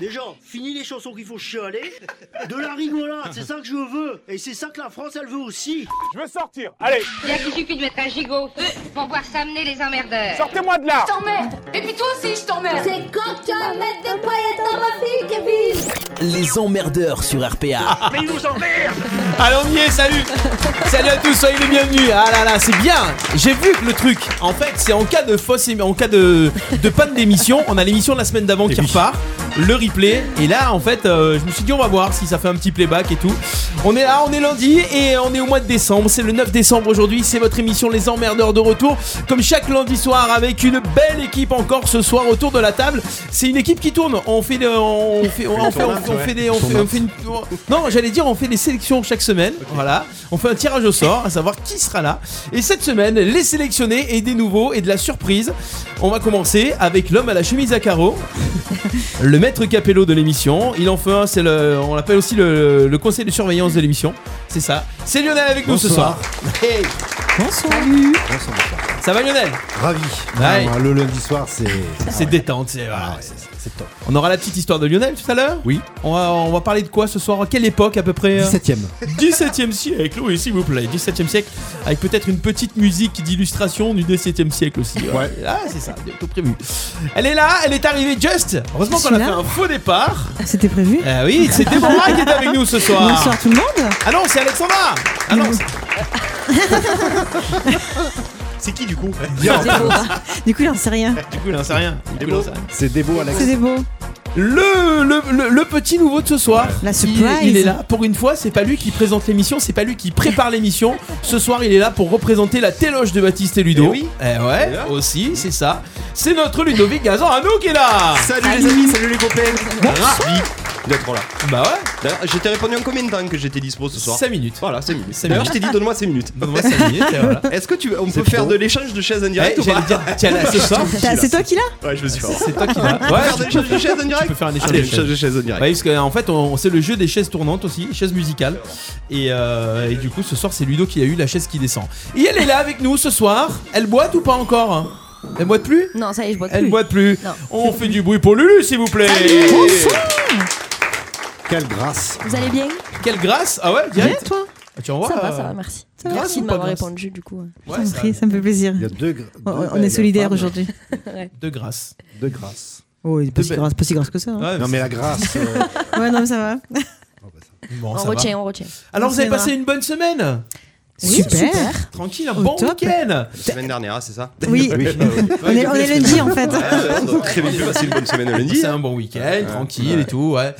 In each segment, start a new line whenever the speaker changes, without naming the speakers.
Déjà, fini les chansons qu'il faut chialer. De la rigolade, c'est ça que je veux. Et c'est ça que la France, elle veut aussi.
Je veux sortir. Allez,
Bien qu'il suffit de mettre un gigot au feu pour voir s'amener les emmerdeurs.
sortez-moi de là.
t'emmerde Et puis toi aussi, je t'emmerde
C'est quand tu vas mettre des paillettes dans ma vie, Kevin
Les emmerdeurs sur RPA.
Mais ils nous emmerdent
Allez, on y est, salut Salut à tous, soyez les bienvenus. Ah là là, c'est bien. J'ai vu que le truc, en fait, c'est en cas de fausse, émi- en cas de, de panne d'émission, on a l'émission de la semaine d'avant qui repart, le replay. Et là, en fait, euh, je me suis dit, on va voir si ça fait un petit playback et tout. On est là, on est lundi et on est au mois de décembre. C'est le 9 décembre aujourd'hui. C'est votre émission Les Emmerdeurs de retour, comme chaque lundi soir, avec une belle équipe encore ce soir autour de la table. C'est une équipe qui tourne. On fait, des- on fait, on, fait, on fait- on fait des, on fait, on fait une, non, j'allais dire, on fait des sélections chaque semaine. Voilà, on fait un tirage au sort, à savoir qui sera là. Et cette semaine, les sélectionnés et des nouveaux et de la surprise. On va commencer avec l'homme à la chemise à carreaux, le maître capello de l'émission. Il en fait un, c'est le, on l'appelle aussi le, le conseil de surveillance de l'émission. C'est ça. C'est Lionel avec nous ce soir. Hey,
Bonsoir, bonsoir.
ça va Lionel Bah
Ravi.
Ouais.
Vraiment, le lundi soir, c'est.
C'est détente, c'est voilà,
Ah ouais,
c'est-
c'est- c'est top.
On aura la petite histoire de Lionel tout à l'heure. Oui. On va, on va parler de quoi ce soir Quelle époque à peu près euh
17 e
17e siècle, oui, s'il vous plaît. 17e siècle, avec peut-être une petite musique d'illustration du 17e siècle aussi.
Ouais.
Ah, c'est ça, tout prévu. Elle est là, elle est arrivée just. Heureusement qu'on a fait
Celui-là
un faux départ.
C'était prévu
Ah oui, c'est Déborah qui est avec nous ce soir.
Bonsoir tout le monde
Ah non, c'est Alexandra. Ah non, c'est-
C'est qui du coup
Du coup, il en sait rien.
du coup, il n'en sait rien. Du coup, il en sait rien.
C'est Débo, Alex.
C'était beau.
Le, le, le- le petit nouveau de ce soir.
La
Il-
surprise.
Il, est là. Pour une fois, c'est pas lui qui présente l'émission, c'est pas lui qui prépare l'émission. Ce soir, il est là pour représenter la téloge de Baptiste et Ludo.
Eh oui.
Eh ouais,
D'ailleurs.
aussi, c'est ça. C'est notre Ludovic Gazan à nous qui est là.
Salut, les amis, salut les copains Ravi d'être là.
Bah ouais,
D'ailleurs, Je t'ai répondu en combien de temps que j'étais dispo ce soir
5 minutes.
Voilà, 5 minutes.
Cinq
D'ailleurs, je
minutes.
t'ai dit donne-moi 5 minutes.
Donne-moi cinq minutes, et voilà.
Est-ce que tu on
C'est
peut faire
trop.
de l'échange de chaises en
Eh,
direct ou
J'allais
pas
dire, tiens là, ce soir,
T'as- C'est toi qui l'as
Ouais, je me suis fait.
c'est toi qui l'as.
On peut
Ouais,
faire de
tu peux
l'échange de chaises en direct
tu peux faire un échange
Allez,
de chaises.
l'échange de chaises en direct.
Ouais, parce qu'en fait, on, c'est le jeu des chaises tournantes aussi, chaises musicales. Et, euh, et du coup, ce soir, c'est Ludo qui a eu la chaise qui descend. Et elle est là avec nous ce soir. Elle boite ou pas encore hein Elle boite plus
Non, ça y est, je bois
Elle boite plus.
Non.
On fait du bruit pour Lulu, s'il vous plaît.
Quelle grâce.
Vous allez bien
Quelle grâce Ah ouais,
Bien,
direct.
toi
Ah, Tu en vois
Ça
euh,
va, ça va, merci.
va,
merci
ou
de
pas
m'avoir
grâce
répondu du coup.
ouais,
Ça me
ça-
prie, ça me fait plaisir.
Il y a deux. gr-
On,
deux
on
belles
est solidaires
femmes,
aujourd'hui.
De grâce.
Deux grâces.
Oh, il est pas
Deux
si
belles-
grave, pas si grave que ça. hein.
Ouais,
Non, mais la grâce. euh,
Ouais, non, mais ça va.
bon, ça
on
va.
retient, on retient.
Alors,
On
vous avez
s'aimera.
passé une bonne semaine
Super.
Tranquille, un
Au
bon
top.
week-end
La semaine dernière, hein, c'est ça
Oui,
oui.
on est, on est lundi en fait.
Ouais, donc, Très bien, passez une bonne semaine lundi.
C'est un bon week-end, tranquille et tout. Ouais.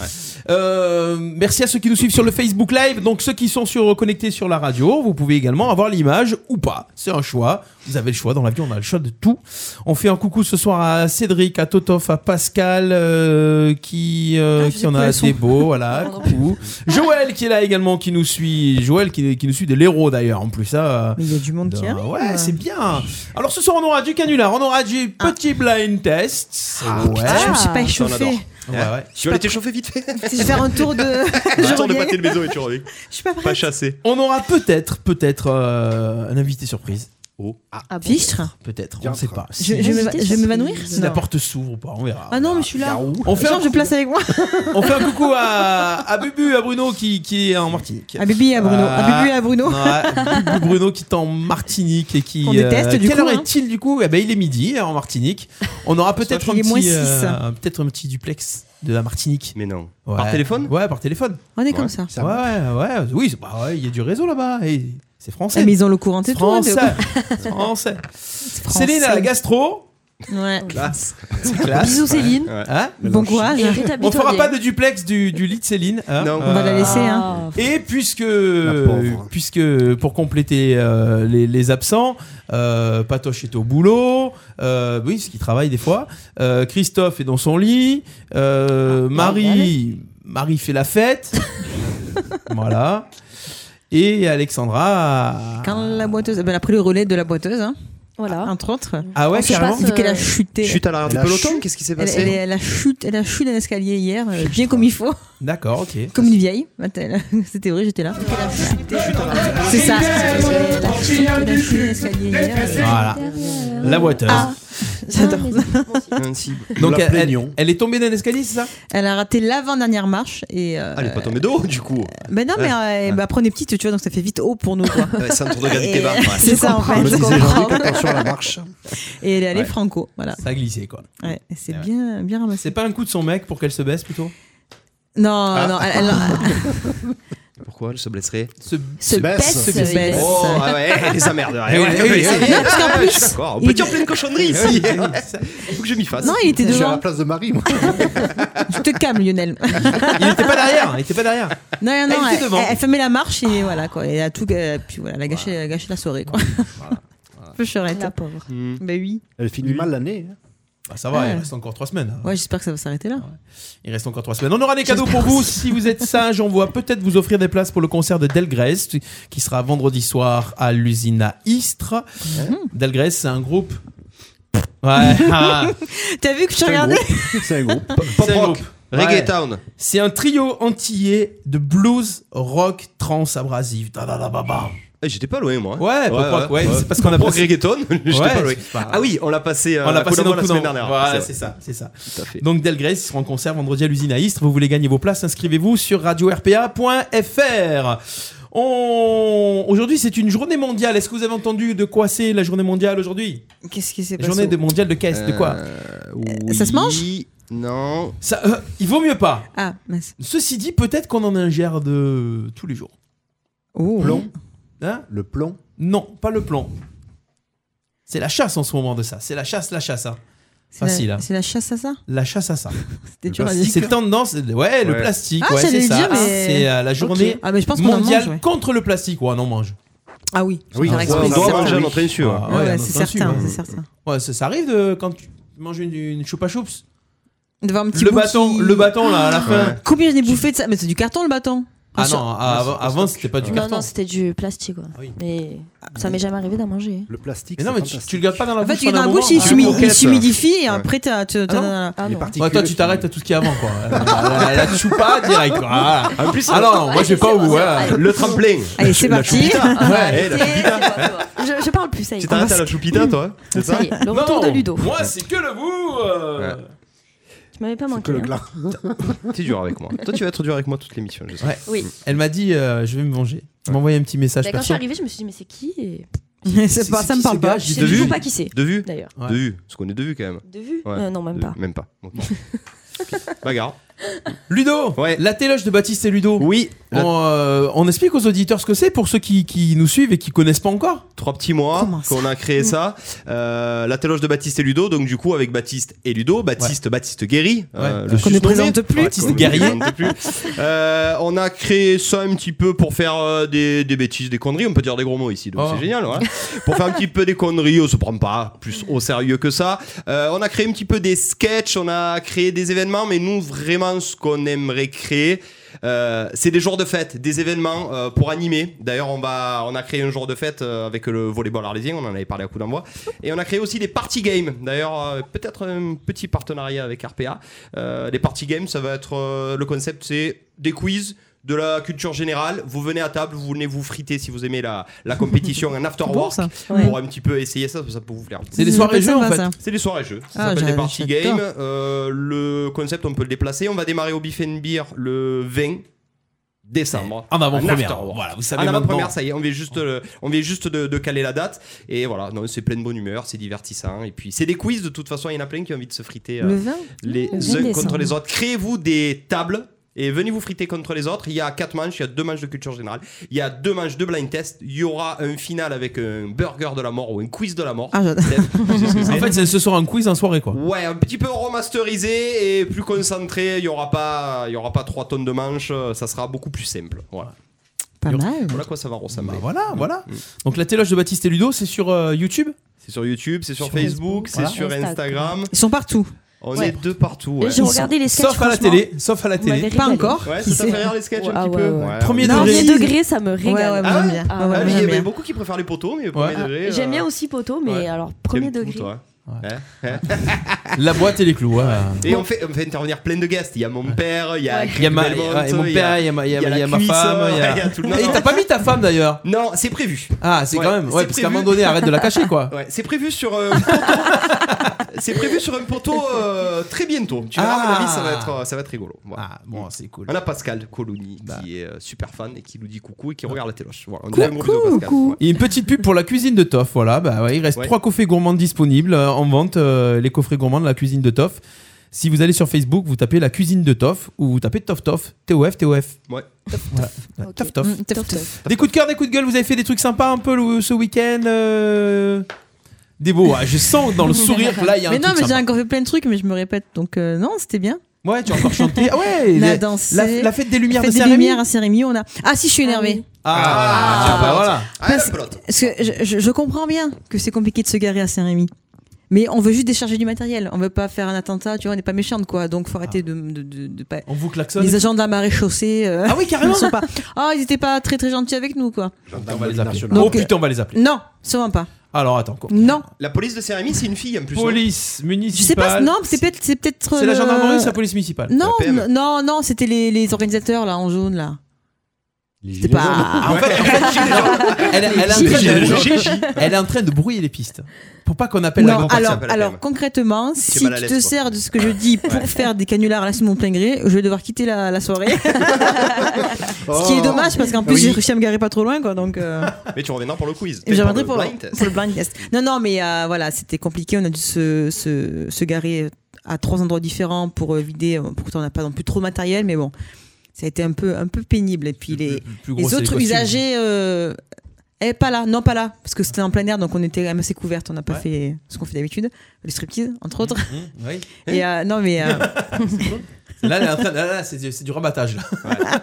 Euh, merci à ceux qui nous suivent sur le Facebook Live. Donc ceux qui sont sur, connectés sur la radio, vous pouvez également avoir l'image ou pas. C'est un choix. Vous avez le choix. Dans la vie, on a le choix de tout. On fait un coucou ce soir à Cédric, à Totof, à Pascal, euh, qui, euh,
Ah, je
qui
sais
en a
pas,
assez
elles sont-
beau. Voilà, coucou. Joël qui est là également, qui nous suit. Joël qui, qui nous suit de l'héros d'ailleurs. En plus, ça. euh,
Mais il y a du monde qui
ah
arrive.
ouais, c'est bien. Alors ce soir, on aura du canular, on aura du petit blind test. ouais.
Ah. Putain, je me suis pas
adore.
échauffée.
Ouais, ouais.
Tu vas aller t'échauffer vite fait
Je vais faire un tour de. je,
Attends de
reviens.
pâté le maison et tu reviens.
je suis pas prête.
Pas chassé.
On aura peut-être, peut-être euh, un invité surprise.
Oh. Ah,
Ah bon
Fichtre
Peut-être, on
Bien
ne sait
tra-
pas.
Je,
Si,
je vais m'éva- je vais m'évanouir
si la porte s'ouvre ou pas, on verra.
Ah non, mais je suis là.
on fait, un,
Genre, je place avec moi.
on fait un coucou à, à Bubu, à Bruno qui, qui est en Martinique.
À Bibi et à Bruno. À Bibi et à Bruno.
Non, à Bubu Bruno qui est en Martinique et qui. euh,
Qu'on déteste, du
quelle
coup,
heure
hein.
est-il du coup eh ben, Il est midi euh, en Martinique. On aura peut-être
qu'il
un,
est moins
petit,
six.
euh, peut-être un petit duplex de la Martinique.
Mais non.
Ouais.
Par téléphone
Ouais, par téléphone.
On est comme ça.
ça
ouais,
va.
ouais, ouais. Oui, c'est- bah ouais, il y a du réseau là-bas. et C'est français.
Ah, mais ils ont le courant et tout. hein,
français.
de-
français.
français.
Céline à la gastro.
Ouais.
Classe. C'est classe.
Bisous Céline.
Ouais.
Hein
Bon courage.
Et
on
rétablis-toi
fera pas
bien.
de duplex du, du lit de Céline. hein.
Non.
On va la laisser,
Ah.
hein.
Et puisque,
pauvre.
puisque pour compléter euh, les, les absents, euh, Patoche est au boulot, euh, oui, parce qu'il travaille des fois, euh, Christophe est dans son lit, euh,
Ah,
Marie, Marie fait la fête, voilà, et Alexandra...
Quand la boiteuse, ben, elle a pris le relais de la boiteuse, hein,
Voilà.
entre autres.
Ah ouais,
On se
carrément
passe,
Vu qu'elle
euh,
a chuté.
Chute à l'arrière du
Elle a
peloton,
chute.
qu'est-ce qui s'est
Elle,
passé
elle est- elle a chuté, elle a chuté d'un escalier hier, euh, bien comme il faut,
D'accord, ok.
comme une vieille. Mathilde. C'était vrai, j'étais là. C'est ça. Elle a chuté d'un escalier hier. euh.
Voilà. La water.
Ah, j'adore.
Donc
Nous la
elle, elle,
plaignions.
elle est tombée d'un escalier, c'est ça
Elle a raté l'avant-dernière marche et. euh,
Ah, elle est pas tombée de haut, du coup.
ben non, mais euh, bah, prenez petite, tu vois, donc ça fait vite haut pour nous, quoi.
Ouais, c'est un tour de
Et-
gravité bas. ouais.
C'est ça, en fait.
me
je
disait
comprends.
Jean-Luc, attention à la marche.
Et elle est allée
Ouais.
franco, voilà.
Ça a glissé quoi. Eh
Ouais, et c'est
Ouais.
bien, bien ramassé.
C'est pas un coup de son mec pour qu'elle se baisse plutôt Ah.
Non, non, elle, elle-
Pourquoi elle se blesserait
se...
Se baisse.
se baisse.
Oh, ah ouais, elle les emmerde. Ouais,
Eh oui,
ouais,
eh oui,
ouais,
eh
ça y
oui.
est,
Non, parce qu'en
ouais,
plus,
je suis d'accord. On
il-
peut dire plein de cochonneries ici. Il faut que je m'y fasse.
non, il était
Je suis à la
devant.
place de Marie, moi.
Tu te calmes, Lionel.
Il était pas derrière, il était pas derrière.
Non, non,
Elle
non,
était
elle,
devant.
elle- elle fermait la marche et voilà quoi. Et elle a tout, ga- puis voilà, elle a gâché, elle a gâché la soirée quoi. Peu charrette. La pauvre. Bah oui.
Mm. Elle finit mal l'année. hein.
Bah, ça va,
Ah.
il reste encore 3 semaines. hein.
Ouais, j'espère que ça va s'arrêter là.
Il reste encore 3 semaines. On aura des cadeaux pour vous si vous êtes sage. On va peut-être vous offrir des places pour le concert de Delgrès qui sera vendredi soir à l'usine à Istres. Delgrès, c'est un groupe. Ouais. ah,
T'as vu que je
C'est un
regardais
groupe. C'est un groupe.
c'est un
Pop rock,
groupe. Ouais.
reggae town.
C'est un trio antillais de blues, rock, trans, abrasif. Da, da, da, ba, ba.
Eh, J'étais pas loin, moi.
Ouais, pop rock, ouais, c'est parce qu'on a
Pop rock
passé-
reggaeton, j'étais
Ouais,
pas loin.
c'est pas-
Ah oui, on l'a passé, euh,
On l'a
à
passé
Colombo
dans
la
le coup
semaine
d'envoi.
dernière.
Voilà,
c'est
c'est ça, c'est ça.
vrai, tout à fait.
Donc Delgrès sera en concert vendredi à l'usine à Istres. Vous voulez gagner vos places, inscrivez-vous sur radio-rpa.fr. On... Aujourd'hui, c'est une journée mondiale. Est-ce que vous avez entendu de quoi c'est la journée mondiale aujourd'hui
Qu'est-ce qui s'est
La
passé
journée de- mondiale de caisse, de quoi
Euh,
ça se mange
oui, Non.
Ça, euh, Il vaut mieux pas.
Ah mince.
Ceci dit, peut-être qu'on en ingère de tous les jours.
Oh.
Plomb.
Hein
Le plomb.
non, pas le plomb. C'est la chasse en ce moment de ça. C'est la chasse, la chasse. hein.
C'est la-
Facile, hein.
C'est la chasse à ça
La chasse à ça.
C'était
Le
dur à dire.
plastique.
C'est tendance. Ouais, le
Ouais.
plastique.
Ah,
ouais,
j'allais
c'est
le
ça.
dire, mais-
C'est euh, la journée
Ah mais je pense qu'on en
mondiale
mange. Ouais.
contre le plastique. Ouais, on en mange.
Ah oui.
Oui,
c'est vrai que
Ouais,
c'est
on doit
certain.
manger à notre insu. ouais.
Ouais,
on en
c'est
mange dessus,
certain,
Ah ouais.
c'est certain.
hein. Ouais, ça, ça arrive de, quand tu manges une, une choupa choups.
De voir un petit
Le
bout
bâton,
qui-
le bâton là à la fin.
Ouais.
Combien je n'ai bouffé de ça Mais c'est du carton le bâton.
Ah
sur-
non, avant, avant, c'était pas du
Non,
carton.
non, c'était du plastique. ouais.
Ah oui.
Mais ça m'est jamais arrivé d'en manger.
Le plastique.
mais non,
c'est
mais tu,
fantastique.
tu le gardes pas dans la
En fait,
bouche.
tu es
pendant
dans la
un
bouche, il
moment,
tu
hein.
s'humidie-
croquettes.
il s'humidie et après t'as- tu-
Ah
t'as.
Ah
Les
non.
particules.
Ouais, toi, tu t'arrêtes à tout ce qui est avant, quoi. la, la, la choupa direct. quoi. Ah,
En plus,
ah non, moi, je vais pas où. hein.
le tremplin.
Allez, c'est parti. Mmh.
Ouais,
eh,
la
C'est-
choupita.
c'est bon, c'est bon. Je, je parle plus, ça y est.
Tu t'arrêtes à la choupita, toi C'est ça
Ça y est, le retour
Non,
de Ludo.
Moi, c'est que le bout. euh.
Ouais.
Tu m'avais pas
Que
manqué.
le
hein.
glas.
T'es dur avec moi. Toi, tu vas être dur avec moi toute l'émission. je sais.
Ouais.
Oui.
Elle m'a dit, euh, je vais me venger. Elle m'a envoyé un petit message
Bah, Quand je suis
perso.
arrivée, je me suis dit, mais c'est qui et...
C'est
C'est-
pas-
c'est
Ça
qui ce
me parle
gars
pas.
Je
J'ai
sais
de
toujours
vue.
pas qui c'est,
De vue
d'ailleurs.
Ouais.
De vue. Parce qu'on est de vue quand même.
De vue
Ouais.
Euh, Non, même
De-
pas.
Même pas. Donc, non. Bagarre.
Ludo,
Ouais.
la téloche de Baptiste et Ludo.
Oui. la-
On, euh, on explique aux auditeurs ce que c'est pour ceux qui, qui nous suivent et qui connaissent pas encore.
trois petits mois
Comment ça
qu'on a créé ça. Euh, la téloge de Baptiste et Ludo, donc du coup avec Baptiste et Ludo, Baptiste, Baptiste Guéry, euh,
Ouais.
le
Qu'on
ne
susnommé.
présente plus.
qu'on ne
Guerrier.
présente plus. Euh, on a créé ça un petit peu pour faire euh, des, des bêtises, des conneries, on peut dire des gros mots ici, donc
Oh.
c'est génial. ouais. pour faire un petit peu des conneries, on se prend pas plus au sérieux que ça. Euh, on a créé un petit peu des sketchs, on a créé des événements, mais nous vraiment ce qu'on aimerait créer. euh, c'est des jours de fête, des événements euh, pour animer. D'ailleurs, on va, on a créé un jour de fête euh, avec le volleyball arlésien. On en avait parlé à coup d'envoi. Et on a créé aussi des party games. D'ailleurs, euh, peut-être un petit partenariat avec RPA. Euh, les party games, ça va être euh, le concept, c'est des quiz de la culture générale. Vous venez à table, vous venez vous friter si vous aimez la, la compétition, un after
C'est bon,
work
ça.
pour un petit peu essayer ça, ça peut vous plaire.
C'est des
Ça
soirées jeux
s'appelle ça,
en fait.
ça.
C'est des soirées jeux. Ça
Ah,
s'appelle des
j'a-
party
j'adore.
games. Euh, le concept, on peut le déplacer. On va démarrer au Beef and Beer le 20 décembre.
Eh, En avant-première.
after work.
Voilà, vous
Ah,
savez
la
maintenant.
première, ça y est, on vient juste, euh, on vient juste de, de caler la date. Et voilà, non, c'est plein de bonne humeur, c'est divertissant. Et puis, c'est des quiz, de toute façon, il y en a plein qui ont envie de se friter euh,
Le vin
les
le 20
uns contre
décembre.
les autres. Créez-vous des tables et venez vous friter contre les autres. Il y a quatre manches, il y a deux manches de culture générale, il y a deux manches de blind test, il y aura un final avec un burger de la mort ou un quiz de la mort.
Ah, j'adore.
Dave, tu sais ce que c'est
En fait, c'est ce soir un quiz, en soirée quoi.
Ouais, un petit peu remasterisé et plus concentré. Il y aura pas, il y aura pas 3 tonnes de manches. Ça sera beaucoup plus simple. Voilà.
Pas mal.
Voilà à quoi ça va ressembler. Mm.
Bah, voilà, voilà. Donc la téloche de Baptiste et Ludo, c'est sur euh, YouTube.
C'est sur YouTube, c'est sur,
Sur
Facebook, c'est
voilà.
sur Instagram.
Ils sont partout.
On
Ouais.
est de partout. Ouais.
Et J'ai regardé les sketchs.
sauf à la
franchement.
télé, sauf à la
Vous m'avez
télé.
Pas
régalé.
encore.
Ouais,
Qui
ça t'a
sait
fait rire les sketchs
Ouais,
un petit
ouais,
peu.
ouais.
Premier
Non,
degré.
Premier
Régale.
degré, ça me
Ouais, ouais,
régale.
Ah
j'aime
ouais
bien.
Ah
Ouais, ouais,
Ah oui,
j'aime
il y avait
bien.
beaucoup qui préfèrent les poteaux, mais premier
Ah,
degré.
J'aime
euh,
bien aussi poteau, mais alors premier
t'aimes tout,
degré.
toi.
La boîte et les clous. ouais.
Et on fait, on fait intervenir plein de guests. Il y a mon père, il y a
Il y a ma,
Belmonte,
ouais, mon
il y a-
père, il y a ma, il y a-
il y a la
il y a ma
cuisse,
femme. il y a-
il y a tout le- non,
Et
non.
t'as pas mis ta femme d'ailleurs
Non, c'est prévu.
Ah, c'est
Ouais,
quand même.
c'est
Ouais, parce qu'à un
prévu.
moment donné, arrête de la cacher quoi.
Ouais, c'est prévu sur euh, un poteau. c'est prévu sur un poteau euh, très bientôt. Tu verras, à mon
Ah.
avis, ça va être, euh, ça va être rigolo. Voilà.
Ah, bon, c'est cool.
On a Pascal Coloni
Bah.
qui est euh, super fan et qui nous dit coucou et qui regarde la téloche. Voilà, on
Coucou,
a un gros bisou à Pascal.
coucou.
Ouais.
Et une petite pub pour la cuisine de Toff, voilà. Bah ouais, il reste
Ouais.
trois coffrets gourmands disponibles euh, en vente, euh, les coffrets gourmands de la cuisine de Toff. Si vous allez sur Facebook, vous tapez la cuisine de Toff ou vous tapez Toff Toff, T-O-F, T-O-F.
Ouais.
Voilà. Ouais, Toff Toff.
Mm, tof, tof.
Des coups de cœur, des coups de gueule, vous avez fait des trucs sympas un peu le- ce week-end euh, Des beaux, ouais, je sens dans le sourire que là il y a un
Mmh. Mais non,
truc
mais j'ai
sympa.
encore fait plein de trucs, mais je me répète. Donc, euh, non, c'était bien.
Ouais, tu as encore chanté. Ah ouais,
On a
la-
dansé.
la, la fête des lumières
Fête
de
des
Saint-Rémy.
lumières à Saint-Rémy, on a. Ah, si, je suis énervée.
Ah,
Ah.
tiens, bah voilà.
Ah,
Parce-
la pelote.
Parce que je, je- je comprends bien que c'est compliqué de se garer à Saint-Rémy. Mais on veut juste décharger du matériel. On veut pas faire un attentat, tu vois, on n'est pas méchante, quoi. Donc, faut arrêter de, de, de- de pas.
On vous klaxonne.
Les agents de la marée-chaussée. euh,
Ah oui, carrément.
ils sont pas. Oh, ils étaient pas très très gentils avec nous, quoi.
On va les appeler.
Donc,
oh putain, on va les appeler.
Non, sûrement pas.
Alors attends quoi.
Non.
La police de Cérémie, c'est une fille en plus. hein. non
Police
Je
municipale.
sais pas. Non, c'est peut-être. C'est peut
C'est la gendarmerie, c'est la police municipale.
Non,
La PM.
n- non, non, c'était les, les organisateurs, là, en jaune, là.
Les
C'était pas.
Ah
En fait, en fait, elle, elle est en train
Gilets
de-
jaunes.
elle est en train de brouiller les pistes. Pour pas qu'on appelle la
pas
Non,
que ça
alors,
s'appelle la
alors
PM.
concrètement,
es
si
mal à
tu
l'aise,
te
toi.
sers de ce que je dis pour faire des canulars à la mon plein gré, je vais devoir quitter la, la soirée. ce
Oh.
qui est dommage parce qu'en plus
Oui.
j'ai réussi à me garer pas trop loin, quoi. Donc, euh,
Mais tu reviendras pour le quiz.
et je
T'es
reviendrai
pas
pour,
le blind test.
pour le blind test. Non, non, mais euh, voilà, c'était compliqué. On a dû se, se, se garer à trois endroits différents pour euh, vider. Pourtant, on n'a pas non plus trop de matériel, mais bon, ça a été un peu, un peu pénible. Et puis les,
Le plus gros,
les
c'est
autres
costumes.
usagers. euh, eh, pas là, non, pas là, parce que c'était en plein air, donc on était quand même assez couvertes, on n'a pas
Ouais.
fait ce qu'on fait d'habitude, les striptease, entre autres.
Mmh, oui.
Et euh, non, mais euh,
Là, elle est en train- là, là, c'est du, c'est du rabattage. là.
Ah,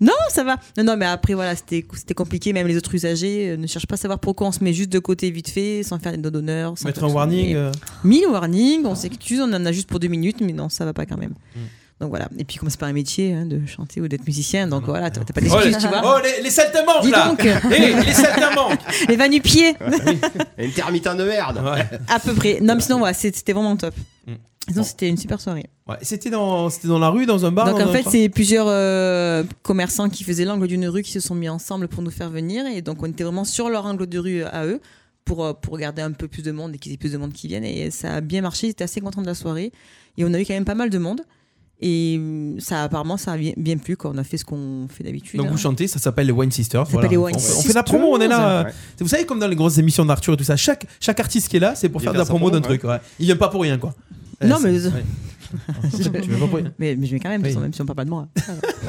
non, ça va. Non, non, mais après, voilà, c'était c'était compliqué. Même les autres usagers euh, ne cherchent pas à savoir pourquoi on se met juste de côté vite fait, sans faire des dos d'honneur. sans
Mettre
faire
un
son-
warning.
Et-
euh.
Mille warnings, on s'excuse, on en a juste pour deux minutes, mais non, ça va pas quand même.
Mm.
Donc voilà. Et puis, comme c'est pas un métier hein, de chanter ou d'être musicien, donc voilà, t'as t'as pas
Oh, les,
d'excuses, tu vois.
oh, les, les saltimbanques,
Dis
là
donc,
Eh, Les saltimbanques
les vanupiers,
Intermittent de merde.
ouais.
à peu près. Non, mais sinon, voilà, c'est- c'était vraiment top.
Mm.
Sinon, c'était une super soirée.
Ouais, C'était dans, c'était dans la rue, dans un bar.
Donc
dans
en
un
fait,
bar.
c'est plusieurs euh, commerçants qui faisaient l'angle d'une rue qui se sont mis ensemble pour nous faire venir. Et donc on était vraiment sur leur angle de rue à eux pour, euh, pour garder un peu plus de monde et qu'ils aient plus de monde qui viennent. Et ça a bien marché, j'étais assez content de la soirée. Et on a eu quand même pas mal de monde. Et euh, ça apparemment, ça a bien, bien plu. Quoi. On a fait ce qu'on fait d'habitude. hein.
Donc vous chantez, ça s'appelle les Wine Sisters.
Ça s'appelle les Wine
on, on fait
Sisters.
la promo, on est là. euh,
Ouais.
Vous savez, comme dans les grosses émissions d'Arthur et tout ça, chaque, chaque artiste qui est là, c'est pour
Il
faire de
vient
la
faire sa
promo d'un
promo, ouais.
truc. ouais. Il vient pas pour rien, quoi. Euh,
Non,
c'est-
mais-
ouais. Tu viens pas pour rien.
Mais, mais je vais quand même, de
Oui.
toute façon, même si on parle pas de moi.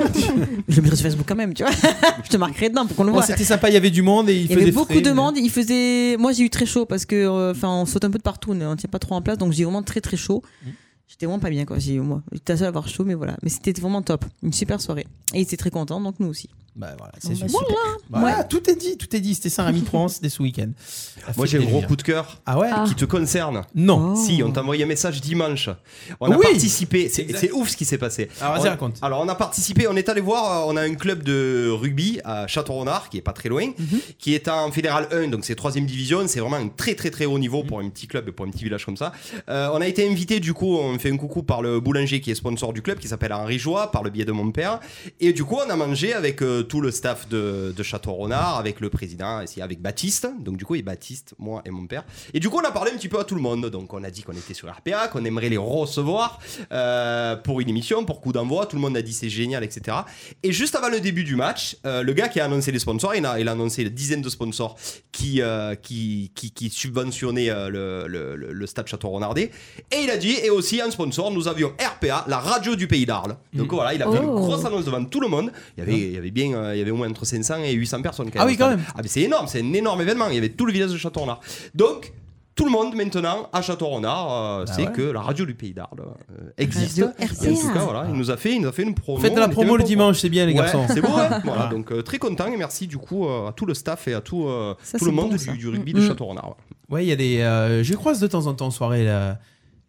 je le mettrai sur Facebook quand même, tu vois. je te marquerai dedans pour qu'on le
Bon,
voit.
Oh, c'était sympa, il y avait du monde et il,
Il y avait
faisait
beaucoup
frais,
de
mais-
monde. Il faisait. Moi, j'ai eu très chaud parce que, euh, enfin, on saute un peu de partout, on ne tient pas trop en place, donc j'ai eu vraiment très très chaud.
Mm.
J'étais vraiment pas bien, quoi. J'ai eu moi. J'étais la seule à avoir chaud, mais voilà. Mais c'était vraiment top, une super soirée. Et il était très content, donc nous aussi.
Bah, voilà,
Bon,
c'est
bah,
super. Voilà, tout est dit, tout est dit. C'était ça, Rémi Provence, c'était ce week-end. La
Moi
fête
j'ai un
des
gros
lumières.
coup de cœur
Ah ouais
qui te concerne.
Non.
Oh.
Si, on t'a envoyé un message dimanche. On a
Oui.
participé. C'est
Exact.
c'est ouf ce qui s'est passé.
Alors, Ah, vas-y,
On-
raconte.
Alors, on a participé, on est allé voir, euh, on a un club de rugby à Château-Renard, qui est pas très loin,
Mhm.
qui est en Fédéral 1, donc c'est 3 division. C'est vraiment un très, très, très haut
Mhm.
niveau pour un petit club et pour un petit village comme ça. Euh, on a été invité, du coup, on fait un coucou par le boulanger qui est sponsor du club, qui s'appelle Henri Joie, par le biais de mon père. Et du coup, on a mangé avec euh, tout le staff de, de Château-Renard, avec le président, et c'est avec Baptiste. Donc, du coup, et Baptiste, moi et mon père. Et du coup, on a parlé un petit peu à tout le monde. Donc, on a dit qu'on était sur RPA, qu'on aimerait les recevoir euh, pour une émission, pour coup d'envoi. Tout le monde a dit c'est génial, etc. Et juste avant le début du match, euh, le gars qui a annoncé les sponsors, il a, il a annoncé une dizaine de sponsors qui, euh, qui, qui, qui subventionnaient euh, le, le, le- le stade Château-Renardais. Et il a dit, et aussi un sponsor, nous avions RPA, la radio du pays d'Arles. Donc
Mm.
voilà, il a fait une
Oh.
grosse annonce devant tout le monde. Il y avait, il y avait bien, euh, il y avait au moins entre 500 et 800 personnes.
Ah oui,
au stade.
quand même.
Ah mais c'est énorme, c'est un énorme événement. Il y avait tout le village de Château-Renard. Donc tout le monde maintenant à Château-Renard euh,
Bah
sait
ouais.
que la radio du Pays d'Arles euh, existe.
Radio
Et
RPA.
En tout cas, voilà, il nous a fait, il nous a fait une promo.
Faites de la
on était
promo
même
le
pas au
dimanche, c'est bien, les
Ouais,
garçons. Ah.
C'est beau, hein Voilà, donc euh, très content et merci du coup euh, à tout le staff et à tout, euh,
Ça,
tout le
c'est
monde
bon, ça.
du, du rugby
Mm,
de
mm.
Château-Renard. ouais.
Ouais, il y a des. euh, je croise de temps en temps en soirée là,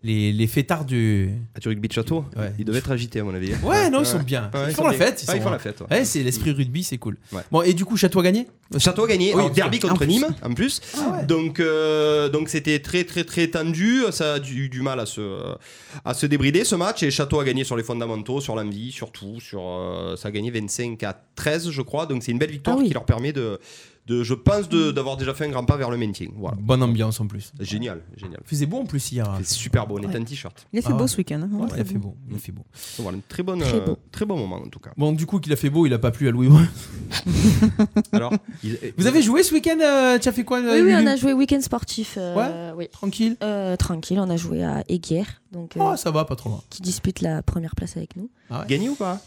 les, les fêtards du.
À Turk Beach Château,
Ouais.
ils devaient être agités, à mon avis.
Ouais, non, ils sont bien.
Ouais,
ils font la
bien.
fête.
Ouais,
sont-
ils font la fête. ouais.
Ouais, c'est l'esprit rugby, c'est cool.
Ouais.
Bon, et du coup, Château a gagné
Château a gagné,
Oui,
en derby
en
contre
plus. Ah
Nîmes en plus. Donc euh, donc c'était très très très tendu, ça a eu du mal à se à se débrider ce match et Château a gagné sur les fondamentaux, sur l'envie, sur tout, sur euh, ça a gagné 25 à 13 je crois. Donc c'est une belle victoire
Ah oui.
qui leur permet de de je pense de- d'avoir déjà fait un grand pas vers le maintien. Voilà.
Bonne ambiance en plus.
Génial, génial.
Il faisait beau en plus hier.
C'est super beau, on est en t-shirt.
Il a fait
Ah
beau
ouais.
ce week-end. hein, vraiment
Ouais,
très
il a fait
beau.
beau. Il a fait beau.
Voilà, un très bon
Très
euh,
beau.
très bon moment en tout cas.
Bon, du coup, qu'il a fait beau, il a pas plu à Louis-Vuitton.
Alors, il-
Vous avez joué ce week-end euh, Tu as fait quoi euh,
Oui, oui,
Lulu
on a joué week-end sportif. euh, Oui.
Tranquille.
Euh, tranquille, on a joué à Eguerre, donc euh,
Oh, ça va, pas trop loin.
qui dispute la première place avec nous.
Ah
gagné ou pas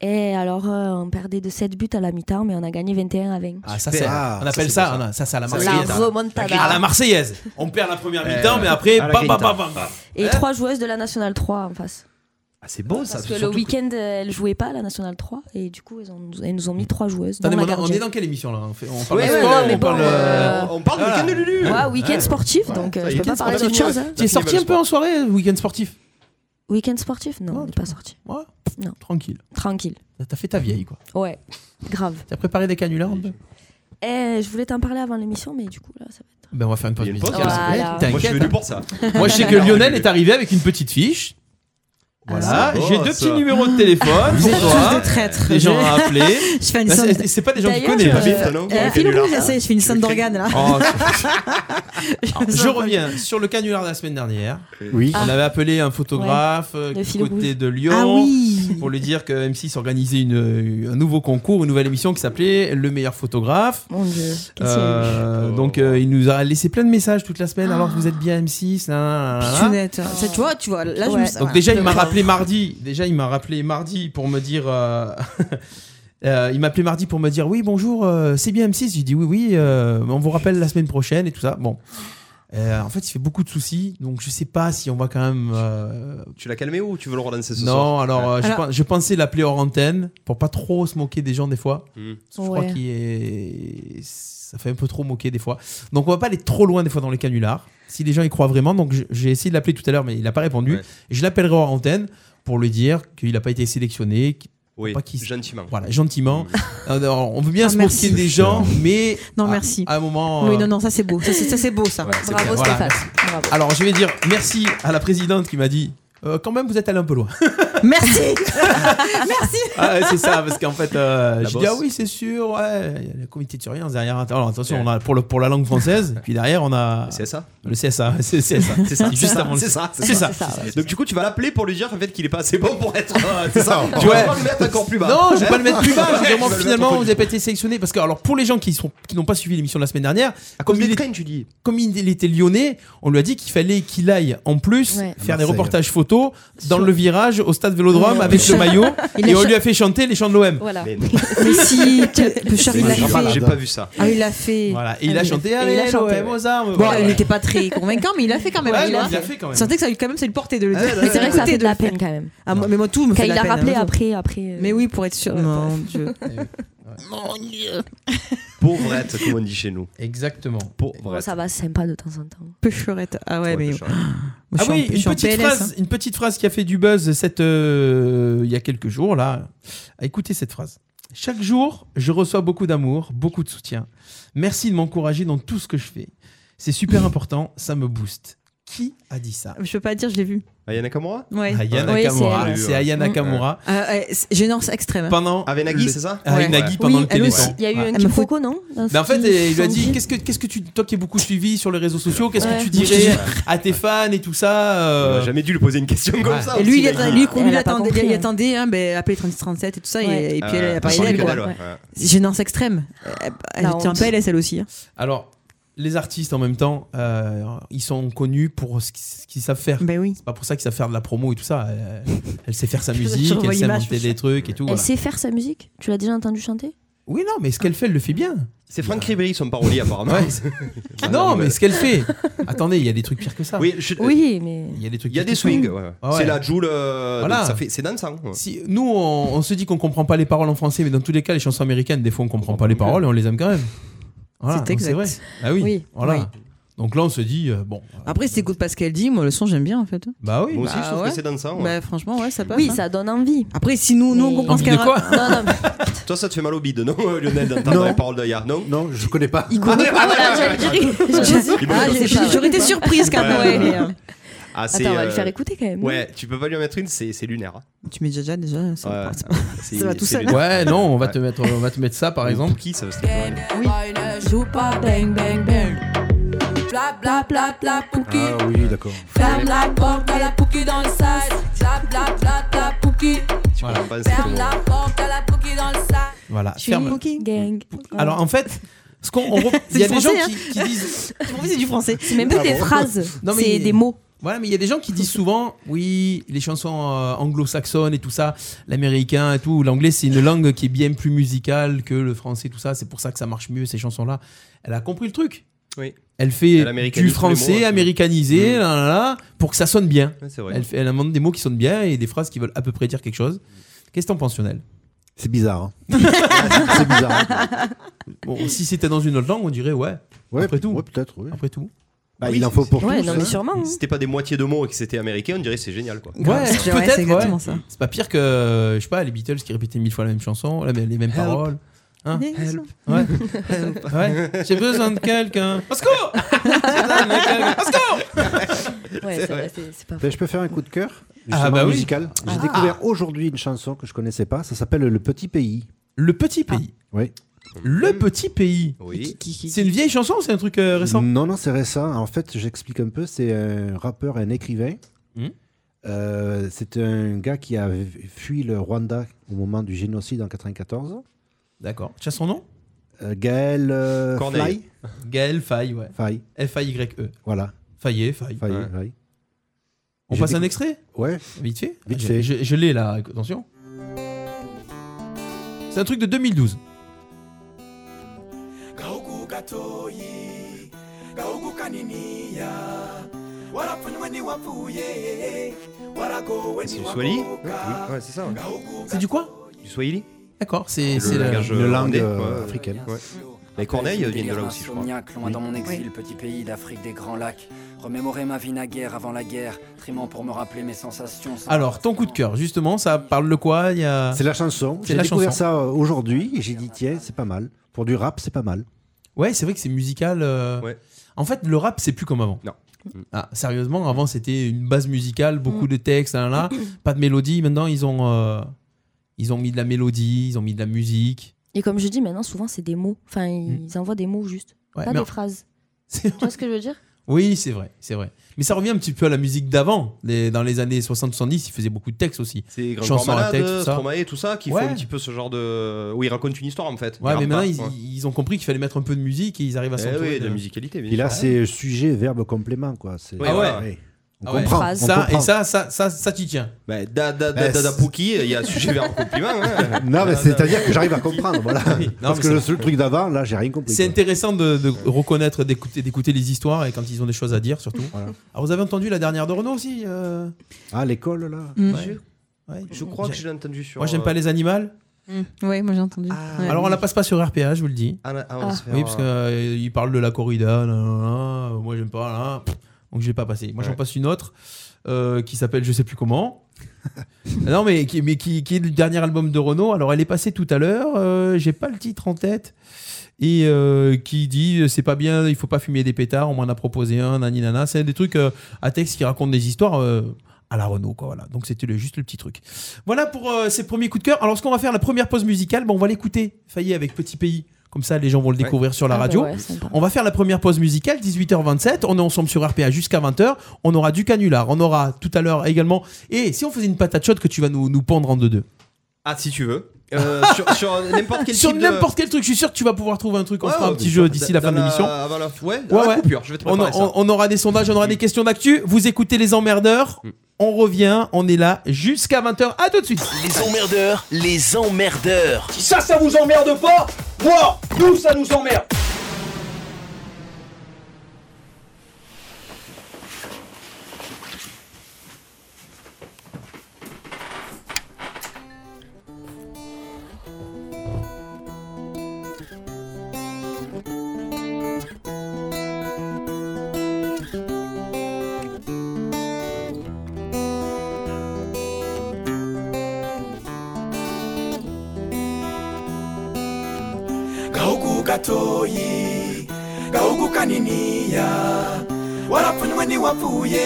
Et alors, euh, on perdait de 7 buts à la mi-temps, mais on a gagné 21 à 20.
Ah, ça,
Super.
c'est.
Ah,
on
ça,
appelle
c'est
ça,
pour ça.
Anna, ça, c'est à la
la
Marseillaise. À la
remontada.
Marseillaise. On perd la première
Euh,
mi-temps, mais après,
à la
bam, bam,
Grinta.
bam, bam, bam.
Et
Hein
trois joueuses de la Nationale 3 en face.
Ah, c'est beau ça.
Parce que le
surtout
week-end, euh, elles jouaient pas, la Nationale 3, et du coup, elles, ont- elles nous ont mis trois joueuses. dont
Attendez,
la
on, on est
gardienne.
dans quelle émission là on, fait- on parle
Ouais,
de
ouais,
sport,
non, mais
on parle.
bon,
euh,
euh,
On parle du
Ah.
week-end de Lulu.
Ouais, week-end sportif, donc euh, je peux
Week-end
pas parler d'autre
sportif.
chose. hein.
Tu es sorti un peu en soirée, euh, week-end sportif
Week-end sportif Non, on n'est pas sorti.
Ouais.
Non.
Tranquille.
Tranquille.
T'as fait ta vieille, quoi.
Ouais, grave.
T'as préparé des canulars un peu
Eh, je voulais t'en parler avant l'émission, mais du coup, là, ça va être.
Ben, on va faire une pause
Il y a une
musicale.
pause,
Ah
Ouais,
voilà.
t'inquiète,
Moi je suis
hein.
venu pour ça.
Moi, je sais que Lionel est arrivé avec une petite fiche. Voilà,
Ah, c'est
j'ai
beau,
deux
ça.
petits numéros de téléphone.
Vous
pour
êtes
toi.
tous des traîtres.
Des gens à
Je-
appeler.
Je fais une
Bah,
sonde.
c'est c'est pas des gens que tu
D'ailleurs,
connais.
euh,
hein.
Habite, non
Euh,
Avec
Phil
Lulu,
Rouge,
là.
je sais, je fais une sonde
veux
d'organes là.
Oh,
me sens
je
pas-
reviens sur le canular de la semaine dernière.
Oui.
On avait appelé un photographe euh,
De
du
fil
côté
rouge.
de Lyon
Ah oui
pour lui dire que M6 organisait une- euh, un nouveau concours, une nouvelle émission qui s'appelait Le meilleur photographe.
Mon dieu. Qu'est-ce qu'il y a eu
Euh,
Oh.
donc euh, il nous a laissé plein de messages toute la semaine. Alors vous êtes bien M6. nan, nan, nan, nan.
Pitchounette. Ça, Ah. Tu vois, tu vois, là je
Ouais.
me sens-
Donc
voilà.
déjà il m'a rappelé mardi. Déjà il m'a rappelé mardi pour me dire. euh, euh, il m'a appelé mardi pour me dire oui bonjour euh, c'est bien M6. J'ai dit oui oui euh, on vous rappelle la semaine prochaine et tout ça. Bon. Euh, en fait, il fait beaucoup de soucis, donc je sais pas si on va quand même euh,
Tu l'as calmé ou tu veux le relancer ce soir
Non, alors, euh, je pen-
Alors-
Je, pensais l'appeler hors antenne pour pas trop se moquer des gens des fois.
Mm.
Hmm.
Parce que Je crois
Ouais.
qu'il est... ça fait un peu trop moquer des fois. Donc on va pas aller trop loin des fois dans les canulars. Si les gens y croient vraiment, donc je- j'ai essayé de l'appeler tout à l'heure, mais il n'a pas répondu.
Ouais.
Et Je l'appellerai hors antenne pour lui dire qu'il n'a pas été sélectionné. qu'il-
Oui,
Pas qu'il-
gentiment. Hmm.
Voilà, gentiment. Alors, on veut bien
Ah,
se
merci.
moquer des gens, mais
Non,
à-
merci.
À, un moment.
Oui,
euh,
non, non, ça c'est beau. Ça, c'est ça, c'est beau ça.
Bravo,
Voilà,
Stéphane.
merci.
Bravo.
Alors je vais dire merci à la présidente qui m'a dit. euh, quand même, vous êtes allé un peu loin.
Merci Merci
Ah, ouais, c'est ça, parce qu'en fait, euh,
La
j'ai dit, ah
bosse.
oui, c'est sûr, ouais, il y a le comité de surveillance derrière. Alors, attention, on a pour, le, pour la langue française, puis derrière, on a
C'est ça
le CSA. C'est c'est ça, c'est ça, juste avant le-
C'est ça, c'est
C'est ça.
Donc du coup, tu vas l'appeler pour lui dire en fait qu'il est pas assez bon pour être. euh, c'est ça.
Tu
Tu
vois.
vas pas le mettre encore plus bas.
Non, je vais pas le mettre plus bas. je vais
Ouais,
dire, moi,
tu vas le
finalement,
mettre
vous n'avez pas été sélectionné. Parce que, alors, pour les gens qui sont- qui n'ont pas suivi l'émission de la semaine dernière,
À cause
Comme il
des
est-
trains, tu dis.
comme il était lyonnais, on lui a dit qu'il fallait qu'il aille en plus
Ouais.
faire
À
des
Marseille.
reportages photos dans le virage au stade Vélodrome
Ouais.
avec le maillot.
Il
Et
a
on
cha-
lui a fait chanter les chants de l'OM.
Voilà.
Mais-
Mais si, que- Bouchard, il l'a
J'ai
J'ai
fait.
pas vu ça.
Ah, il l'a fait.
Voilà. Et il
Ah
a
oui. Et
chanté
il a
Allez,
chanté,
l'OM
ouais.
aux armes.
Bon,
Voilà.
il n'était pas très convaincant, mais il l'a fait quand même.
Ouais,
il
non,
l'a
il l'a
fait.
fait quand
Je
même.
sentais que ça lui, quand même, ça lui portait de le dire.
Ouais,
Il
ouais,
était
C'est vrai que ça
resté
fait de la
le faire.
peine quand même.
Ah, moi- mais moi, tout me
Quand
fait
il
de la
l'a
peine,
rappelé
hein.
après, après. euh,
Mais oui, pour être sûr.
Ouais,
Mon Dieu.
Pauvrette, comme on dit chez nous.
Exactement.
bon, Oh,
Pauvrette.
ça va, c'est sympa de temps en temps.
Pêcherette. Ah ouais, mais. Moi, je
Ah
suis en-
oui,
je
une
suis en
petite,
PLS,
phrase,
hein.
une petite phrase qui a fait du buzz cette, euh, il y a quelques jours, là. Ah, Écoutez cette phrase. Chaque jour, je reçois beaucoup d'amour, beaucoup de soutien. Merci de m'encourager dans tout ce que je fais. C'est super important, ça me booste. Qui a dit ça
Ah, Je peux pas dire, je l'ai vu.
Ayana Kamura
Ouais.
Aya
Oui,
Nakamura.
c'est
elle.
Ah, c'est Aya
Mm.
Nakamura.
Euh, euh, c'est- Gênance extrême. hein.
Pendant.
Avec Nagui,
le-
c'est ça
Avec
Ouais.
Nagui
Oui,
Ah, pendant le
elle
téléthon.
aussi.
Il y a eu
Ouais.
un
me
petit
faut-
croco, non dans ce
Ben en fait,
qui-
il lui a dit
semblait.
qu'est-ce que qu'est-ce que tu toi qui es beaucoup suivi sur les réseaux sociaux, qu'est-ce que
Ouais.
tu dirais à tes fans et tout
On
ça euh,
a jamais dû lui poser une question comme
ouais.
ça.
Et lui, il
aussi,
attend-
Nagui.
lui, qu'on
Elle
lui
a pas
attendait,
compris,
il
hein.
attendait, hein, ben, appeler 37 et tout ça,
Ouais.
et, et puis elle, elle a
Euh,
parlé
sans
d'elle,
les
quoi.
cadavres, ouais.
Gênance extrême. Euh, Elle
La
était en
honte.
PLS, elle aussi. hein.
Alors, les artistes en même temps, euh, ils sont connus pour ce qu'ils ce qu'ils savent faire.
Ben oui.
C'est pas pour ça qu'ils savent faire de la promo et tout ça. Elle, elle sait faire sa
Je
musique, elle
revois
sait
l'image,
inventer
je sais.
des trucs et tout.
Elle
voilà.
sait faire sa musique Tu l'as déjà entendu chanter
Oui, non, mais ce qu'elle fait, elle le fait bien.
C'est Franck Ribéry, son parolier, apparemment.
Ouais. non, mais
nouvelle.
ce qu'elle fait. Attendez, il y a des trucs pires que ça.
Oui, je-
Oui, mais.
Il y a des trucs.
Il y a des
pires que ça.
swings. ouais.
Ah ouais.
C'est la Joule. euh,
Voilà.
donc ça fait- C'est dansant. ouais.
Si, nous, on, on se dit qu'on comprend pas les paroles en français, mais dans tous les cas, les chansons américaines, des fois, on comprend pas les paroles et on les aime quand même. Voilà,
C'est
donc
exact.
vrai. Ah oui.
Oui,
Voilà.
oui.
Donc là, on se dit, euh, bon. euh,
Après, si t'écoutes pas ce qu'elle dit, moi, le son, j'aime bien, en fait.
Bah oui.
Moi aussi,
bah
sauf
ouais.
que c'est dansant. ouais.
Bah, franchement, ouais, ça passe.
Oui,
hein.
ça donne envie.
Après, si nous, nous, on
Mais-
comprend ce
Envie de
qu'elle
quoi
raconte.
Non, non, mais-
Toi, ça te fait mal au bide, non, Lionel, d'entendre
Non.
les paroles d'Aya Non Ah,
Non, je connais pas.
Il connaît pas, Ah, voilà, j'allais dire.
Il me fait
J'ai-
Ah, pas.
J'aurais été surprise quand même.
Ouais.
ouais, mais,
Ah, c'est,
Attends, on va
euh,
le faire écouter quand même.
Ouais, tu peux pas lui en mettre une, c'est c'est lunaire. hein.
euh, Tu mets déjà déjà, ça
Ouais.
part, ça.
C'est-
Ça va tout
c'est
seul.
lunaire.
Ouais, non, on va,
Ouais.
te mettre, on va te mettre ça par exemple.
Qui ça veut se faire
Joue pas, bang, bang, bang. Bla, bla, bla, bla, pouki.
Ah oui, d'accord.
Ferme la porte à la pouki dans le sac. Bla, bla, bla, bla, pouki.
Tu
Voilà.
peux pas penser tout
Ferme
le
la
monde.
porte à la pouki dans le sac.
Voilà.
Je suis
Ah, Ferme.
gang.
Alors en fait, ce qu'on, on rep- il y a
du
des gens
hein.
français,
hein.
qui, qui disent.
c'est du français. C'est même plus des phrases,
Non, mais-
c'est des mots.
Voilà, mais il y a des gens qui disent souvent, oui, les chansons euh, anglo-saxonnes et tout ça, l'américain et tout, l'anglais, c'est une langue qui est bien plus musicale que le français, tout ça. C'est pour ça que ça marche mieux ces chansons-là. Elle a compris le truc.
Oui.
Elle fait
Elle américanise
du
tous les mots,
français
ouais.
américanisé,
Mm.
là, là, là, pour que ça sonne bien.
Ouais, C'est vrai.
Elle, fait- elle invente des mots qui sonnent bien et des phrases qui veulent à peu près dire quelque chose. Qu'est-ce que t'en penses, Lionel
C'est bizarre. hein. c'est bizarre. hein.
Bon, si c'était dans une autre langue, on dirait ouais.
Ouais,
Après tout.
ouais, peut-être. oui.
Après tout.
Bah,
Oui,
il en
c'est-
faut pour
Ouais,
tous.
non, mais
hein.
sûrement. hein.
Si c'était pas des moitiés de mots et que c'était américain, on dirait c'est génial quoi.
Ouais, c'est- ouais, c'est exactement ça.
C'est pas pire que je sais pas les Beatles qui répétaient mille fois la même chanson, la- les mêmes paroles. Hein
Help. Help.
Ouais. Ouais. J'ai besoin de quelqu'un. Au secours J'ai besoin de quelqu'un. Au secours
Ouais, c'est vrai, c'est c'est pas
Ben, je peux faire un coup de cœur
Ah,
justement,
bah oui.
musical.
Ah.
J'ai découvert aujourd'hui une chanson que je connaissais pas. Ça s'appelle Le Petit Pays. Ah,
Le petit pays.
Oui.
Le petit pays.
Oui.
Qui- qui-
C'est une vieille chanson ou c'est un truc euh, récent
Non, non, c'est récent. En fait, j'explique un peu. C'est un rappeur, un écrivain.
Hmm.
Euh, c'est un gars qui a v- fui le Rwanda au moment du génocide en 94.
D'accord. Tu as son nom
Euh, Gaël euh,
Corneille.
Fly.
Gaël Faye, ouais.
Fly,
F-A-Y-E.
voilà.
Faye,
Fly,
Faye.
Ouais.
Fly.
On
J'ai
passe un
décou-
extrait
Ouais,
Vite fait Ah,
Vite
Je-
fait.
Je, je l'ai là, attention. C'est un truc de 2012.
Ouais, C'est du Swahili Ouais, c'est ça. ouais.
C'est du quoi
Du Swahili
D'accord, c'est c'est le-
langage,
une
euh,
langue
rwandais,
euh,
ouais.
africaine.
Ouais. Les Corneilles viennent de là aussi, je crois.
loin dans mon exil, petit pays d'Afrique des Grands Lacs. Remémorer ma vie naguère avant la guerre, trimant pour me rappeler mes sensations.
Alors, ton coup de cœur, justement, ça parle de quoi Il y a...
C'est la chanson.
C'est
J'ai
la
découvert
chanson.
ça euh, aujourd'hui et j'ai dit tiens, c'est pas mal. Pour du rap, c'est pas mal.
Ouais, c'est vrai que c'est musical. euh,
Ouais.
En fait, le rap, c'est plus comme avant.
Non.
Ah, sérieusement, avant, c'était une base musicale, beaucoup de textes, là, là, là, pas de mélodie. Maintenant, ils ont, euh, ils ont mis de la mélodie, ils ont mis de la musique.
Et comme je dis, maintenant, souvent, c'est des mots. Enfin,
Hmm.
ils envoient des mots juste,
Ouais,
pas
mais-
des phrases.
c'est-
Tu vois ce que je veux dire
Oui, c'est vrai, c'est vrai. Mais ça revient un petit peu à la musique d'avant. Les- Dans les années 60-70, ils faisaient beaucoup de textes aussi.
C'est Grand
Chanson
Corps Malade,
à texte, tout ça.
Stromae, tout ça, qui
Ouais.
font un petit peu ce genre de. Où ils racontent une histoire en fait.
Ouais, mais
Ils
maintenant,
rappent,
ils,
ouais.
ils ont compris qu'il fallait mettre un peu de musique et ils arrivent à
Eh
s'entourer.
oui, de
de-
la musicalité, bien
Et là,
sûr.
c'est sujet, verbe, complément. Quoi. C'est-
Ah ouais.
On
Ah ouais.
comprend. on
Ça,
comprend.
et ça, ça, ça, ça t'y tient.
Bah, da, da, da,
Bah,
da, da,
c'est-
Pouki, il y a sujet vers un compliment. hein.
Non, mais
Da, da,
c'est-à-dire que j'arrive à comprendre. Voilà.
Ah, Oui, non,
Parce
mais
que
c'est-
le seul truc d'avant, là, j'ai rien compris.
C'est
quoi.
intéressant de, de reconnaître, d'écouter, d'écouter les histoires et quand ils ont des choses à dire, surtout. Ah
Voilà.
Alors, vous avez entendu la dernière de Renault aussi euh,
Ah, l'école, là.
Mm.
ouais. Ouais,
Je crois que
j'ai-
j'ai entendu sur. euh,
Moi, j'aime pas les animaux.
Mm. Ouais, moi j'ai entendu.
Ah.
Ouais.
Alors, on la passe pas sur RPA, je vous le dis.
Ah, là, ah, on va se faire-
Oui, parce qu'ils parlent euh, de la corrida. là, là, là. euh, Moi, j'aime pas. là, là. Pff, Donc, je l'ai pas passé. Moi, j'en
Ouais.
passe une autre euh, qui s'appelle Je sais plus comment. non, mais, qui, mais qui, qui est le dernier album de Renault. Alors, elle est passée tout à l'heure. euh, J'ai pas le titre en tête. Et euh, qui dit euh, c'est pas bien, il faut pas fumer des pétards. On m'en a proposé un, nani nana. C'est des trucs euh, à texte qui racontent des histoires. euh, à la Renault, quoi, voilà. Donc c'était le- juste le petit truc. Voilà pour euh, ces premiers coups de cœur. Alors, ce qu'on va faire, la première pause musicale, bon, on va l'écouter, Failli avec Petit Pays. Comme ça, les gens vont le découvrir sur la
Ah, bah
radio.
ouais, sympa.
On va faire la première pause musicale, 18h27. On est ensemble sur RPA jusqu'à 20h. On aura du canular. On aura tout à l'heure également. Et si on faisait une patate chaude que tu vas nous, nous pendre en deux-deux
Ah, si tu veux. Euh, sur, sur n'importe quel
Sur
type de-
n'importe quel truc, je suis sûr que tu vas pouvoir trouver un truc. On
Ouais,
fera un
ouais,
petit
mais
jeu
sur-
d'ici la
dans
fin de l'émission.
Avant la, ouais,
Ouais,
avant la
ouais.
coupure, je vais te
On,
préparer ça.
on- on aura des sondages, on aura des questions d'actu. Vous écoutez les emmerdeurs.
Mm.
On revient, on est là jusqu'à 20h. À tout de suite.
Les emmerdeurs, les emmerdeurs.
Si ça, ça vous emmerde pas, moi, nous, ça nous emmerde.
Bonjour,
gatoyi gahuguka niniya warapfunywe ntiwapfuye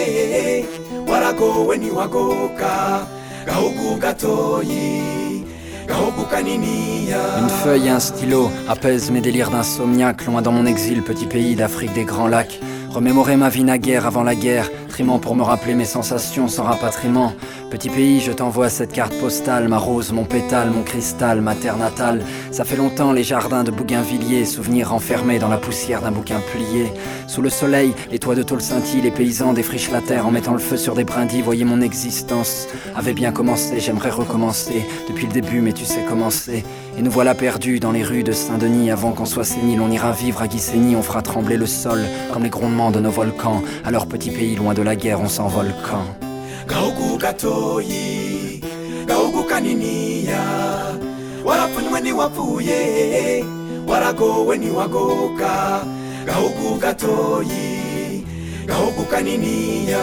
waragowe ntiwagoka gahugu gatoyi gahuguka niniya
Une feuille et un stylo apaisent mes délires d'insomniaque, loin dans mon exil, petit pays d'Afrique des Grands Lacs. Remémorer ma vie naguère avant la guerre, trimant pour me rappeler mes sensations sans rapatriement. Petit pays, je t'envoie cette carte postale, ma rose, mon pétale, mon cristal, ma terre natale. Ça fait longtemps les jardins de Bougainvilliers, souvenirs enfermés dans la poussière d'un bouquin plié. Sous le soleil, les toits de tôle scintillent, les paysans défrichent la terre en mettant le feu sur des brindilles. Voyez mon existence avait bien commencé, j'aimerais recommencer depuis le début, mais tu sais commencer. Et nous voilà perdus dans les rues de Saint-Denis Avant qu'on soit sénile, on ira vivre à Guissény On fera trembler le sol comme les grondements de nos volcans À leur petit pays, loin de la guerre, on s'envole quand
gahugu gatoyi gahugu kaniniya warapfunywe ntiwapfuye waragowe ntiwagoka gahugu gatoyi gahugu kaniniya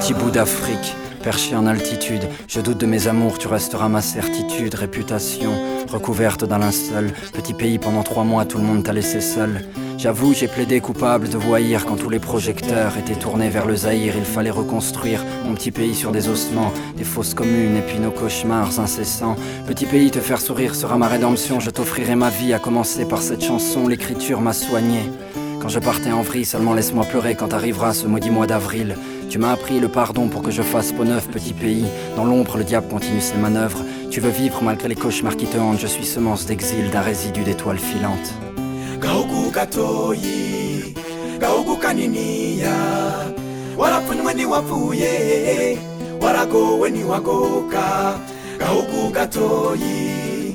Petit bout d'Afrique, perché en altitude, je doute de mes amours, tu resteras ma certitude, réputation, recouverte d'un linceul, petit pays pendant trois mois, tout le monde t'a laissé seul. J'avoue, j'ai plaidé coupable de voyir quand tous les projecteurs étaient tournés vers le Zaïre, il fallait reconstruire mon petit pays sur des ossements, des fausses communes et puis nos cauchemars incessants. Petit pays, te faire sourire sera ma rédemption, je t'offrirai ma vie, à commencer par cette chanson, l'écriture m'a soigné. Quand je partais en vrille, seulement laisse-moi pleurer quand arrivera ce maudit mois d'avril. Tu m'as appris le pardon pour que je fasse peau neuve, petit pays. Dans l'ombre, le diable continue ses manœuvres. Tu veux vivre malgré les cauchemars qui te hantent. Je suis semence d'exil, d'un résidu d'étoiles filantes.
gahugu gatoyi gahugu kaniniya warapfunywe ntiwapfuye waragowe ntiwagoka gahugu gatoyi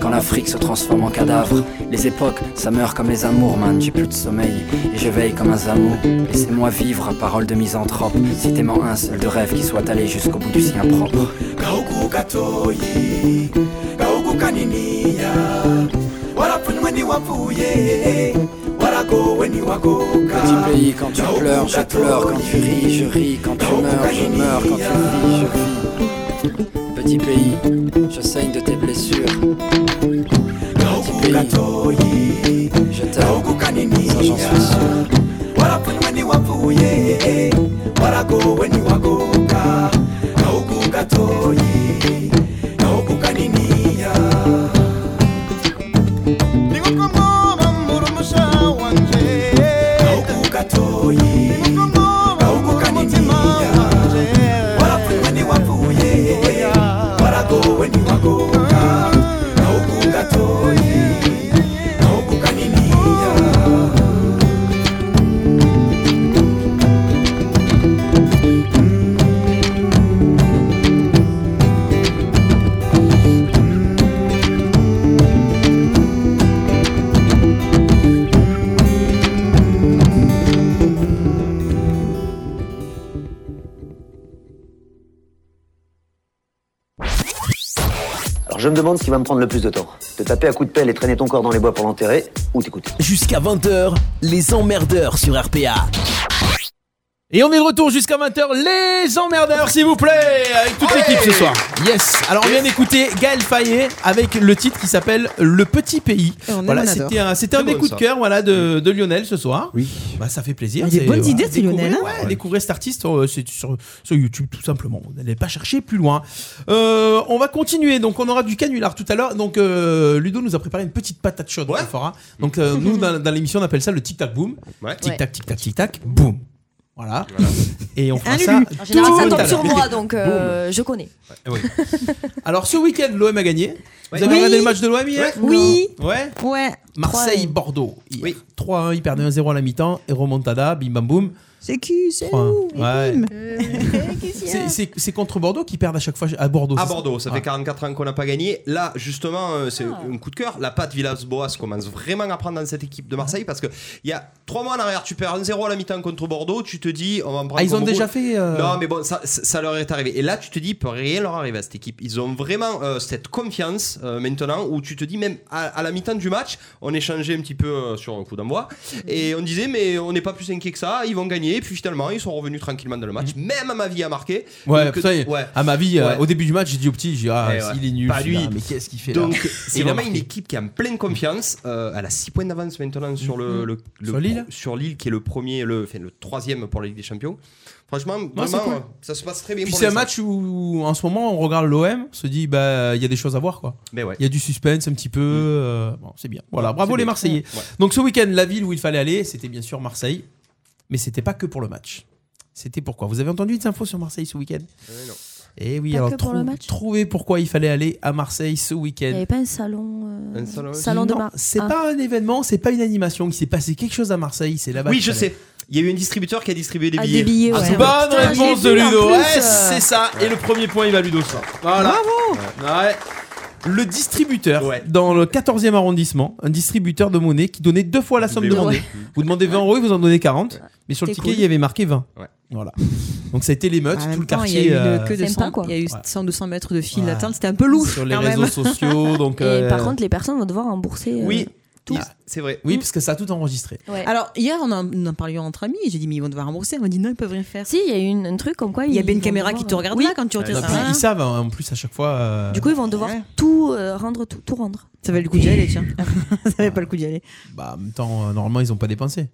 Quand l'Afrique se transforme en cadavre, les époques, ça meurt comme les amours, man. J'ai plus de sommeil et je veille comme un zamou. Laissez-moi vivre, parole de misanthrope. Citez-moi un seul de rêve qui soit allé jusqu'au bout du sien propre.
gahugu gatoyi gahugu kaniniya warapfunywe ntiwapfuye waragowe ntiwagoka
Petit pays, quand tu pleures, je pleure. Quand tu ris, je ris. Quand tu meurs, je meurs. Quand tu vis, je vis. Petit pays, je saigne de tes blessures. Petit pays, je t'aime. Ça, j'en suis sûr.
warapfunywe ntiwapfuye waragowe ntiwagoka gahugu gatoyi gahugu kaniniya ndikukomora murumusha wanje gahugu gatoyi gahugu kaniniya warapfunywe ntiwapfuye waragowe ntiwagoka gahugu gatoyi gahugu kaniniya
Alors je me demande ce qui va me prendre le plus de temps. Te taper à coups de pelle et traîner ton corps dans les bois pour l'enterrer, ou t'écouter.
Jusqu'à 20h, les emmerdeurs sur RPA. Et on est de retour jusqu'à 20h, les emmerdeurs s'il vous plaît, avec toute l'équipe ce soir. Yes, alors on vient d'écouter Gaël Fayet avec le titre qui s'appelle Le Petit Pays.
est
Voilà,
emmerdeurs.
c'était un, c'était un
C'est
des
beau,
coups
ça.
de cœur voilà, de, de Lionel ce soir. Oui. Bah ça fait plaisir.
Il a des
C'est-
bonnes
voilà,
idées, ce
découvrir-
Lionel, hein.
ouais, découvrir cet artiste euh, c'est sur, sur YouTube tout simplement. Vous n'allez pas chercher plus loin. Euh, on va continuer. Donc on aura du canular tout à l'heure. Donc euh, Ludo nous a préparé une petite patate chaude. qu'on fera. Donc euh, nous dans, dans l'émission on appelle ça le tic tac boom. Tic tac tic tac tic tac boom. Voilà. Et on fera
Un
ça.
Lulu. En général,
tout
ça
à
tombe
l'heure.
sur moi, donc euh, je connais.
Alors ce week-end l'OM a gagné. Vous avez
Oui.
regardé le match de l'OM hier
Oui.
hein Ouais.
Ouais.
Marseille-Bordeaux. hier. 3-1, ils perdaient 1-0 à la mi-temps et remontada, bim bam boum.
C'est qui C'est
Trois.
nous
Ouais. C'est-
C'est
C'est c'est contre Bordeaux qui perdent à chaque fois à Bordeaux.
À
c'est ça
Bordeaux, ça fait
Ouais.
44 ans qu'on n'a pas gagné. Là, justement, euh, c'est un coup de cœur. La patte Villas-Boas commence vraiment à prendre dans cette équipe de Marseille parce que il y a trois mois en arrière, tu perds 1-0 à la mi-temps contre Bordeaux. Tu te dis, on va en prendre.
Ah, ils ont
comme
déjà
beaucoup.
fait, euh,
Non, mais bon, ça, ça- ça leur est arrivé. Et là, tu te dis, il peut rien leur arriver à cette équipe. Ils ont vraiment euh, cette confiance euh, maintenant où tu te dis, même à, à la mi-temps du match, on échangeait un petit peu euh, sur un coup d'envoi et on disait, mais on n'est pas plus inquiet que ça. Ils vont gagner. Et puis finalement, ils sont revenus tranquillement dans le match. Même à ma vie a marqué.
Mm-hmm. Ouais,
Donc,
ça y est.
ouais.
À ma vie, euh,
Ouais.
au début du match, j'ai dit au petit, j'ai dit, ah,
Eh ouais.
il est nul.
Pas
celui-là,
lui.
Mais qu'est-ce qu'il fait là
Donc,
Et
c'est
il a
vraiment
marqué.
une équipe qui est en pleine confiance. Euh, elle a 6 points d'avance maintenant sur le, le- le-
Mhm. Sur Lille
sur Lille, qui est le premier, le, enfin, le troisième pour la Ligue des Champions. Franchement,
c'est
vraiment,
cool.
euh, ça se passe très bien.
Puis
pour
c'est un
l'instant.
match où, en ce moment, on regarde l'OM, se dit, bah, il y a des choses à voir, quoi.
Mais ouais. Mm.
Il y a du suspense un petit peu. euh, bon, c'est bien. Voilà,
Ouais,
bravo
c'est
les
bien.
Marseillais.
Ouais.
Donc ce week-end, la ville où il fallait aller, c'était bien sûr Marseille. Mais c'était pas que pour le match. C'était pourquoi Vous avez entendu des infos sur Marseille ce week-end
Euh.
Eh oui,
Pas
alors
que pour
trou-
le match Eh
trouvez pourquoi il fallait aller à Marseille ce
Il n'y
week-end.
avait pas un salon. euh,
Un salon-
de
Non,
Mar-
C'est
Ah.
pas un événement, c'est pas une animation. Il s'est passé quelque chose à Marseille, c'est là-bas.
Oui,
qu'il
je
fallait-
sais. Il y a eu un distributeur qui a distribué des
Ah,
billets.
des billets, Ah, ouais. bonne
bah
Putain, réponse j'ai vu, de en Ludo. plus, Ouais, euh. c'est ça. Et
le premier point, il va Ludo ça.
Voilà. Ouais. Le distributeur dans le 14e arrondissement, un distributeur de monnaie qui donnait deux fois la somme
Ouais.
demandée. Vous demandez 20 euros, il vous en donnez 40. Mais sur le
C'était
ticket,
cool.
il y avait marqué 20. Voilà. Donc ça a été l'émeute,
En
tout
même
le
temps,
quartier.
Il y a eu
euh,
que 200, il y a eu 100-200 mètres de fil d'attente, c'était un peu louche.
Sur les
quand même.
réseaux sociaux, donc,
Et
euh,
par contre, les personnes vont devoir rembourser. euh,
tout. C'est vrai.
Oui, parce que ça a tout enregistré.
Ouais.
Alors hier, on en, on en parlait entre amis. J'ai dit mais ils vont devoir rembourser. On m'a dit non, ils peuvent rien faire.
Si, il y a eu une- un truc comme quoi.
Il y avait une
ils vont
caméra
devoir,
qui te
euh,
regarde
oui.
là quand tu
Ah,
retires
puis
ça.
Ils savent hein, en plus à chaque fois. euh,
Du coup, ils vont devoir tout euh, rendre, tout, tout rendre.
Ça va le coup d'y aller, tiens. ça valait pas le coup d'y aller.
bah, en même temps, euh, normalement, ils n'ont pas dépensé.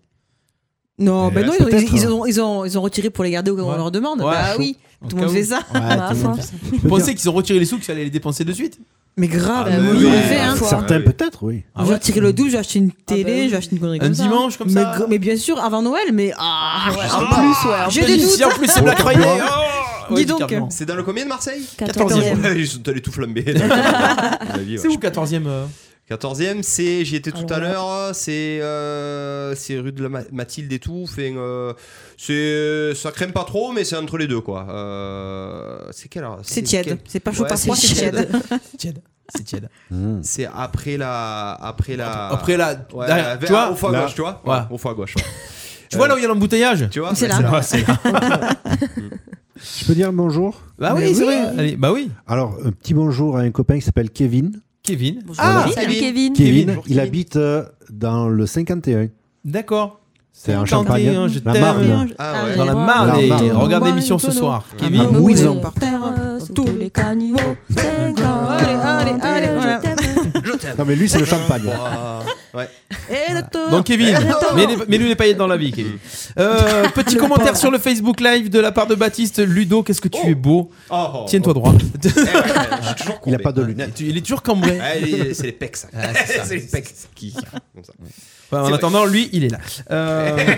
Non,
Mais
bah non, ils,
peut-être,
ils
hein.
ont, ils, ont, ils ont retiré pour les garder au cas où on
Ouais.
leur demande.
Ouais,
bah
chaud.
oui,
En
tout
cas
le monde
où.
fait ça.
Ouais,
Bah,
tout le monde
enfin.
fait ça. Vous pensez qu'ils ont retiré les sous, qu'il fallait les dépenser de suite
Mais grave,
Ah,
moi,
oui.
je l'aurais fait, hein.
Certains peut-être, oui.
je vais retirer le double, je vais acheter une télé, je vais acheter une connerie
Ah bah Un
comme ça. hein.
dimanche comme
mais,
ça.
gr- Mais bien sûr, avant Noël, mais. Ah,
en plus, ouais, en
J'ai
plus.
des doutes.
Si, en plus, c'est Black Friday. Oh,
Dis
ouais,
donc.
carrément.
C'est dans le combien de Marseille
14e.
Ouais, Ils sont allés tout flamber.
C'est où euh 14ème
14e, c'est, j'y étais tout à l'heure, c'est euh, c'est rue de la Ma- Mathilde et tout. Enfin, euh, c'est ça crème pas trop, mais c'est entre les deux quoi. Euh, c'est quelle heure
C'est tiède.
quelle-
C'est pas chaud,
Ouais,
pas froid, c'est tiède.
Tiède. C'est tiède.
C'est après la, après la,
Hmm. Après la-
Ah. ouais,
derrière,
vers-
tu vois,
au foie
là.
gauche, tu vois,
Ouais.
au foie gauche. Euh,
Tu vois là où il y a l'embouteillage
Tu vois,
C'est
ouais,
là.
c'est là.
Je peux dire bonjour
Bah oui, c'est vrai. Allez, bah oui.
Alors, un petit bonjour à un copain qui s'appelle Kevin.
Kevin.
Voilà.
Salut Kevin.
Kevin, il habite euh, dans le 51.
D'accord.
C'est en
51,
Champagne.
hein, je
la
t'aime.
Marne.
Ah ouais. Dans la Marne,
Dans la
et
Marne.
regarde l'émission ce soir.
Ah,
Kevin.
ah,
Kevin.
oui,
Kevin.
donc.
Terre, sous tous euh, les caniveaux.
Allez, allez, allez, voilà.
Non, mais lui, c'est le champagne.
ouais.
Et le tour.
Donc Kevin,
Et le tour.
mets-lui les, mets-lui les paillettes dans la vie,
Mm.
Kevin. Euh, petit commentaire sur le Facebook Live de la part de Baptiste. Ludo, qu'est-ce que tu es beau.
Oh, oh,
Tiens-toi
oh.
droit.
Il n'a pas de lunettes.
Tu- Il est toujours cambré.
Ah, les- c'est les pecs, ça.
Ah, c'est ça.
c'est les pecs qui. comme ça.
Enfin, en
C'est
attendant, lui, il est là. Euh...
C'est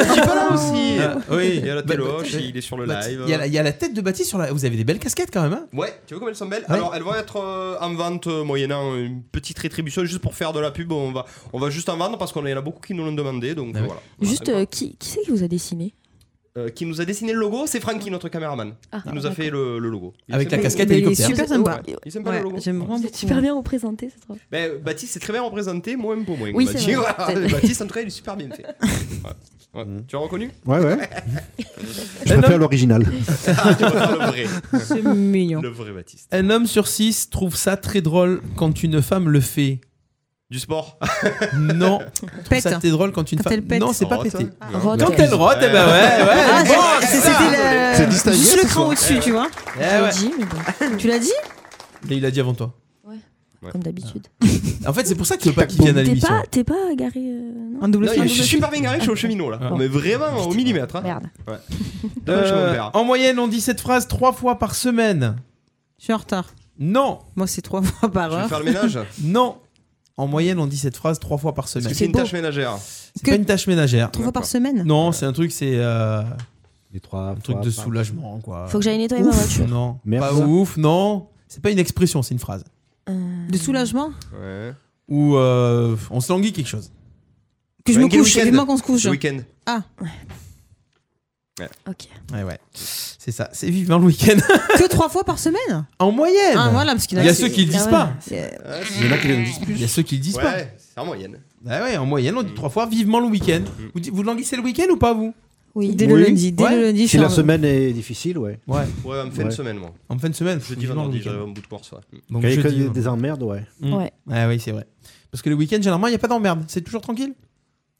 un petit peu là aussi.
Ah, oui.
il y a la
Bah,
téloche,
bah,
il est sur le
Baptiste,
live.
Il y, a la, il y a la tête de Baptiste sur la. Vous avez des belles casquettes quand même. Hein
Ouais, tu vois comme elles sont belles
Ouais.
Alors elles vont être euh, en vente euh, moyennant une petite rétribution juste pour faire de la pub. On va, on va juste en vendre parce qu'on en a beaucoup qui nous l'ont demandé.
Ah
Donc euh, voilà.
Juste,
Voilà.
euh, qui, qui c'est qui vous a dessiné
Euh, qui nous a dessiné le logo, c'est Francky, notre caméraman.
Ah.
il nous a fait le, le logo. Il est
Avec la
sympa.
casquette hélicoptère.
super sympa.
Ouais, Il est sympa
Ouais,
le logo.
J'aime vraiment beaucoup.
Super bien représenté, c'est trop.
Mais euh, Baptiste est très bien représenté, moi un peu moins.
Oui,
Baptiste,
c'est vrai.
voilà.
C'est vrai.
Baptiste, en tout cas, il est super bien fait. Ouais. Ouais.
Mm.
Tu as reconnu
Ouais, ouais. Je
Un
préfère
homme-
l'original.
Ah, tu préfères le vrai.
C'est mignon.
Le vrai Baptiste.
Un homme sur six trouve ça très drôle quand une femme le fait.
Du sport.
Non. Trouve
Pète.
ça très drôle quand une
Quand
femme.
elle pète.
Non, c'est pas
Rote.
pété.
Ah,
rote.
Quand elle rote, eh ben ouais, ouais.
Ah,
Bon,
c'est- c'est-
ça.
C'était le-
distingué,
juste le
ce
cran
soir.
au-dessus, tu vois.
Eh ouais.
Tu l'as dit
Mais Il a dit avant toi.
Comme d'habitude.
En fait, c'est pour ça que tu veux pas qu'il vienne à
T'es
l'émission.
pas, t'es pas garé. euh, non
En double
Non,
fil.
je suis super bien garé, je suis au cheminot là.
Ouais.
Mais vraiment au millimètre. hein.
Merde.
Ouais.
Euh,
Dommage, je me perds.
en moyenne, on dit cette phrase trois fois par semaine.
Je suis en retard.
Non,
Moi, c'est trois fois par
Je vais
heure.
faire le ménage.
non. En moyenne, on dit cette phrase trois fois par
Parce
semaine.
que c'est une
beau.
tâche ménagère.
C'est pas une tâche ménagère.
Trois fois par semaine
Non, c'est un truc, c'est euh,
Les trois.
un truc de soulagement, quoi.
Faut que j'aille nettoyer ma
Ouf,
voiture.
Non,
Merde.
pas ouf, non. C'est pas une expression, c'est une phrase.
Euh.
De soulagement
Ouais.
Ou euh, on se languit quelque chose.
Que je
Ouais,
me
quel
couche,
week-end
vivement qu'on se couche.
Le week-end.
Ah,
Ouais.
Ok.
Ouais, ouais. C'est ça, c'est vivement le week-end.
que trois fois par semaine
En moyenne
Ah, voilà, parce qu'il y en a
Il y a
qui-
ceux qui le
Ah
disent
ouais.
pas.
C'est-
Il y en a qui le disent plus. Il y a ceux qui le disent pas.
Ouais, c'est en moyenne.
Ah ouais, en moyenne, on dit trois fois vivement le week-end. Vous, di- vous languissez le week-end ou pas, vous
Oui. Dès le lundi, dès le lundi,
Si la semaine est difficile, ouais.
Ouais.
Ouais, en fin de semaine, moi.
En fin de semaine
Jeudi,
vivement le
vendredi,
week-end.
j'arrive en bout de course. ouais.
Donc,
Quand il y a
jeudi,
que des-
vendredi.
des emmerdes, ouais.
Mm.
Ouais.
Ah oui, c'est vrai. Parce que le week-end, généralement, il n'y a pas d'emmerde. C'est toujours tranquille.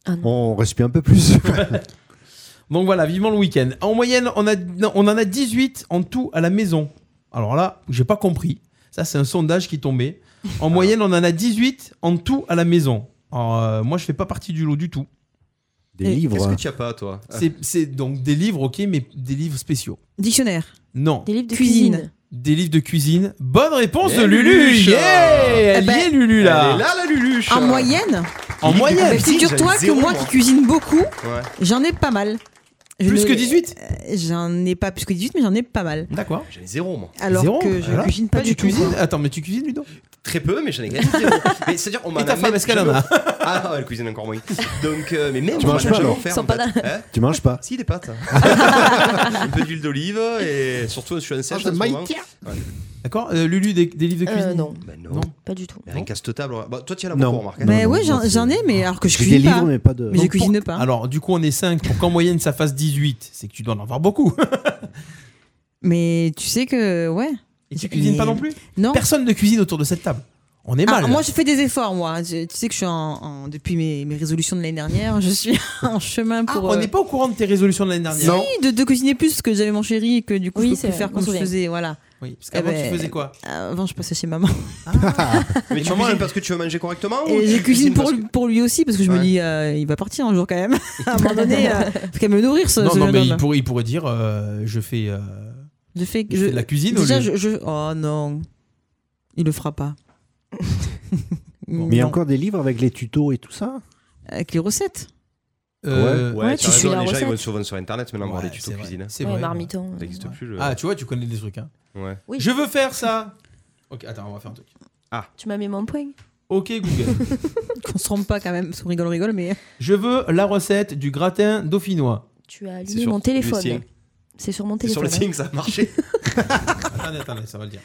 Ah,
On respire un peu plus.
Donc voilà, vivement le week-end. En moyenne, on, a, non, on en a 18 en tout à la maison. Alors là, j'ai pas compris. Ça, c'est un sondage qui tombait. En moyenne, on en a 18 en tout à la maison. Alors, euh, moi, je fais pas partie du lot du tout.
Des Et livres.
Qu'est-ce que tu as pas, toi
C'est- C'est donc des livres, ok, mais des livres spéciaux.
Dictionnaire.
Non.
Des livres de
Cuisine.
cuisine.
Des livres de cuisine. Bonne réponse
Eh,
de Lulu.
Luluche.
Yeah
Eh
Elle
ben,
y est, Lulu,
Elle est là, la Luluche.
En moyenne
En moyenne.
Mais Figure-toi que
Zéro,
moi
moi.
qui cuisine beaucoup,
Ouais.
j'en ai pas mal. Je
Plus
ne-
que 18
Euh, J'en ai pas plus que 18, mais j'en ai pas mal.
D'accord.
J'en ai zéro, moi.
Alors
Zéro
que je
Voilà.
cuisine pas
Ah,
du
tu
tout.
cuisines
quoi.
Attends, mais tu cuisines, Ludo
Très peu, mais j'en ai gagné zéro. mais c'est-à-dire, on m'en
Et ta
a
femme,
même-
est-ce qu'elle en a
Ah, elle cuisine encore moins. Donc, euh, mais même,
Tu
on
manges
m'en a
pas,
jamais
alors
offert,
Sans
en
patate.
fait. Hein
tu manges pas
Si, des pâtes.
Ah,
un peu d'huile d'olive et surtout, je suis un sèche.
Ah,
en ce
my
moment.
dear.
Ouais.
D'accord euh, Lulu, des, des livres de
Euh,
cuisine
non.
Ben non.
Non.
Pas du tout.
Mais Rien qu'à cette table. on- Bah, toi, tu as la
Non.
beaucoup, remarque. hein.
Mais
Non,
Bah ouais,
non,
j'en
moi,
j'en ai, mais alors que je
J'ai
cuisine
des
pas.
livres, mais pas de-
je
Donc,
cuisine
pour-
pas.
Alors, du coup, on est 5. Pour qu'en moyenne, ça fasse 18, c'est que tu dois en avoir beaucoup.
Mais tu sais que, ouais.
Et tu cuisines pas
Mais-
non plus
Non.
Personne ne cuisine autour de cette table. On est
Ah,
mal. là.
moi, je fais des efforts, moi. Je- tu sais que je suis en, en- depuis mes, mes résolutions de l'année dernière, je suis en chemin
Ah,
pour.
on
euh,
n'est pas au courant de tes résolutions de l'année dernière.
si, de, de cuisiner plus parce que j'avais mon chéri et que du coup
Oui,
je
c'est
peux
vrai,
plus faire
on
comme
se
je
souvient.
faisais voilà
Oui, parce qu'avant,
Eh ben,
tu faisais quoi Ah.
euh, avant je passais chez maman
Mais tu
Maman,
cuisines parce que tu veux manger correctement ou tu
et je cuisine
cuisines
pour,
parce
lui- pour lui aussi parce que je
Ouais.
me dis euh, il va partir un jour quand même à un moment donné euh, faut quand même le nourrir ce,
Non,
ce
non,
jeune
mais il
homme.
pourrait, il pourrait dire euh, je fais. euh,
je fais que
il
je,
fait de la cuisine au
déjà
lieu-
je, je- oh non il le fera pas
Mais il y a
Mm, Non.
encore des livres avec les tutos et tout ça
avec les recettes
Ouais,
Euh,
Ouais,
tu
tu
as
suis
raison,
la
les gens ils
recette.
vont souvent sur internet maintenant voir
Ouais,
des tutos
c'est vrai,
cuisine. hein.
C'est
Ouais,
vrai.
marmiton.
Ça n'existe plus. le-
Ah, tu vois, tu connais des trucs. hein.
Ouais.
Oui.
Je veux faire ça. Ok, attends, on va faire un truc.
Ah.
Tu m'as mis Ah, mon point.
Ok, Google.
qu'on se trompe pas quand même parce qu'on rigole on rigole mais
je veux la recette du gratin dauphinois.
Tu as
C'est
allumé
sur
mon
le signe.
téléphone. C'est sur mon
C'est sur
téléphone. hein.
le signe, ça a marché.
attendez, attendez, ça va le dire.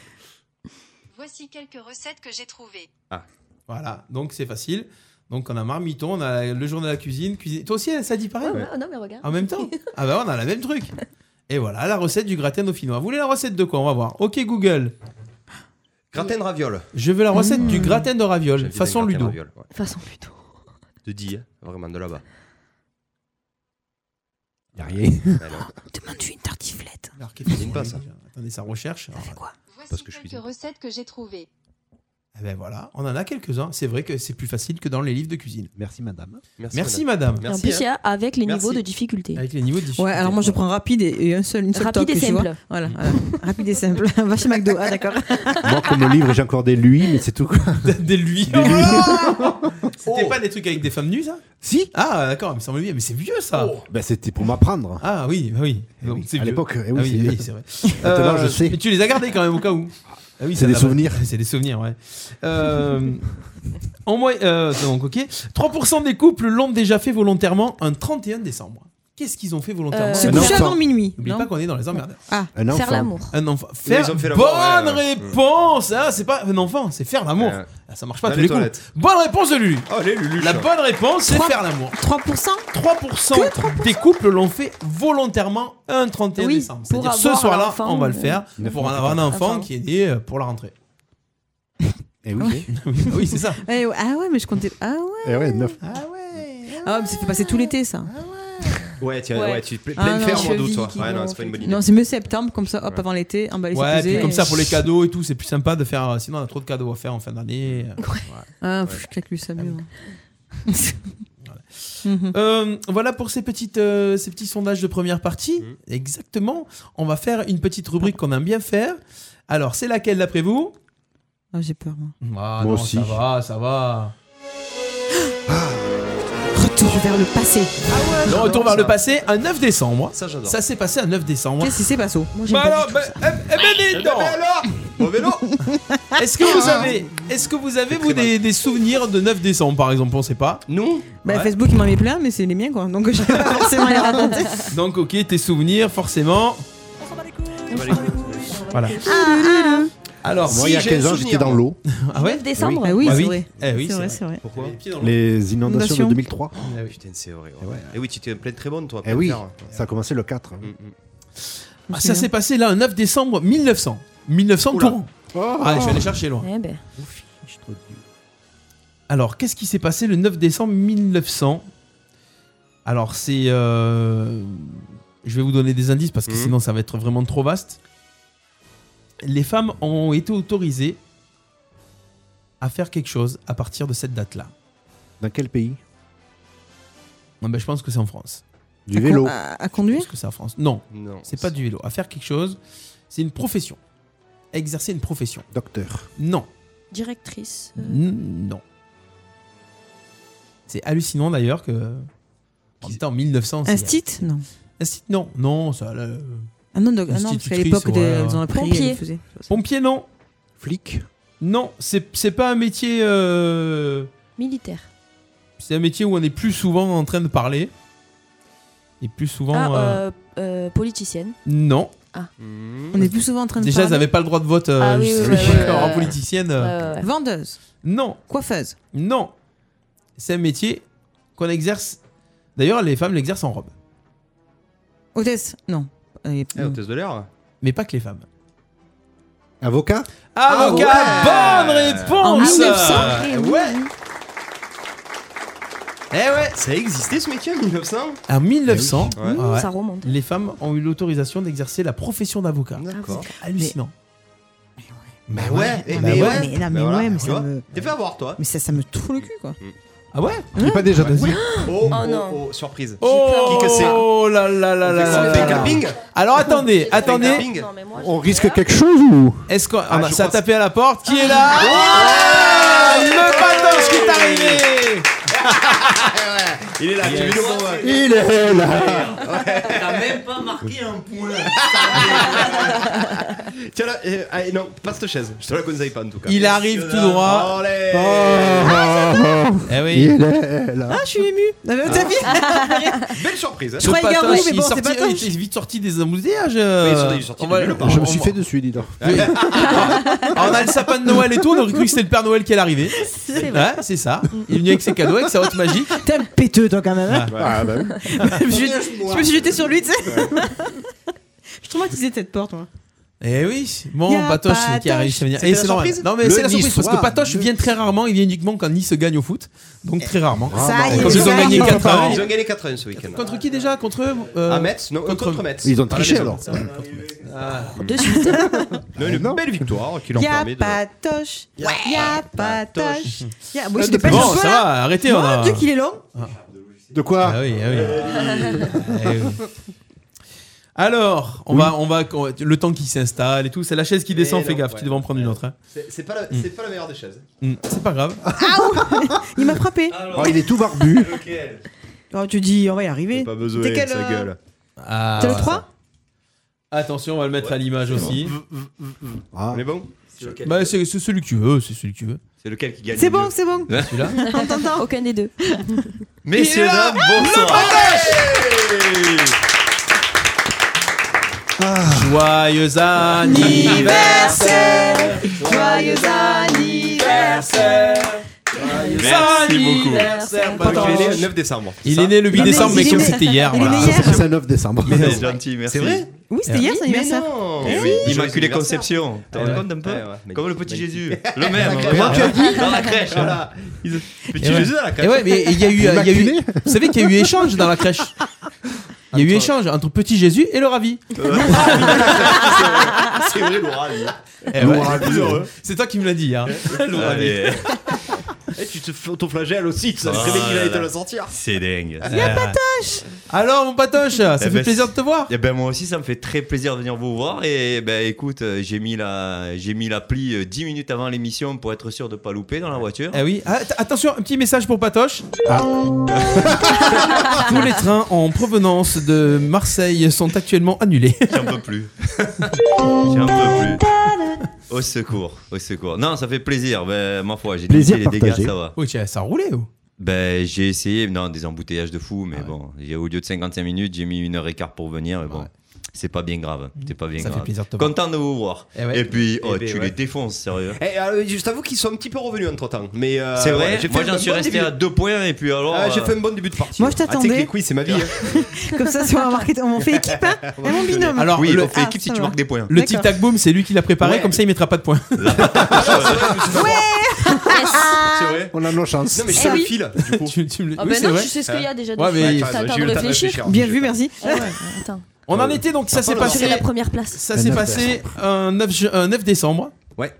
Voici quelques recettes que j'ai trouvées.
Ah.
Voilà, donc c'est facile. Donc on a Marmiton, on a le journal de la cuisine. cuisine. Toi aussi, ça dit pareil
Ouais, ouais, Ah, Non mais regarde.
En même temps Ah bah on a la même truc. Et voilà, la recette du gratin dauphinois. Vous voulez la recette de quoi On va voir. Ok Google,
Gratin de ravioles.
je veux la recette
Mmh.
du gratin de ravioles,
J'invite un
façon
gratin de
Ludo.
ravioles, ouais.
Façon plutôt.
De dit, hein, vraiment de là-bas.
Y a rien.
Alors,
demande-lui une tartiflette
Alors qu'est-ce
Cuisine
qu'on
pas,
fait
ça.
Attendez, ça recherche. Alors,
Voici
Parce que je
quelques
cuisine.
recettes que j'ai trouvées.
eh ben voilà, on en a quelques-uns. C'est vrai que c'est plus facile que dans les livres de cuisine.
Merci, madame.
Merci hein. madame. Ah.
Et en
Merci.
plus, il y a
Ah.
avec les
Merci.
niveaux de difficulté.
Avec les niveaux de difficulté.
ouais alors moi je prends rapide et, et un seul une seule
Rapide
toque,
et
tu vois.
simple.
voilà, voilà. rapide et simple va chez McDo ah d'accord
Moi, comme livre, j'ai encore des lui, mais c'est tout. quoi.
Des lui. C'était
Oh.
pas des trucs avec des femmes nues ça
si
Ah d'accord, il me semble bien, mais c'est vieux ça.
bah, C'était pour m'apprendre.
Ah oui, oui. Donc, c'est
à
vieux.
l'époque, eh
Ah
oui,
oui,
c'est-
oui, c'est vrai. Euh,
Maintenant, je sais.
Mais tu les as gardés quand même au cas où. Ah oui,
C'est
ça
des
t'a-
souvenirs.
C'est des souvenirs, ouais. Euh, en moyenne, euh, donc ok, 3% des couples l'ont déjà fait volontairement un 31 décembre. Qu'est-ce qu'ils ont fait volontairement
se
un
coucher
enfant.
Euh, avant minuit
N'oublie
non
pas qu'on est dans les emmerdeurs.
ah
Un enfant.
Faire l'amour.
Un enfant. Faire
ils ont fait
bonne
l'amour, ouais, ouais.
réponse. Ah, c'est pas un enfant, c'est faire l'amour.
Ouais.
Ah, ça marche pas
Dans les
tous les coups.
toilettes.
Bonne réponse de lui.
Oh, les Luluche.
La bonne réponse, c'est
Trois-
faire l'amour.
3%
3%, des couples l'ont fait volontairement un 31
Oui,
décembre.
pour
C'est-à-dire ce
avoir
soir-là,
l'enfant,
on va le
euh,
faire
neuf
pour
mois plus
avoir un enfant
Enfin.
qui est né euh, pour la rentrée.
Eh oui.
Oui, oui, c'est ça.
Eh ouais, Ah ouais, mais je comptais. Ah ouais.
Eh ouais, neuf.
Ah ouais, mais ça fait passer tout l'été, ça.
Ouais, tiens, ouais,
Ouais.
tu
Ah
plein de
non,
fer au mois d'août,
cheville
toi.
qui
Ouais, non,
vont,
c'est pas une bonne idée.
Non, c'est mieux septembre, comme ça, hop, avant l'été, emballer ses
Ouais, puis
pesées.
comme ça pour les cadeaux et tout, c'est plus sympa de faire. euh, Sinon, on a trop de cadeaux à faire en fin d'année. euh,
Ah, pff, je claque lui ça mieux. hein. Mhm.
Euh, voilà pour ces, petites, euh, ces petits sondages de première partie. Exactement. On va faire une petite rubrique qu'on aime bien faire. Alors, c'est laquelle d'après vous
Ah, j'ai peur, moi.
Ah,
Moi
non,
aussi.
Ça va, ça va.
Retour vers le passé.
Le retour vers le passé, un 9 décembre.
Ça, j'adore.
Ça s'est passé un 9 décembre.
Qu'est-ce qui s'est passé
Moi, j'aime
Bah
pas
alors,
du tout
bah, eh, eh ben dis donc.
alors Au vélo
bah, Est-ce que
Ah.
vous avez, est-ce que vous avez vous des, des souvenirs de 9 décembre par exemple On sait pas. Nous
Bah, Facebook, il m'en met plein, mais c'est les miens, quoi. Donc, je vais pas forcément les raconter.
Donc ok, tes souvenirs forcément. Voilà.
Ah.
Alors,
Moi, il y a
si
15
j'ai un
ans,
souvenir-
j'étais dans l'eau.
Ah ouais
9 Ah. décembre Ah oui,
Bah
c'est vrai.
Eh oui,
C'est vrai, c'est vrai.
Pourquoi
Les inondations de 2003.
Ah oui, putain, c'est horrible. Et oui, tu étais plein de très bonne, toi.
Eh
plein de
oui,
fer, hein.
ça a commencé le 4.
Mm, Ah, ça s'est passé là, un 9 décembre 1900. 1900 Touran.
Oh.
Oh.
Ah, je suis allé chercher loin.
Eh ben.
Alors, qu'est-ce qui s'est passé le 9 décembre 1900 Alors, c'est. euh, Je vais vous donner des indices parce que
Mhm.
sinon ça va être vraiment trop vaste. Les femmes ont été autorisées à faire quelque chose à partir de cette date-là.
Dans quel pays
Ah ben, Je pense que c'est en France.
Du À vélo. con-
à, conduire
que c'est en France. Non,
non
c'est pas du vélo. À faire quelque chose, c'est une profession. Exercer une profession.
Docteur.
Non.
Directrice. euh,
N- Non. C'est hallucinant d'ailleurs que. En même temps, 1900. c'est-
Instit Non.
Instit Non, non, ça. là, euh,
Ah non, donc- ah non, parce qu'à
institutrice,
l'époque, des-
ouais.
elles ont appris.
Pompier.
elles le faisaient.
Pompier, non.
Flic
Non, c'est c'est pas un métier. euh,
Militaire.
C'est un métier où on est plus souvent en train de parler. Et plus souvent.
ah, euh,
euh,
euh, politicienne.
Non.
Ah.
Hmm.
On est plus souvent en train de
Hmm. Déjà,
parler.
elles n'avaient pas le droit de vote euh,
Ah oui,
juste-
oui, oui, oui,
en
oui.
politicienne. euh,
Ouais, ouais, ouais.
Vendeuse.
Non.
Coiffeuse.
Non. C'est un métier qu'on exerce. D'ailleurs, les femmes l'exercent en robe.
Hôtesse Non. Euh,
Eh, hôtesse de l'air
Mais pas que les femmes.
Avocat
Ah,
Avocat,
Ah ouais
bonne
En
réponse
1900.
Ouais Eh ouais
Ça existait ce métier en 1900
En 1900,
Eh oui.
ah ouais,
Ça remonte.
les femmes ont eu l'autorisation d'exercer la profession
Ah
d'avocat.
D'accord.
C'est hallucinant.
Mais
ouais,
eh,
bah
mais
ouais.
ouais.
Mais non,
Bah
mais
voilà,
ouais, mais
tu
ça
vois.
me.
T'es fait avoir, toi.
Mais ça, ça me trouve le cul, quoi.
Ah ouais
Il est pas déjà dans
Oui. Oh,
Oh,
oh,
non.
oh, surprise.
Oh
Qui que c'est
là là là là
On
là
fait
là là.
camping
Alors attendez, attendez.
camping
On risque quelque chose ou
Est-ce qu'on ah, ça a tapé à la porte Qui est là
Ah,
Ouais Le patoche qui est arrivé
Il est là, tu lui demandes. ouais.
Il est là
T'as même pas marqué un point. Tiens là, euh, allez, non, pas cette chaise. Je te la conseille pas en tout cas.
Il arrive tout droit.
Allez.
Eh oui.
Oh. Il est là
Ah, je suis ému. T'as vu
oh. Belle surprise. hein.
Je croyais Garou, mais bon, c'est
sorti- euh,
Patoche.
il est vite sorti des embouteillages. euh.
Mais il est sorti- il est sorti de nulle part. Ah.
Je me suis fait dessus, dis donc.
Alors, on a le sapin de Noël et tout, on aurait cru que c'était le Père Noël qui est arrivé. C'est
vrai.
c'est ça. Il est venu avec ses cadeaux, avec sa haute magique.
T'es un péteux, toi, quand même. hein.
Ah, bah oui.
je, me suis- je me suis jeté sur lui, tu sais. je traumatisais cette porte, moi.
Eh oui, bon,
Y a
Patoche
Patoche.
qui arrive, ça vient.
C'était
Et
la
c'est normal.
surprise
Non, mais
Le
c'est la surprise parce que
Niçois.
Patoche vient très rarement, il vient uniquement quand Nice gagne au foot. Donc très rarement.
Ça y est,
Quand ils
ça
ont
y
gagné
est.
4 ans.
Ah, Ils ont gagné 80 ce week-end.
Contre qui déjà Contre. euh,
Ah, Metz Non, contre, Metz.
Ils ont
Voilà,
triché
bien
alors.
sûr. Ah.
De suite.
Non,
Ah,
une belle victoire qui leur
Y a
permet de.
Patoche. Y a Patoche. Y a- Moi, je
Euh, Bon,
t'appelle Chocolat.
ça va, arrêtez, on
Mon
a-
Dieu, qu'il est long.
De quoi
Ah oui, ah oui. Eh oui. Alors, on va, on va, le temps qui s'installe et tout, c'est la chaise qui descend,
Mais
fais
non,
gaffe,
ouais.
tu devais en prendre une autre. hein.
C'est c'est pas, la- c'est pas la meilleure des chaises.
Mm, C'est pas grave.
Il m'a frappé.
Ah,
Oh, il est tout barbu.
Lequel
Oh, tu dis, on va y arriver.
Pas besoin
T'es
de
quel,
sa
euh,
gueule.
Ah,
T'as le
ouais.
3
Attention, on va le mettre à l'image aussi.
Ah.
On est bon
Bah, c'est c'est celui que tu veux, c'est celui que tu veux.
C'est lequel qui gagne
C'est
le
bon,
mieux
c'est bon.
Celui-là
On t'entend Aucun des deux.
Messieurs,
Il est là
dames, bonsoir.
Joyeux anniversaire
Joyeux anniversaire.
Merci beaucoup.
Patoche.
Donc, il est né le 9 décembre.
Il est né le 8
Il est-
décembre, mais
il est
comme
né-
c'était hier.
il est né
voilà.
hier.
Ça, C'est un 9 décembre.
Mais c'est gentil, merci.
C'est vrai
Oui, c'était hier, son anniversaire.
Eh oui, Immaculée Conception.
T'en rends compte un peu
Comme le petit Jésus. Le même.
hein.
Comment tu as dit
Dans la crèche. Voilà. Ils- Petit Jésus dans la
Et
crèche.
ouais, mais il y a eu. il y a eu-
Immaculé
vous savez qu'il y a eu échange dans la crèche. Il y a eu échange entre petit Jésus et le ravi.
Ah, C'est vrai, Laura. elle est là.
Eh ouais.
Laura, plus heureux.
C'est toi qui me l'as dit, hein. Le ravi.
Allez. Eh, Tu te fais ton flagelle aussi. Tu savais
Oh
très bien qu'il
là
allait te
là.
le sortir.
C'est dingue. Ah.
Alors, mon patoche, ça fait
ben,
plaisir de te voir.
Et ben moi aussi, ça me fait très plaisir de venir vous voir. Et ben écoute, euh, j'ai mis la, j'ai mis l'appli euh, 10 minutes avant l'émission pour être sûr de pas louper dans la voiture.
Eh oui. Ah, att- attention, un petit message pour Patoche.
Ah.
Tous les trains en provenance de Marseille sont actuellement annulés.
J'en peux plus. J'en peux plus. Au secours, au secours. Non, ça fait plaisir. Ben, ma foi, j'ai
Plaisir
limité les dégâts,
partagé.
ça va.
Oui, tiens, ça oh. roulait ou
Ben, j'ai essayé, non, des embouteillages de fou, mais
Ah
bon, j'ai- au lieu de 55 minutes, j'ai mis une heure et quart pour venir, et bon, c'est pas bien grave. C'est pas bien
Mm. Ça fait
grave.
plaisir de te voir.
Content de vous voir.
Eh
Et,
ouais.
puis,
Eh
oh,
ben,
tu
ouais.
les défonces, sérieux.
Eh, alors, je t'avoue qu'ils sont un petit peu revenus entre temps. Mais euh,
c'est vrai,
ouais, j'ai fait
moi
un
j'en
bon
suis resté
début.
à deux points, et puis alors.
Ah, j'ai
euh,
fait un bon début de partie.
Moi, je
Ah, tu sais que
t'attendais.
les couilles, c'est ma vie. hein.
Comme ça, si on a marqué, on fait équipe, hein Et mon binôme.
Alors,
Oui,
le-
on fait
Ah,
équipe si
ça
tu
va.
marques des points.
Le tic tac boom, c'est lui qui l'a préparé, comme ça il mettra pas de points.
Ah,
C'est vrai.
On a nos chances.
Non, mais je sais
Eh
le
oui.
fil. Du coup.
Tu- tu me le-
Ah
oui,
ben
c'est
bah non,
vrai.
tu sais ce qu'il y a déjà
Ouais,
dessus.
mais-
T'as
Attends,
le temps
j'ai
de
eu le temps de
réfléchir.
Bien vu, merci.
Ah ouais, attends.
On en était donc ça s'est
C'est
passé
la première place.
ça s'est passé un 9, ju- un 9 décembre.
Ouais.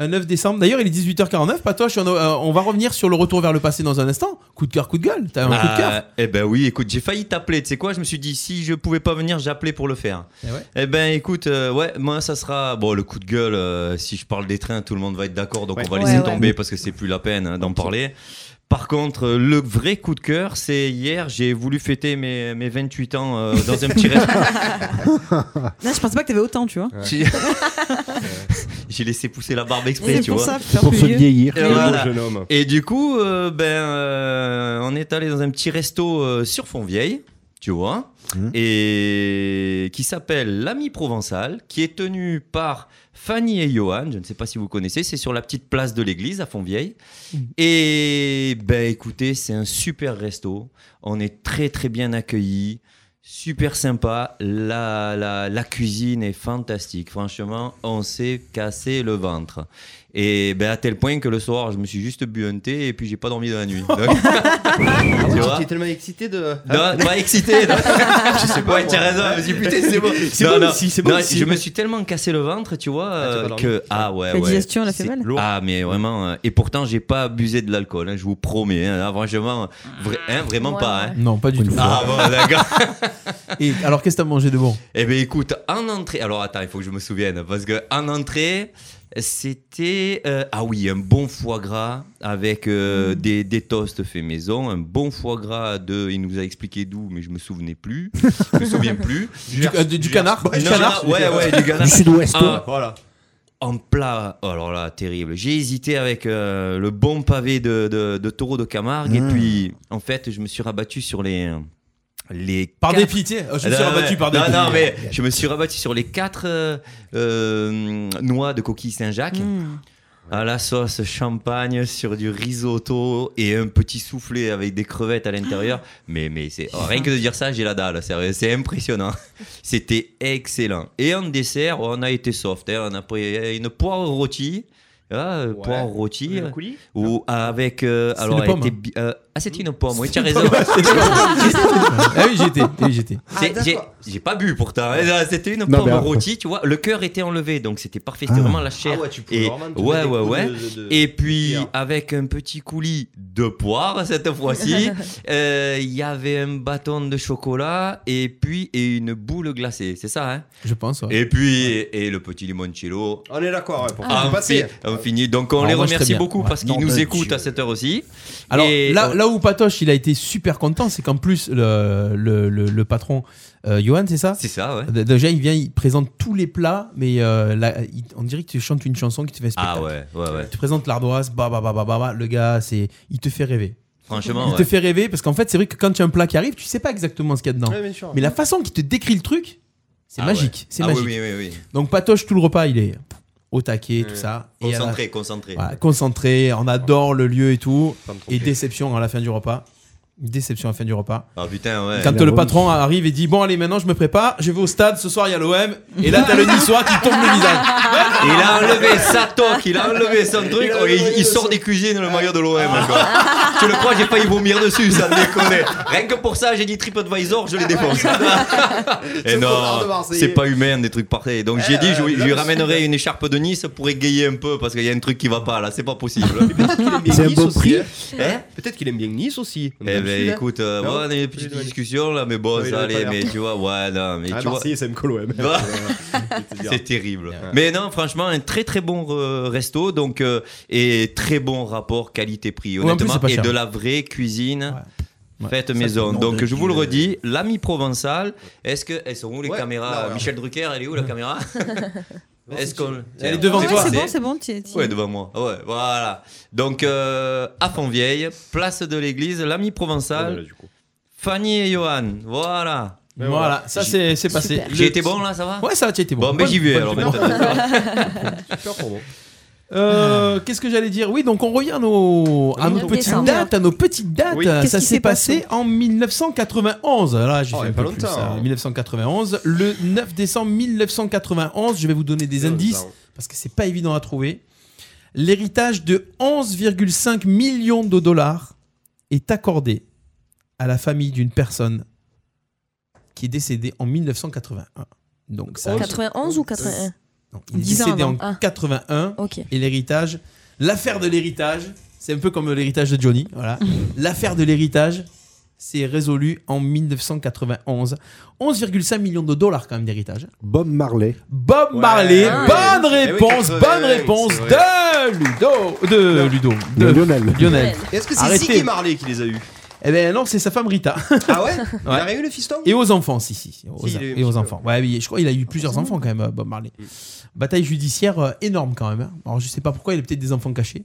Un 9 décembre. D'ailleurs, il est 18h49. Patoche, on, a- euh, on va revenir sur le retour vers le passé dans un instant. Coup de cœur, coup de gueule. T'as un coup de
Ah,
cœur
eh ben oui, écoute, j'ai failli t'appeler, tu sais quoi, je me suis dit si je pouvais pas venir, j'appelais pour le faire.
Eh ouais.
ben écoute, euh, ouais, moi ça sera bon le coup de gueule euh, si je parle des trains, tout le monde va être d'accord donc
Ouais.
on va
Ouais,
laisser
ouais.
tomber parce que c'est plus la peine hein, d'en parler. Par contre, euh, le vrai coup de cœur, c'est hier, j'ai voulu fêter mes, mes 28 ans euh, dans un petit restaurant.
Là, je pensais pas que t'avais autant, tu vois.
J'ai- J'ai laissé pousser la barbe
Et
exprès,
c'est
tu
pour
vois.
ça, pour faire Pour plus se vieux. vieillir.
Et,
Quel beau
voilà.
jeune homme.
Et du coup, euh, ben, euh, on est allé dans un petit resto euh, sur Fontvieille, tu vois,
Mhm.
et qui s'appelle l'Ami Provençal, qui est tenu par Fanny et Johan. Je ne sais pas si vous connaissez, c'est sur la petite place de l'église à Fontvieille.
Mhm.
Et ben, écoutez, c'est un super resto. On est très très bien accueillis. Super sympa, la, la, la cuisine est fantastique. Franchement, on s'est cassé le ventre. Et ben, à tel point que le soir, je me suis juste bu un thé et puis j'ai pas dormi de la nuit. Donc,
Ah
tu
ouais,
vois
tu es tellement excité de.
non, pas excité. non.
Je sais pas.
Ouais,
moi.
t'as raison. Je me suis dit, putain, c'est bon.
C'est
Non,
bon
non.
aussi, c'est bon
Non,
aussi.
Je me suis tellement cassé le ventre, tu vois, euh,
dormi.
que ah ouais.
La
ouais.
digestion, elle a fait
C'est
mal.
lourd. Ah mais vraiment. euh, Et pourtant, j'ai pas abusé de l'alcool. hein, je vous promets. hein, là, franchement, vra- hein, vraiment
Ouais,
pas. hein.
Non, pas du tout.
Ah bon, d'accord.
Et alors, qu'est-ce que t'as mangé de bon
Eh ben écoute, en entrée. Alors attends, il faut que je me souvienne parce que en entrée. C'était euh, ah oui un bon foie gras avec
Mm.
euh, des, des toasts fait maison un bon foie gras de il nous a expliqué d'où mais je me souvenais plus je me souviens plus
Du- euh, du- du canard
Ouais,
Du
non,
canard
ouais ouais du canard
Du sud-ouest.
Ah,
Voilà.
en plat, oh, alors là, terrible. J'ai hésité avec euh, le bon pavé de, de, de taureau de Camargue,
Mm.
Mmh.
et puis en fait, je me suis rabattu sur les. les
Par
quatre- Ah,
dépit, tiens, je me suis
Non,
rabattu
ouais.
par
Non,
dépit.
non, mais je me suis rabattu sur les quatre euh, euh, noix de coquille Saint-Jacques.
Hmm.
À la sauce champagne sur du risotto et un petit soufflé avec des crevettes à l'intérieur. Mais, mais c'est oh, rien que de dire ça, j'ai la dalle, sérieux, c'est impressionnant. C'était excellent. Et en dessert, on a été soft. hein. On a pris une poire rôtie. Ah, euh, poire rôtie.
Le coulis
Ou avec. euh,
C'est
alors,
une
elle
pomme,
était
hein.
bi- euh, ah, c'était une pomme, oui, tu as
une
raison.
pomme. Ah oui, j'étais. Oui, j'étais. Ah,
C'est- j'ai- J'ai pas bu pourtant. hein. Non, C'était une
mais
pomme
après-
rôtie, tu vois. Le cœur était enlevé, donc c'était parfait. C'était
Ah.
vraiment la chair.
Ah ouais, tu pouvais
et
vraiment te
ouais,
mettre des
ouais,
coups
ouais.
de- de-
Et puis
Pierre.
avec un petit coulis de poire cette fois-ci. euh, Il y avait un bâton de chocolat et puis et une boule glacée. C'est ça. Hein
Je pense. ouais.
et puis et, et le petit limoncello.
On est d'accord. ouais, pour
Ah,
faire
on
passer.
fait- on finit. Donc on
Ah,
les
moi, je très
remercie
bien.
beaucoup
Ouais.
parce qu'ils
Non,
nous
ben,
écoutent
je-
à cette heure aussi.
Alors
Et-
là, là où Patoche il a été super content, c'est qu'en plus le, le, le, le patron euh, Johan, c'est ça
C'est ça, ouais.
D- Déjà, il vient, il présente tous les plats, mais euh, là, il- on dirait que tu chantes une chanson qui te fait un spectacle.
Ah ouais, ouais, ouais.
Tu présentes l'ardoise, bah bah bah bah bah, bah, le gars, c'est, il te fait rêver.
Franchement,
il
ouais.
te fait rêver parce qu'en fait, c'est vrai que quand tu as un plat qui arrive, tu sais pas exactement ce qu'il y a dedans.
Ouais, bien sûr.
Mais la façon qu'il te décrit le truc, c'est
Ah
magique,
ouais.
c'est
Ah oui,
magique.
oui, oui, oui.
Donc Patoche tout le repas, il est au taquet, tout ça. Et à la-
Concentré, concentré.
voilà, concentré, on adore le lieu et tout.
Pas me tromper.
Et déception à la fin du repas. Déception à la fin du repas.
Ah putain, ouais.
Quand
La
le
remise.
patron arrive et dit Bon, allez, maintenant je me prépare, je vais au stade, ce soir il y a l'OM, et là t'as le niçois qui tombe le visage.
Il a enlevé sa toque, il a enlevé son truc,
Il a
oh, il,
enlevé
il
le
sort
son.
des cuisines le maillot de l'OM. quoi. Tu le crois, j'ai failli vomir dessus, ça me déconne. Rien que pour ça, j'ai dit TripAdvisor, je les défonce. Et
Ce connard de
Eh non,
Marseillais.
c'est pas humain des trucs pareils. Donc j'ai dit, je,
euh,
je
non,
lui
mais
ramènerai une écharpe de Nice pour égayer un peu parce qu'il y a un truc qui va pas là, c'est pas possible.
C'est un bon prix.
Hein
Eh, Peut-être qu'il aime bien Nice aussi. On est
Eh
dans le sud,
ben
hein.
écoute, euh,
Non
bon, on a une
Oui,
petite
oui.
discussion là, mais bon,
Oui, Bah, il
ça
avait pas
allez,
l'air.
mais tu vois, ouais, non, mais
Ah,
tu vois.
Marseille, c'est MCO l'OM.
Bah.
Je vais te dire.
C'est terrible. Mais non, franchement, un très très bon euh, resto, donc euh, et très bon rapport qualité-prix,
Ouais, en plus,
honnêtement,
c'est pas
et
cher.
de la vraie cuisine.
Ouais.
Faites
Ça,
maison.
c'est le
Donc
nom euh,
je vous le redis, l'ami provençal. Est-ce que elles sont où les
Ouais,
caméras
là, ouais.
Michel Drucker, elle est où la caméra Est-ce qu'on.
Elle est devant
Tiens,
toi.
regardez.
Ouais, c'est bon, c'est bon, tu- tu-
Ouais, devant moi. Ouais, voilà. Donc, euh, à Fontvieille, place de l'église, l'ami provençal. Fanny et Johan, voilà.
Ben voilà, ça,
J'ai-
c'est- c'est passé. Super.
J'ai été bon là, ça va
Ouais, ça, tu été bon.
Bon, ben
Bonne-
j'y vais
bonne
alors.
humeur. Euh, Qu'est-ce que j'allais dire Oui, donc on revient à nos, à
Oui,
nos
donc
petites
décembre.
dates, à nos petites dates.
Oui.
Ça
Qu'est-ce qui
s'est
s'est
passé
passé
en 1991. Là, j'ai
Oh, il y
fait
a
un
pas
peu plus, hein.
longtemps.
ça. 1991, le 9 décembre 1991. Je vais vous donner
Oh,
des indices parce que c'est pas évident à trouver. L'héritage de 11,5 millions de dollars est accordé à la famille d'une personne qui est décédée en 1981. Donc ça
91 ou 81
il est
10 ans
décédé en
avant. Ah.
81.
Ok.
Et l'héritage, l'affaire de l'héritage, c'est un peu comme l'héritage de Johnny. Voilà. l'affaire de l'héritage, c'est résolu en 1991. 11,5 millions de dollars quand même d'héritage.
Bob Marley.
Bob Marley,
Ah
Eh
bonne
Eh
réponse, bonne réponse de Ludo, de Ludo, de
De Lionel.
Est-ce que c'est
Euh, Arrêtez.
Ziggy Marley qui les a eus
Eh ben non, c'est sa femme Rita.
Ah ouais Il a réuni le fiston
Et aux enfants, si, si. Aux-
Si, il a eu un
et aux
petit Ah
enfants. Ouais, oui, je crois qu'il a eu plusieurs enfants quand même, euh, Bob Marley.
Mm.
Bataille judiciaire euh, énorme quand même. hein. Alors je sais pas pourquoi il a peut-être des enfants cachés.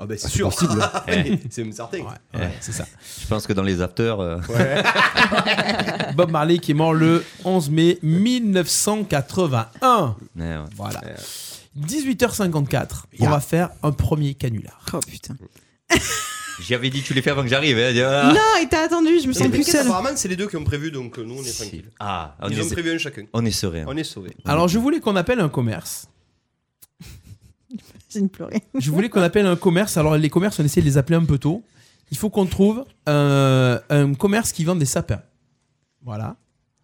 Ah bah c'est
Ah, c'est
sûr.
possible.
Eh.
Ouais, c'est une certain.
Ouais, c'est ça.
Je pense que dans les afters. euh,
Bob Marley qui est mort le 11 mai 1981.
ouais, eh, ouais. Eh,
Voilà. 18h54, on va faire un premier canular.
Oh putain.
J'avais dit, tu les fais avant que j'arrive. hein.
Ah.
Non, il t'a attendu, je me sens plus seule.
Apparemment, c'est les deux qui ont prévu, donc euh, nous on est tranquille.
Ah, on
Ils
est-
ont prévu un chacun.
on est serein.
On est sauvés.
Alors, je voulais qu'on appelle un commerce.
J'ai une pleurée.
Je voulais qu'on appelle un commerce. Alors, les commerces, on essaie de les appeler un peu tôt. Il faut qu'on trouve euh, un commerce qui vend des sapins. Voilà. Ah.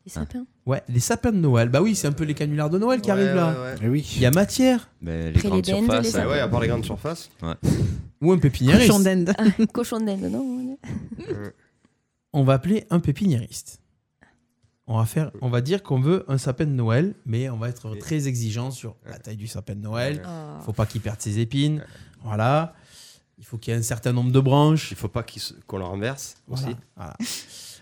Des sapins
Ouais, les sapins de Noël. Bah oui, c'est un peu les canulars de Noël qui arrivent là.
Eh oui.
Il y a matière.
Mais
Après grandes les dents, surfaces, les hein. sapins.
Ouais, à part les grandes surfaces.
Ou un pépiniériste.
Cochon d'Inde.
Ah, Cochon d'Inde, non
on va appeler un pépiniériste. On va, faire, on va dire qu'on veut un sapin de Noël, mais on va être très exigeant sur la taille du sapin de Noël.
Ah.
faut pas qu'il perde ses épines. Voilà. Il faut qu'il y ait un certain nombre de branches.
Il faut pas qu'ils se- qu'on le renverse
Voilà,
aussi.
voilà.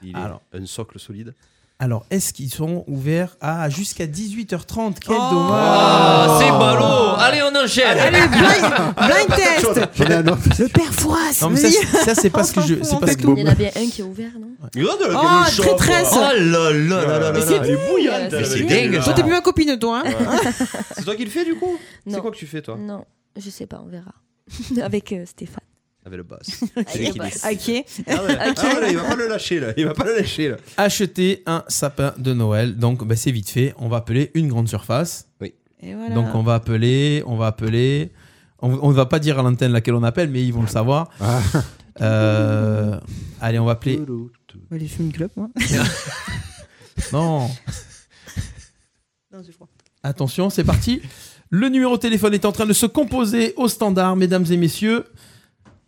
Il est
Alors.
un socle solide.
Alors, est-ce qu'ils sont ouverts à jusqu'à 18h30 Quel
Oh,
dommage
c'est ballot Oh, Allez, on enchaîne
Allez, blind- blind test.
hein.
Le père Fouras
Non, mais ça, c'est- ça, c'est parce que je. C'est parce que.
Il y en a bien un qui est ouvert, non
Ah, traîtresse.
Oh là là là là là
C'est
là Elle est
Ah,
bouillante
dingue.
C'est dingue
Toi, t'es plus ma copine, toi. hein.
C'est toi qui le fais du coup
Non.
C'est quoi que tu fais toi
Non, je sais pas, on verra. Avec euh, Stéphane.
Avec le boss.
Avec
C'est lui
le
qui
boss.
décide.
Ok.
Ah ouais. Ah
Ok.
ouais, là, il va pas le lâcher là. Il va pas le lâcher là.
Acheter un sapin de Noël. Donc, bah, c'est vite fait. On va appeler une grande surface.
Oui.
Et voilà.
Donc, on va appeler, on va appeler. On on ne va pas dire à l'antenne laquelle on appelle, mais ils vont le savoir. Euh, allez, on va appeler.
Ouais, les fume club, moi.
Non.
Non, je crois.
Attention, c'est parti. Le numéro de téléphone est en train de se composer au standard, mesdames et messieurs,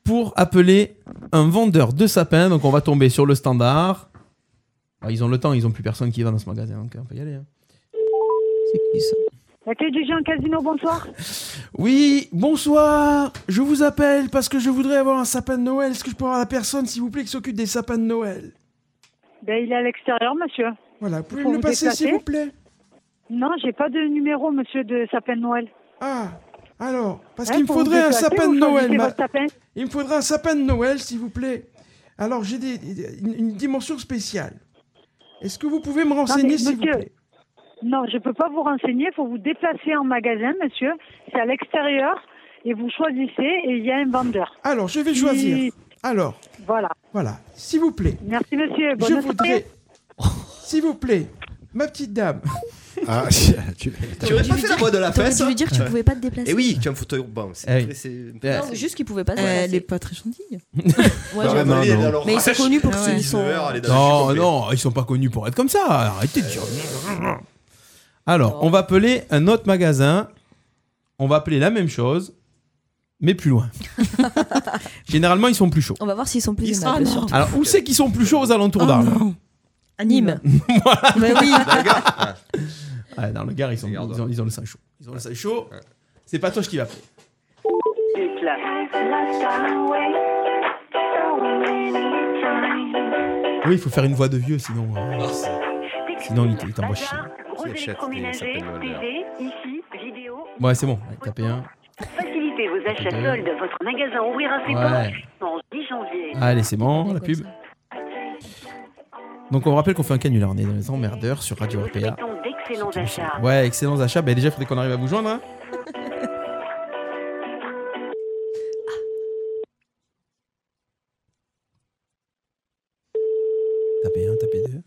pour appeler un vendeur de sapins. Donc on va tomber sur le standard. Ah, ils ont le temps, ils n'ont plus personne qui va dans ce magasin, donc on peut y aller. hein.
Accueil du géant casino, bonsoir.
Oui, bonsoir. Je vous appelle parce que je voudrais avoir un sapin de Noël. Est-ce que je peux avoir la personne, s'il vous plaît, qui s'occupe des sapins de Noël
Ben, il est à l'extérieur, monsieur.
Voilà, pouvez
Faut
me le
vous
passer,
déplacer.
s'il vous plaît
Non, j'ai pas de numéro, monsieur, de sapin de Noël.
Ah, alors, parce
Hein,
qu'il me
faut vous
faudrait un
déplacer
sapin
ou
de Noël.
choisissez
ma-
votre sapin
Il me faudrait un sapin de Noël, s'il vous plaît. Alors, j'ai des, une, une dimension spéciale. Est-ce que vous pouvez me renseigner,
mais
s'il vous
monsieur,
plaît
Non, je peux pas vous renseigner. Faut vous déplacer en magasin, monsieur. C'est à l'extérieur et vous choisissez et il y a un vendeur.
Alors, je vais
Qui-
choisir. Alors,
Voilà.
voilà, s'il vous plaît.
Merci, monsieur. Bonne
je
soirée.
voudrais, s'il vous plaît, ma petite dame.
Ah, tu, tu-
Tu aurais pas fait la voix de la
T'aurais
fesse
dû lui dire que tu
Ouais.
pouvais pas te déplacer.
Eh oui, tu as un fauteuil urbain. c'est
Ah oui.
très- c'est-
Euh,
Non, juste qu'il pouvait pas se
Elle est
déplacer.
pas très gentille.
Ouais,
Ah,
j'avoue.
mais elle est dans
Mais ils sont
l'orage.
connus pour
Ah
qu'ils
ouais.
sont-
L'hiver, elle est dans
Non,
la chicopée.
non, ils sont pas connus pour être comme ça. Arrêtez de dire. Alors, on va appeler un autre magasin. On va appeler la même chose, mais plus loin. Généralement, ils sont plus chauds.
On va voir s'ils sont plus
Ils sont-
aimables,
Ah non. Ah,
surtout.
Alors, où c'est qu'ils sont plus chauds aux alentours d'Arles
À Nîmes.
Mais Bah oui.
Bah
Ouais, dans le Gard, ils, sont, ils, ont, ils ont le sein chaud. Ils ont le sein chaud. C'est pas Patoche qui va appeler. Oui, il faut faire une voix de vieux, sinon. euh, sinon, il, il t'envoie chier.
Gros
Qui achète des
euh,
électroménagers,
sapins de Noël,
TV, IFI, vidéo,
Ouais, c'est bon. T'as payé un.
Facilitez vos achats soldes. Votre magasin ouvrira ses
Ouais.
portes le 10 janvier.
Allez, c'est bon, la pub. Donc on rappelle qu'on fait un canular, on est dans les emmerdeurs sur Radio RPA.
Souhaitons d'excellents achats.
Ouais, excellent achat. Bah déjà, il faudrait qu'on arrive à vous joindre. hein. Tapez 1, tapez 2.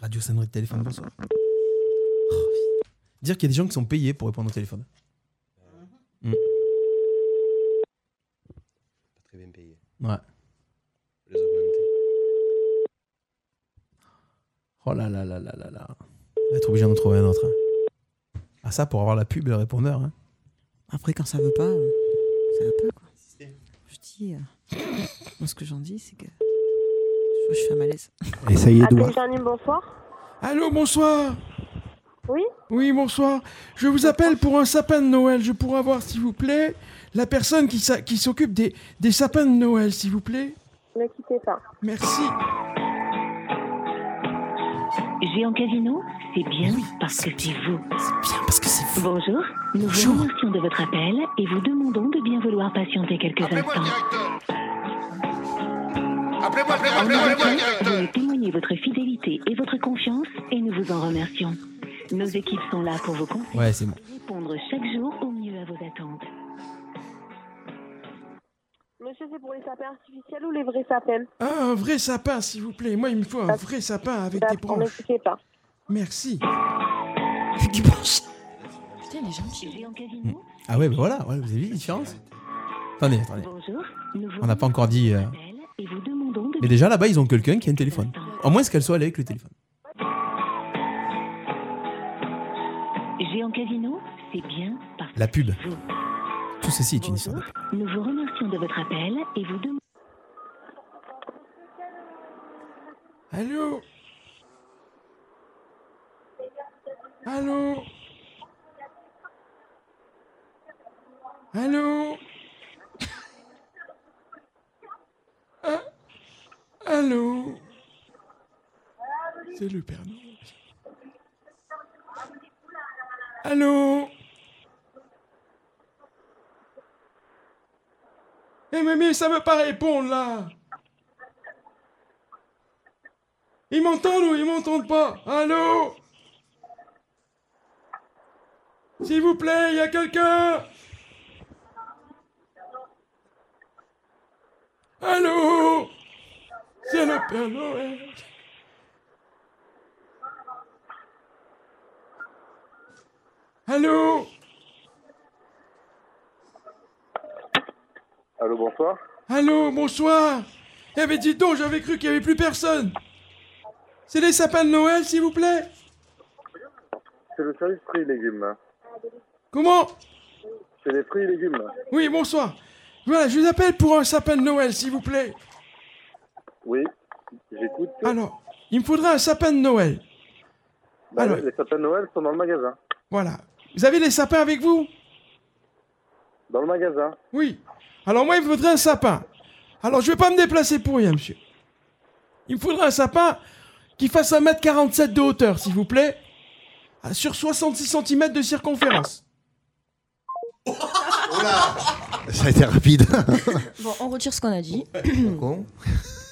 Radio sonnerie de téléphone, bonsoir. Oh, putain. Dire qu'il y a des gens qui sont payés pour répondre au téléphone. Mm.
Très bien payé.
Ouais. Oh là là là là là là. On va être obligé d'en trouver un autre. hein. Ah ça, pour avoir la pub et le répondeur. hein.
Après, quand ça veut pas, euh, ça veut pas, quoi. Je dis. euh, moi, ce que j'en dis, c'est que. Je, je fais un malaise.
Essayez, Edouard.
bonsoir.
Allô, bonsoir.
Oui
Oui, bonsoir. Je vous appelle pour un sapin de Noël. Je pourrais avoir, s'il vous plaît, la personne qui, s'a- qui s'occupe des, des sapins de Noël, s'il vous plaît.
Ne quittez pas.
Merci.
Géant Casino, c'est bien parce que c'est vous. C'est bien parce que c'est vous. Bonjour, nous vous remercions de votre appel et vous demandons de bien vouloir patienter quelques instants.
Appelez-moi,
En nous
appelez-moi, appelez-moi,
remercions
appelez-moi.
de témoigner votre fidélité et votre confiance et nous vous en remercions. Nos équipes sont là pour vous conseiller
Ouais, c'est bon.
et répondre chaque jour au mieux à vos attentes.
Monsieur, c'est pour les sapins artificiels ou les vrais sapins
Ah, un vrai sapin, s'il vous plaît. Moi, il me faut un vrai sapin avec des
D'accord, Ne
branches.
quittez pas.
Merci.
Putain, les gens Géant
Hmm.
Casino,
Ah ouais, bah voilà, ouais, vous avez vu la différence Attendez, attendez.
bonjour, nous vous
On n'a pas encore dit... euh,
et vous demandons de
Mais déjà là-bas, ils ont quelqu'un qui a un téléphone. Au moins, ce qu'elle soit allée avec le téléphone.
Géant Casino, c'est bien parce
La pub.
que c'est vous.
Tout ceci est une histoire. de pub.
Nous vous remercions de votre appel et vous demandons.
Allô Allô Allô Ah, Allô C'est le Père Noël. Allô Eh mais, mais ça veut pas répondre là Ils m'entendent ou ils m'entendent pas Allô S'il vous plaît, il y a quelqu'un Allô C'est le Père Noël Allô
Allô, bonsoir.
Allô, bonsoir Eh ben dis donc, j'avais cru qu'il y avait plus personne C'est les sapins de Noël, s'il vous plaît
C'est le service fruits et légumes. hein.
Comment
C'est les fruits et légumes. hein.
Oui, bonsoir. Voilà, je vous appelle pour un sapin de Noël, s'il vous plaît.
Oui, j'écoute.
Alors, il me faudra un sapin de Noël.
Bah, Les sapins de Noël sont dans le magasin.
Voilà. Vous avez les sapins avec vous
Dans le magasin.
Oui. Alors moi, il me faudrait un sapin. Alors, je vais pas me déplacer pour rien, monsieur. Il me faudrait un sapin qui fasse 1m47 de hauteur, s'il vous plaît, à- sur 66 cm de circonférence.
Ça a été rapide.
Bon, on retire ce qu'on a dit.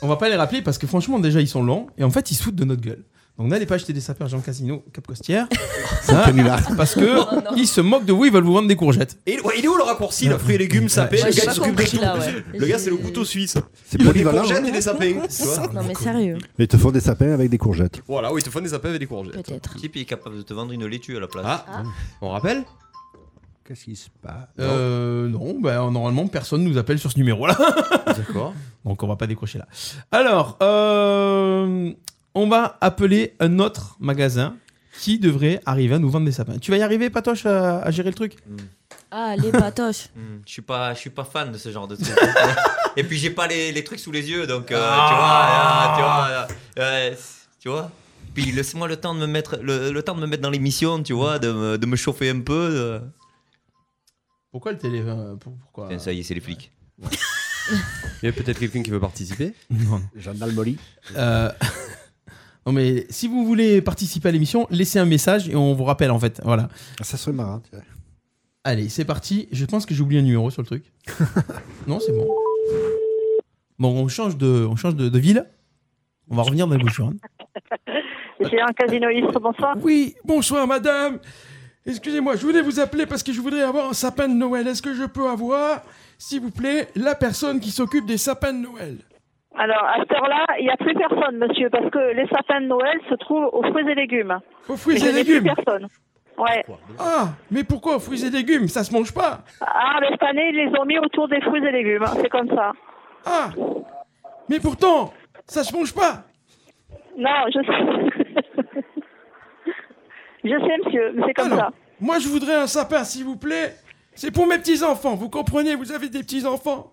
On va pas les rappeler parce que franchement, déjà, ils sont longs et en fait, ils se foutent de notre gueule. Donc n'allez pas acheter des sapins Jean Casino Cap Costière. Hein, parce que
Oh, non.
ils se moquent de vous, ils veulent vous vendre des courgettes.
Et, ouais, il est où le raccourci Le fruit et légumes sapé,
Ouais,
le
j'ai
gars
pas
il s'occupe de
compris,
tout.
là, ouais.
Le gars, c'est le couteau suisse.
C'est
il a des
polyvalent,
courgettes
hein.
et des sapins. tu vois.
Non, mais sérieux.
Mais ils te font des sapins avec des courgettes.
Voilà, oui, ils te font des sapins avec des courgettes.
Peut-être.
Le type il est capable de te vendre une laitue à la place.
Ah, on rappelle
Qu'est-ce qui se passe
Euh, non, bah, normalement, personne nous appelle sur ce numéro-là. D'accord. Donc, on va pas décrocher là. Alors, euh, on va appeler un autre magasin qui devrait arriver à nous vendre des sapins. Tu vas y arriver, Patoche, à, à gérer le truc
Ah, les patoches.
Hmm, Je suis pas, je suis pas fan de ce genre de truc. hein. Et puis j'ai pas les, les trucs sous les yeux, donc euh, ah, tu vois, euh, tu vois, euh, tu vois. Puis laisse-moi le temps de me mettre, le, le temps de me mettre dans l'émission, tu vois, de me, de me chauffer un peu. de-
Pourquoi le télé euh, pour- Pourquoi
Tiens, ça y est, c'est les flics.
Il y a peut-être quelqu'un qui veut participer
Non.
Jean Dalmoli.
Euh, Non, mais si vous voulez participer à l'émission, laissez un message et on vous rappelle en fait. Voilà. Ça serait marrant. Allez, c'est parti. Je pense que j'ai oublié un numéro sur le truc. non, c'est bon. Bon, on change de, on change de, de ville. On va revenir dans les bouches
J'ai un casinoïste, bonsoir.
Oui, bonsoir madame. Excusez-moi, je voulais vous appeler parce que je voudrais avoir un sapin de Noël. Est-ce que je peux avoir, s'il vous plaît, la personne qui s'occupe des sapins de Noël
Alors, à cette heure-là, il n'y a plus personne, monsieur, parce que les sapins de Noël se trouvent aux fruits et légumes.
Aux fruits et
je n'ai plus
légumes
personne. Ouais.
Ah, mais pourquoi aux fruits et légumes Ça se mange pas
Ah, mais cette année, ils les ont mis autour des fruits et légumes. hein, C'est comme ça.
Ah Mais pourtant, ça se mange pas
Non, je sais. je sais, monsieur, mais c'est comme
ça. Moi, je voudrais un sapin, s'il vous plaît. C'est pour mes petits-enfants, vous comprenez Vous avez des petits-enfants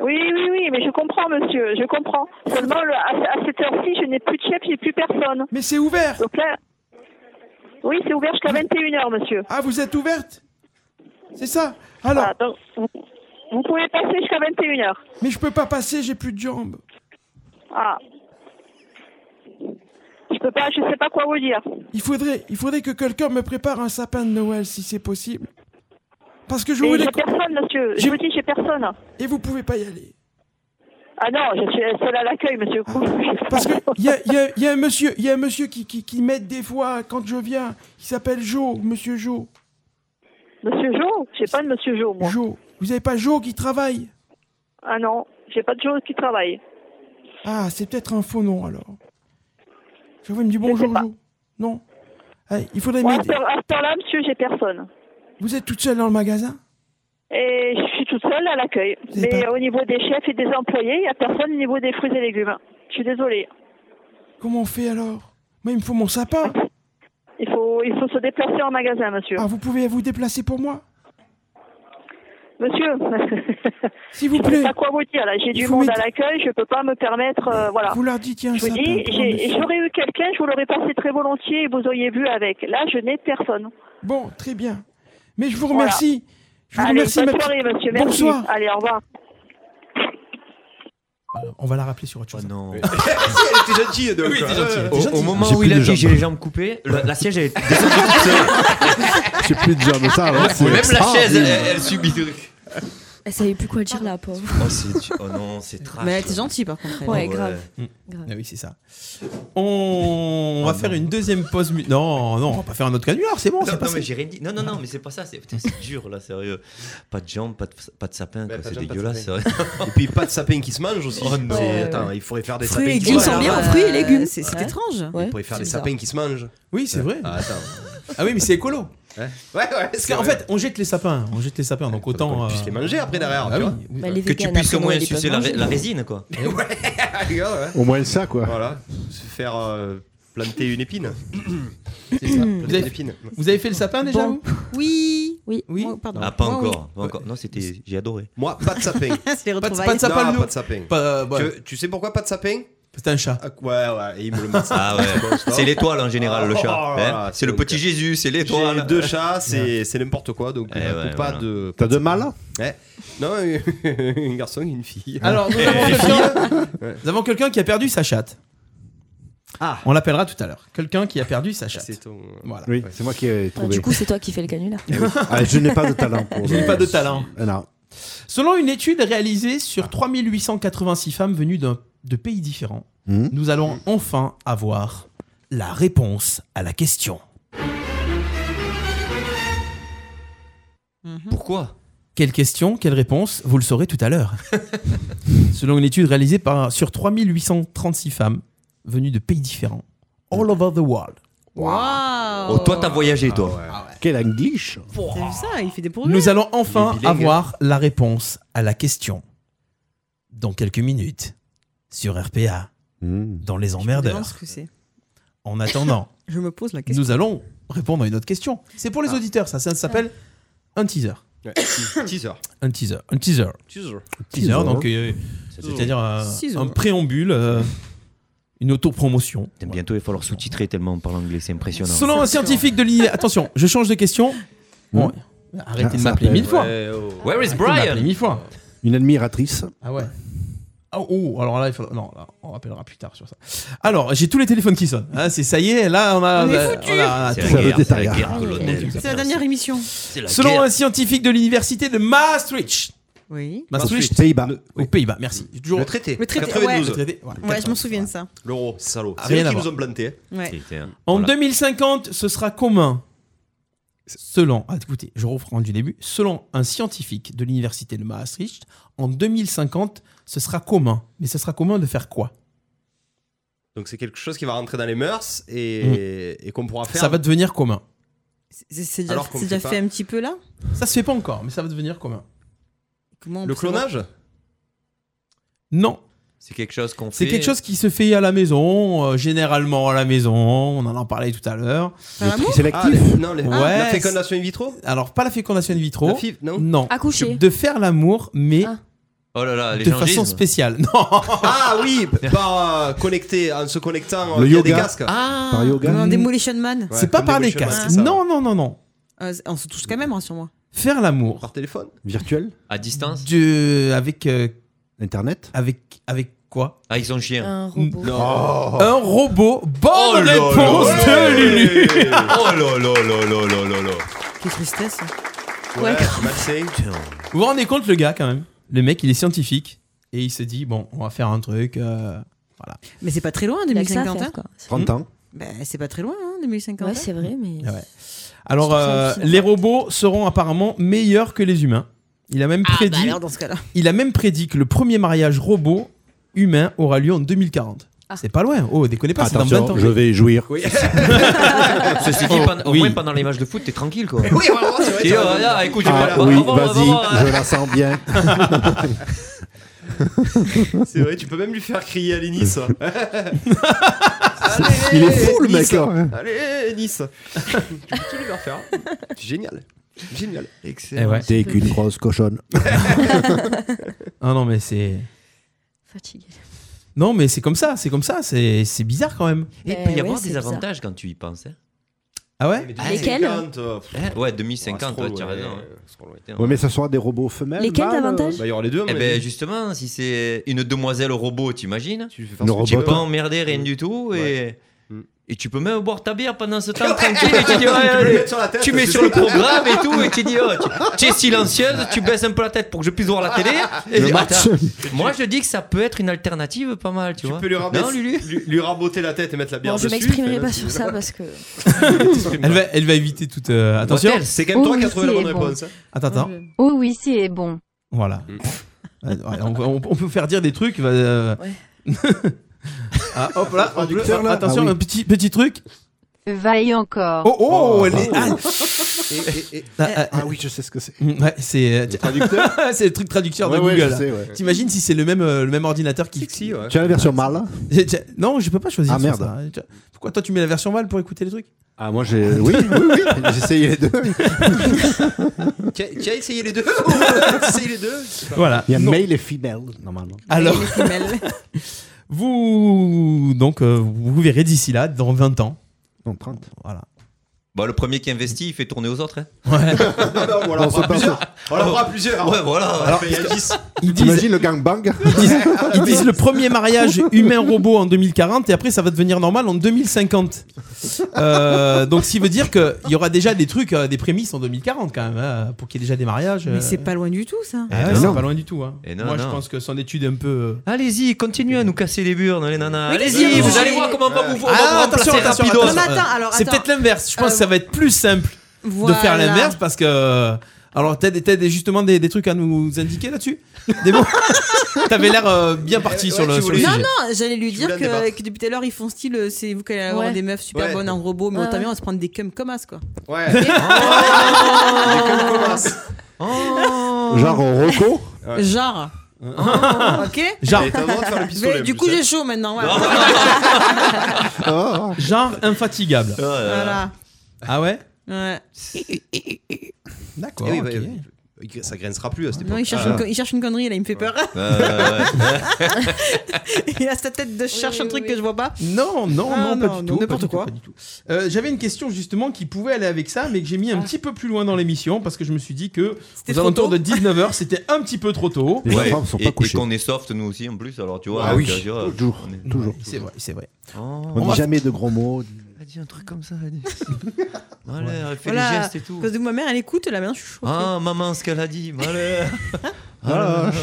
Oui, oui, oui, mais je comprends, monsieur, je comprends. Seulement, le- à, à cette heure-ci, je n'ai plus de chef, j'ai plus personne.
Mais c'est ouvert
Donc là... Oui, c'est ouvert jusqu'à 21h, monsieur.
Ah, vous êtes ouverte C'est ça Alors
vous, vous pouvez passer jusqu'à 21h.
Mais je peux pas passer, j'ai plus de jambes.
Ah. Je peux pas, je sais pas quoi vous dire.
Il faudrait, il faudrait que quelqu'un me prépare un sapin de Noël, si c'est possible. Parce que je
Mais
voulais...
j'ai personne, monsieur. Je vous dis, j'ai personne. hein.
Et vous pouvez pas y aller
Ah non, je suis la seule à l'accueil, monsieur.
Ah. Parce que il y a, il y a- il y a un monsieur, il y a un monsieur qui, qui, qui m'aide des fois quand je viens. Il s'appelle Joe, monsieur Joe.
Monsieur Jo J'ai pas de monsieur Jo, moi.
Jo. Vous avez pas Jo qui travaille
Ah non, j'ai pas de Jo qui travaille.
Ah, c'est peut-être un faux nom alors. Je vois, il me dit bonjour Joe. Non. Allez, il faudrait
Moi, à
m'aider.
cette heure- à cette heure-là, monsieur, j'ai personne.
Vous êtes toute seule dans le magasin
Et je suis toute seule à l'accueil. Mais au niveau des chefs et des employés, il n'y a personne au niveau des fruits et légumes. Je suis désolée.
Comment on fait alors Moi, il me faut mon sapin.
Il faut, il faut se déplacer en magasin, monsieur.
Ah, vous pouvez vous déplacer pour moi
Monsieur,
s'il vous
je
plaît.
sais pas quoi vous dire là. J'ai
Il
du
faut
monde
mettre-
à l'accueil, je peux pas me permettre. euh, voilà.
Vous leur dites, il y a un
Je vous
sapin
dis,
pour un
j'ai-
monsieur.
j'aurais eu quelqu'un, je vous l'aurais passé très volontiers et vous auriez vu avec. Là, je n'ai personne.
Bon, très bien. Mais je vous
Voilà.
remercie. Je vous
Allez,
remercie,
bonne
ma
soirée,
petite-
monsieur. Merci.
Bonsoir.
Allez, au revoir.
On va la rappeler sur autre chose. non.
Elle était gentille, donc.
Oui, t'es gentil,
Euh,
t'es
Au,
gentil.
au moment
J'ai
où
plus
il a
de
dit
jambes.
j'ai les jambes coupées, le- la siège elle est descendue.
J'ai plus de jambes, ça.
hein,
ouais, c'est
Ah, Même la
extraordinaire.
chaise, elle, elle subit des trucs.
Elle savait plus quoi dire, la pauvre.
Oh, c'est- oh non, c'est trash.
Mais elle était gentille par contre. elle.
Ouais, grave.
Mm. Ah oui, c'est ça. On va faire une deuxième pause. mu- Non, non, on va pas faire un autre canular, c'est bon.
Non,
c'est
non,
passé.
mais j'ai rien dit. Non, non, non, mais c'est pas ça. C'est putain, c'est dur là, sérieux. Pas de jambes, pas de, pas de sapin, quoi,
pas de
c'est
jambes, pas de
dégueulasse.
sapin.
Et
puis pas de sapin qui se mange aussi.
Oh non,
C'est-
attends,
attends,
il
il faudrait faire des
Fruits et
sapins qui
légumes
se
sont
mangent.
bien aux fruits et légumes, c'est c'est
Ouais.
étrange.
Il pourrait faire des
C'est bizarre.
sapins qui se mangent.
Oui, c'est vrai.
Ah, attends.
Ah oui, mais c'est écolo.
Ouais, ouais,
Parce
c'est
qu'en
vrai.
fait, on jette les sapins, hein. on jette les sapins, donc autant.
qu'on puisse les manger après derrière, tu
Ah oui.
vois.
oui.
Bah,
Que tu puisses au moins sucer la, ré- la résine, quoi.
Au moins ça, quoi.
Ah, Voilà, se faire euh, planter une épine.
C'est
Planter
ça. Vous
une
avez,
épine.
vous avez fait le sapin déjà
Bon.
Oui. Oui.
Moi, pardon.
Ah, pas
Moi, oui.
encore. pas encore. Non, c'était. J'ai adoré.
Moi, pas de sapin.
C'est les
Pas de,
retrouvailles.
pas de sapin,
Non,
nous.
pas de sapin.
Pas- ouais.
Tu, tu sais pourquoi pas de sapin
C'était un chat.
Ah, Ouais, ouais, il me le montre.
Ah ouais. C'est l'étoile en général, le
Oh,
chat.
oh,
hein.
voilà,
c'est le petit Jésus, c'est
J'ai
l'étoile.
deux chats, c'est c'est n'importe quoi, donc
Eh
euh,
ouais,
pas
voilà. Eh.
de.
T'as de mal
Ouais. Non, un garçon et une fille.
Alors, nous
Eh,
avons
les
quelqu'un
filles. Ouais.
nous avons quelqu'un qui a perdu sa chatte.
Ah.
On l'appellera tout à l'heure. Quelqu'un qui a perdu sa chatte.
C'est ton.
Voilà.
Oui, c'est moi qui ai
Bah,
trouvé.
du coup, c'est toi qui fais le canular.
Ah, je n'ai pas de talent pour.
Je n'ai
euh,
pas de talent.
Ah, Non.
Selon une étude réalisée sur 3886 femmes venues d'un- de pays différents,
Hmm.
nous allons enfin avoir la réponse à la question.
Pourquoi
Quelle question, quelle réponse Vous le saurez tout à l'heure. Selon une étude réalisée par, sur 3836 femmes venues de pays différents, all over the world,
Waouh.
Oh, toi, t'as voyagé, toi.
Ah
Quel English
T'as vu ça Il fait des hein. progrès.
nous allons enfin
Il est bilingue.
avoir la réponse à la question dans quelques minutes sur RPA, dans les
Je me demande
emmerdeurs.
ce que c'est.
En attendant,
Je me pose la question.
nous allons répondre à une autre question. C'est pour les auditeurs, ça, ça s'appelle un teaser.
Ouais, te- Teaser.
Un teaser. Un teaser.
Teaser.
Teaser,
Teaser.
donc euh, c'est-à-dire euh,
Teaser.
un préambule, euh, une autopromotion.
Putain, Bientôt, il va falloir sous-titrer tellement on parle anglais, c'est impressionnant.
Selon un scientifique de l'IA, attention, je change de question. Bon, arrêtez
Ah,
de
ça
m'appeler
appelle.
mille fois.
Ouais, oh.
Where is
Arrêtez de m'appeler
Brian
mille fois.
Une admiratrice.
Ah ouais. Ah, oh, alors là, il faudra... non, là, on rappellera plus tard sur ça. Alors, j'ai tous les téléphones qui sonnent. hein, c'est ça y est, là, on a.
On est
a-
foutus.
a- a
C'est
tout.
la guerre, c'est la guerre, colonel.
C'est la dernière émission.
Selon un scientifique de l'université de Maastricht.
Oui.
Maastricht,
Maastricht, Pays-Bas.
le- Aux Pays-Bas, merci. J'ai toujours-
Le traité.
Le traité,
92.
ouais.
Le traité, voilà.
Ouais, je m'en souviens de ça.
L'euro, salaud.
Ah,
C'est
rien
eux
à
qui
voir.
nous ont plantés. hein.
Ouais.
En
Voilà.
2050, ce sera commun. Selon, ah, écoutez, je reprends du début. Selon un scientifique de l'université de Maastricht, en 2050, ce sera commun. Mais ce sera commun de faire quoi
Donc c'est quelque chose qui va rentrer dans les mœurs et,
Mm.
et qu'on pourra faire.
Ça va devenir commun.
C'est- C'est déjà,
Alors qu'on
c'est
le
déjà
fait
fait
pas.
un petit peu là
Ça se fait pas encore, mais ça va devenir commun.
Comment on
Le
peut savoir
clonage
Non.
C'est quelque chose qu'on fait.
C'est quelque chose qui se fait à la maison, euh, généralement à la maison. On en a parlé tout à l'heure.
Faire Le l'amour tri
sélectif. Ah, les- non, les-
Ouais,
la fécondation
c'est-
in vitro
Alors, pas la fécondation in vitro.
La fif- non
Accoucher.
De faire l'amour, mais
Oh là là, les
de
gens
façon
gisent.
spéciale. Non.
Ah oui, par euh, connecter, en se connectant. euh,
Le
via des
yoga.
casques.
Ah, comme dans Demolition Man.
c'est pas par les
Demolition Man,
casques.
c'est ça.
Non, non, non, non.
Euh, on se touche quand même, sur moi
Faire l'amour. Par
téléphone
Virtuel
À distance
de, Avec. Internet Avec, avec quoi
Ah, ils sont chiens.
Un
robot.
Un robot. Bonne
Oh là
réponse
là là.
de Lulu
Oh là là là là oh là là là.
Quelle tristesse.
Ouais,
bah,
Marseille.
Vous vous rendez compte, le gars, quand même Le mec, il est scientifique. Et il se dit, bon, on va faire un truc. euh, voilà.
Mais c'est pas très loin,
Il y a que ça à
2050.
faire,
hein.
quoi.
30 ans.
Bah, c'est pas très loin, hein, 2050.
Ouais, c'est vrai, mais.
Ah Ouais. Alors,
trouve ça
euh,
hallucinant.
les robots seront apparemment meilleurs que les humains. Il a même
Ah,
prédit.
bah alors, dans ce cas-là.
Il a même prédit que le premier mariage robot humain aura lieu en 2040.
Ah.
C'est pas loin. Oh, déconnez pas, c'est dans 20 ans.
je vais jouir.
Ceci dit,
Oh,
pendant- au
oui.
moins pendant les matchs de foot, t'es tranquille quoi.
Oui, voilà, c'est vrai,
Et,
t'as
euh,
raison.
là, écoute, j'ai
Ah,
pas-
oui,
on va- on va- on va-
vas-y, je la sens bien.
C'est vrai, tu peux même lui faire crier Allez Nice. Allez,
Il est fou, le
Nice.
mec, hein.
Allez Nice. tu peux tout lui leur faire. Génial. Génial.
Eh ouais.
T'es qu'une grosse cochonne.
Ah non, mais c'est.
Fatigué.
Non, mais c'est comme ça, c'est comme ça, c'est c'est bizarre quand même.
Eh
Et il peut y avoir des avantages quand tu y penses. hein.
Ah ouais
Lesquels
2050, euh, pff,
Eh, Ouais, 2050,
Ouais,
ouais,
c'est
tu as
trop
raison.
loin,
hein.
Ouais, mais ce sera des robots femelles. euh
Lesquels
mâles,
davantage
Bah, il y aura les deux. à
Eh
mon
ben
avis.
justement, si c'est une demoiselle robot, t'imagines Tu
faire Une ce que tu
peux
robote.
pas emmerder
Mm.
rien du tout et. Mm. Et tu peux même boire ta bière pendant ce temps tranquille et tu dis ouais, allez,
mettre sur la tête,
tu mets
c'est
sur le
tout.
programme et tout et tu dis oh, tu, tu es silencieuse, tu baisses un peu la tête pour que je puisse voir la télé. Et
Le
tu-
match.
attends, moi je dis que ça peut être une alternative pas mal, tu,
Tu
vois.
peux lui,
Non,
rabaisser-
Lulu
lui, lui raboter la tête et mettre la bière
Bon, je
dessus.
m'exprimerai
fais-le,
pas
si
sur
tu veux.
ça parce que.
Elle va, elle va éviter toute. euh, attention.
Wattel,
C'est quand même toi qui as trouvé la bonne réponse. hein.
Attends, attends.
Oh oui, c'est bon.
Voilà. Ouais, ouais, on, on- on peut faire dire des trucs. va, euh. Ah, hop là, on peut-
traducteur, là
attention,
Ah oui.
un petit, petit truc.
Vaille encore.
Oh, oh, elle est. ah, Ah, ah,
Ah oui, je sais ce que c'est.
Mm, Ouais, c'est euh,
traducteur
c'est le truc traducteur de
Ouais, ouais,
Google.
je sais, ouais.
T'imagines si c'est le même euh, le même ordinateur qui ouais.
Tu as la version mâle
Non, je peux pas choisir.
Ah,
sur
merde.
ça. Tu- Pourquoi toi tu mets la version mâle pour écouter les trucs
Ah, moi j'ai. Oui, oui, oui. J'ai essayé les deux.
Tu as- tu as essayé les deux T'as essayé les deux
Voilà.
Il y a
Non.
male et female, normalement.
Alors
Male
vous donc euh, vous verrez d'ici là dans 20 ans.
Non, 30.
Voilà.
Bah, le premier qui investit, il fait tourner aux autres. Hein.
on la On fera se passe. plusieurs. On la fera plusieurs. hein.
Ouais, voilà.
Alors, il y a 10.
Ils disent,
T'imagines le gangbang
ils disent le premier mariage humain-robot en 2040 et après ça va devenir normal en 2050. Euh, donc, ce qui veut dire qu'il y aura déjà des trucs, euh, des prémices en 2040 quand même, hein, pour qu'il y ait déjà des mariages. euh.
Mais c'est pas loin du tout, ça.
Eh ouais, c'est pas loin du tout. hein.
Et non,
Moi, je
non.
pense que son étude est un peu. euh,
Allez-y, continuez à nous casser les burnes, les nanas.
Oui,
Allez-y,
oui,
vous
oui.
allez voir comment on va vous on va vous
Ah,
remplacer
attention, attention,
rapidos.
attention.
Non, mais attends, alors,
C'est
attends.
peut-être l'inverse. Je pense
Euh,
que ça va être plus simple de faire
voilà.
l'inverse parce que. euh, Alors, t'as, des- t'as des- justement des, des trucs à nous indiquer là-dessus Des mots T'avais l'air euh, bien parti sur le, sur le
Non,
sujet.
non, j'allais lui
Je
dire
voulais un
que,
débat.
que depuis tout à l'heure, ils font style euh, c'est vous qui allez avoir
Ouais.
des meufs super
Ouais.
bonnes en robot, mais
Ouais.
autant bien, on va se prendre des cums comme as, quoi. Oh.
Ouais.
Hein
Oh.
Genre au Rocco
Genre. Oh. ok
Genre.
Mais t'as le droit de faire le pistolet,
Mais
en
du
plus,
coup,
hein.
j'ai chaud maintenant. ouais.
Genre infatigable.
Voilà.
Ah ouais
Ouais.
D'accord.
Eh oui,
ok.
bah, ça grincera plus à cette époque.
Non, il cherche,
Ah.
une, co- il cherche une connerie, là, il me fait peur. il a sa tête de cherche un truc que je vois pas.
Non, non,
Ah,
non, pas
non,
du
non,
tout.
n'importe
pas du
quoi.
tout, pas du tout. Euh, J'avais une question justement qui pouvait aller avec ça, mais que j'ai mis
Ah.
un petit peu plus loin dans l'émission parce que je me suis dit que aux
trop
alentours
tôt.
de 19h, c'était un petit peu trop tôt.
Ouais, et, Et qu'on est soft nous aussi en plus, alors tu vois.
Ah
donc,
oui,
tu vois,
toujours,
on est- Oh.
toujours. C'est vrai, c'est vrai.
On
On va-
dit jamais de gros mots.
Elle dit un truc comme ça, elle dit. Voilà, elle fait
Voilà,
les gestes et tout.
À cause de ma mère, elle écoute, là, maintenant, je suis choquée.
Ah, maman, ce qu'elle a dit, malheur.
Ah.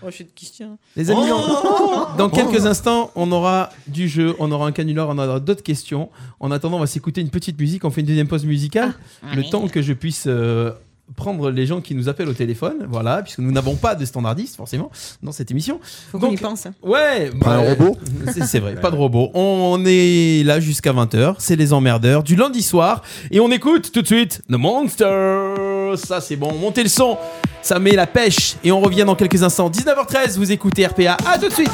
Oh, je suis de Christian.
Les amis,
Oh
on- dans quelques instants, on aura du jeu, on aura un canular, on aura d'autres questions. En attendant, on va s'écouter une petite musique, on fait une deuxième pause musicale, le
allez.
temps que je puisse euh, prendre les gens qui nous appellent au téléphone, voilà, puisque nous n'avons pas de standardistes forcément dans cette émission.
Faut qu'on y pense. hein.
Ouais,
Pas un robot
C'est c'est vrai, pas de robot. On est là jusqu'à 20h, c'est les emmerdeurs du lundi soir et on écoute tout de suite The Monster. Ça c'est bon, montez le son, ça met la pêche et on revient dans quelques instants. 19h13, vous écoutez RPA. À tout de suite.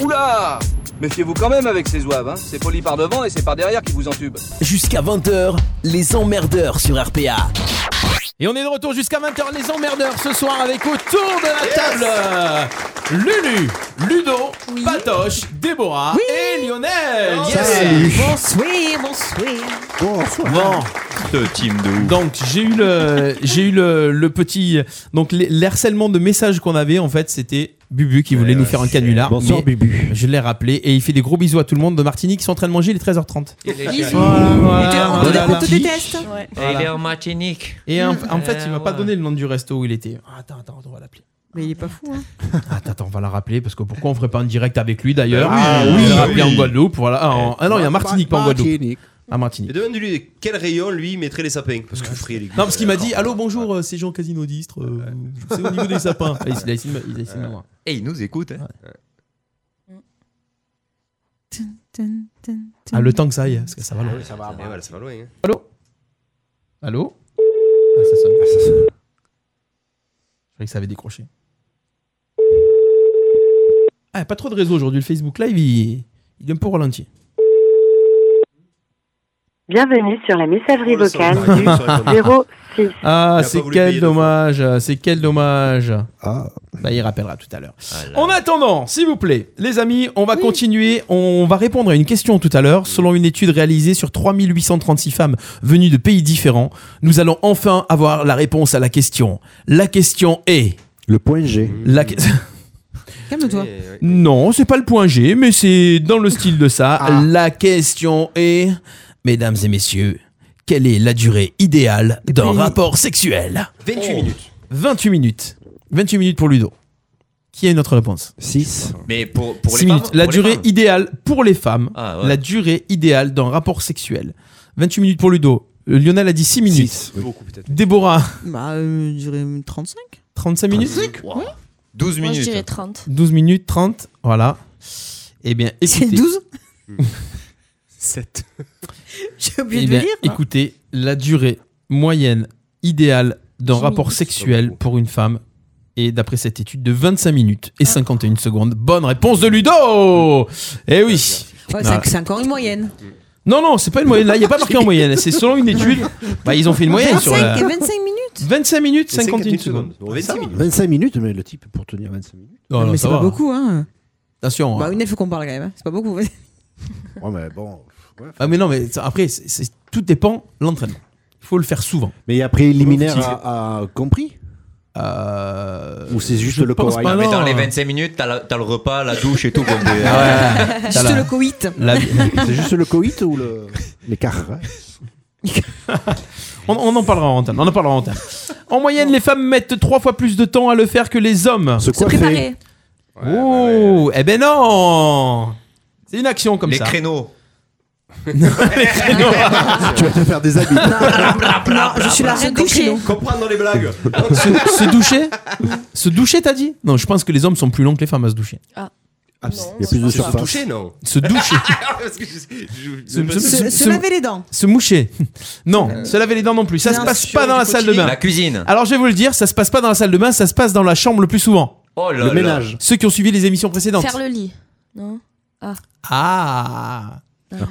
Oula Méfiez-vous quand même avec ces zouaves, hein. c'est poli par devant et c'est par derrière qui vous entube.
Jusqu'à 20h, les emmerdeurs sur RPA.
Et on est de retour jusqu'à 20h les emmerdeurs ce soir avec autour de la table euh, Lulu, Ludo, Patoche, Déborah et Lionel.
Ah,
Oh,
Salut.
Bonsoir, bonsoir.
Bon.
team de ouf.
Donc j'ai eu le j'ai eu le, le petit donc les- l'harcèlement de messages qu'on avait en fait c'était Bubu qui voulait nous faire un canular.
Bonsoir,
mais Je l'ai rappelé et il fait des gros bisous à tout le monde de Martinique qui sont en train de manger il est 13h30.
Bisous.
Voilà, voilà,
Et tu- on te-
voilà.
on te déteste.
Ouais.
Elle est en Martinique.
Et
Mmh.
en, en fait,
Euh,
il m'a pas
ouais.
donné le nom du resto où il était. Eh, Attends, attends, on va l'appeler.
Mais il est pas fou, hein.
Attends, attends, on va la rappeler parce que pourquoi on ferait pas un direct avec lui d'ailleurs
Ah
On
oui,
l'a
ah
rappelé
oui.
en Guadeloupe, voilà. Ah, en- ah non, il y a
Ma-
Martinique, pas en Guadeloupe. À Martinique.
Et demande-lui quel rayon lui mettrait les sapins. Parce que frier les
Non, parce qu'il m'a dit Allô, bonjour, euh, c'est Jean Casino d'Istre. euh, C'est au niveau des sapins. Ah, Il a essayé de me- il a essayé de me voir.
Eh,
Et il nous écoute. Hein.
Ah, le temps que ça aille, parce que ça va loin.
Ah oui, ça va, mal, ça va loin. hein.
Allô Allô Ah, ça sonne. ça sonne. Je croyais que ça avait décroché. Ah, pas trop de réseau aujourd'hui. Le Facebook Live, il, il est un peu au ralenti.
Bienvenue sur la messagerie
Oh, le
vocale
son,
du
il est sur les
06
gentil.
Ah,
Il a
c'est
pas voulu
quel
payer deux
dommage, c'est quel dommage. Bah, il rappellera tout à l'heure. En attendant, s'il vous plaît, les amis, on va continuer. On va répondre à une question tout à l'heure. Selon une étude réalisée sur 3836 femmes venues de pays différents, nous allons enfin avoir la réponse à la question. La question est. Le point G. La que-
Calme-toi.
non, c'est pas le point G, mais c'est dans le style de ça. La question est, mesdames et messieurs, quelle est la durée idéale d'un
pays.
rapport sexuel
Oh.
28 minutes.
28 minutes. 28 minutes pour Ludo. Qui a une autre réponse 6.
Mais pour, pour les
minutes.
femmes,
la
pour les
durée
femmes.
idéale pour les femmes.
Ah, ouais.
La durée idéale d'un rapport sexuel. 28 minutes pour Ludo. Euh, Lionel a dit 6 minutes. Déborah.
Bah, euh, je dirais 35.
35 minutes
12
Moi, je dirais 30.
12 minutes 30. Voilà. Eh bien, écoutez.
12
7.
J'ai oublié
Eh
de
bien,
le dire.
Écoutez, la durée moyenne idéale d'un rapport sexuel pour une femme est, d'après cette étude, de 25 minutes
Ah.
et 51 secondes. Bonne réponse de Ludo Eh oui
Ouais,
Voilà.
c'est- C'est encore une moyenne.
Non, non, c'est pas une moyenne. Là, il n'y a pas marqué en moyenne. C'est selon une étude. Bah, ils ont fait une moyenne sur la...
25 minutes
25 minutes, 51 secondes. Ça va.
25 minutes, mais le type pour tenir 25 minutes.
Non, non,
mais
ça
c'est pas
va.
beaucoup, hein.
Attention.
Bah,
hein.
une, il faut qu'on parle quand même. hein. C'est pas beaucoup.
Ouais, mais bon.
Ah, mais non, mais ça- après, c'est- c'est- tout dépend de l'entraînement. Il faut le faire souvent.
Mais après, liminaire a, a Ah, compris Ou c'est juste le
pense
corail
pas,
Non, mais dans les
hein.
25 minutes, t'as la- t'as le repas, la douche et tout. comme
Ah
des-
Juste
T'as la-
le
coït.
La-
C'est juste le coït ou le- l'écart hein
On, on en parlera en antenne. On en parlera en antenne. En moyenne, les femmes mettent trois fois plus de temps à le faire que les hommes.
Se Se coiffer. préparer.
Oh, eh ben non C'est une action comme
Les
ça.
créneaux.
les créneaux.
Tu vas te faire des habits.
Non, je suis la reine des créneaux.
Comprendre dans les blagues.
se, se doucher Se doucher, t'as dit Non, je pense que les hommes sont plus longs que les femmes à se doucher.
Ah.
Il y a plus de
Se
surface.
toucher, non Ah,
Se doucher.
Parce que je- je-
Se-
je-
Se- se laver les dents.
Se moucher. Non,
Euh,
se laver les dents non plus. Ça se passe pas dans la salle de bain.
La cuisine.
Alors je vais vous le dire, ça se passe pas dans la salle de bain, ça se passe dans la chambre le plus souvent.
Oh là là.
Ceux qui ont suivi les émissions précédentes.
Faire le lit. Non Ah.
Ah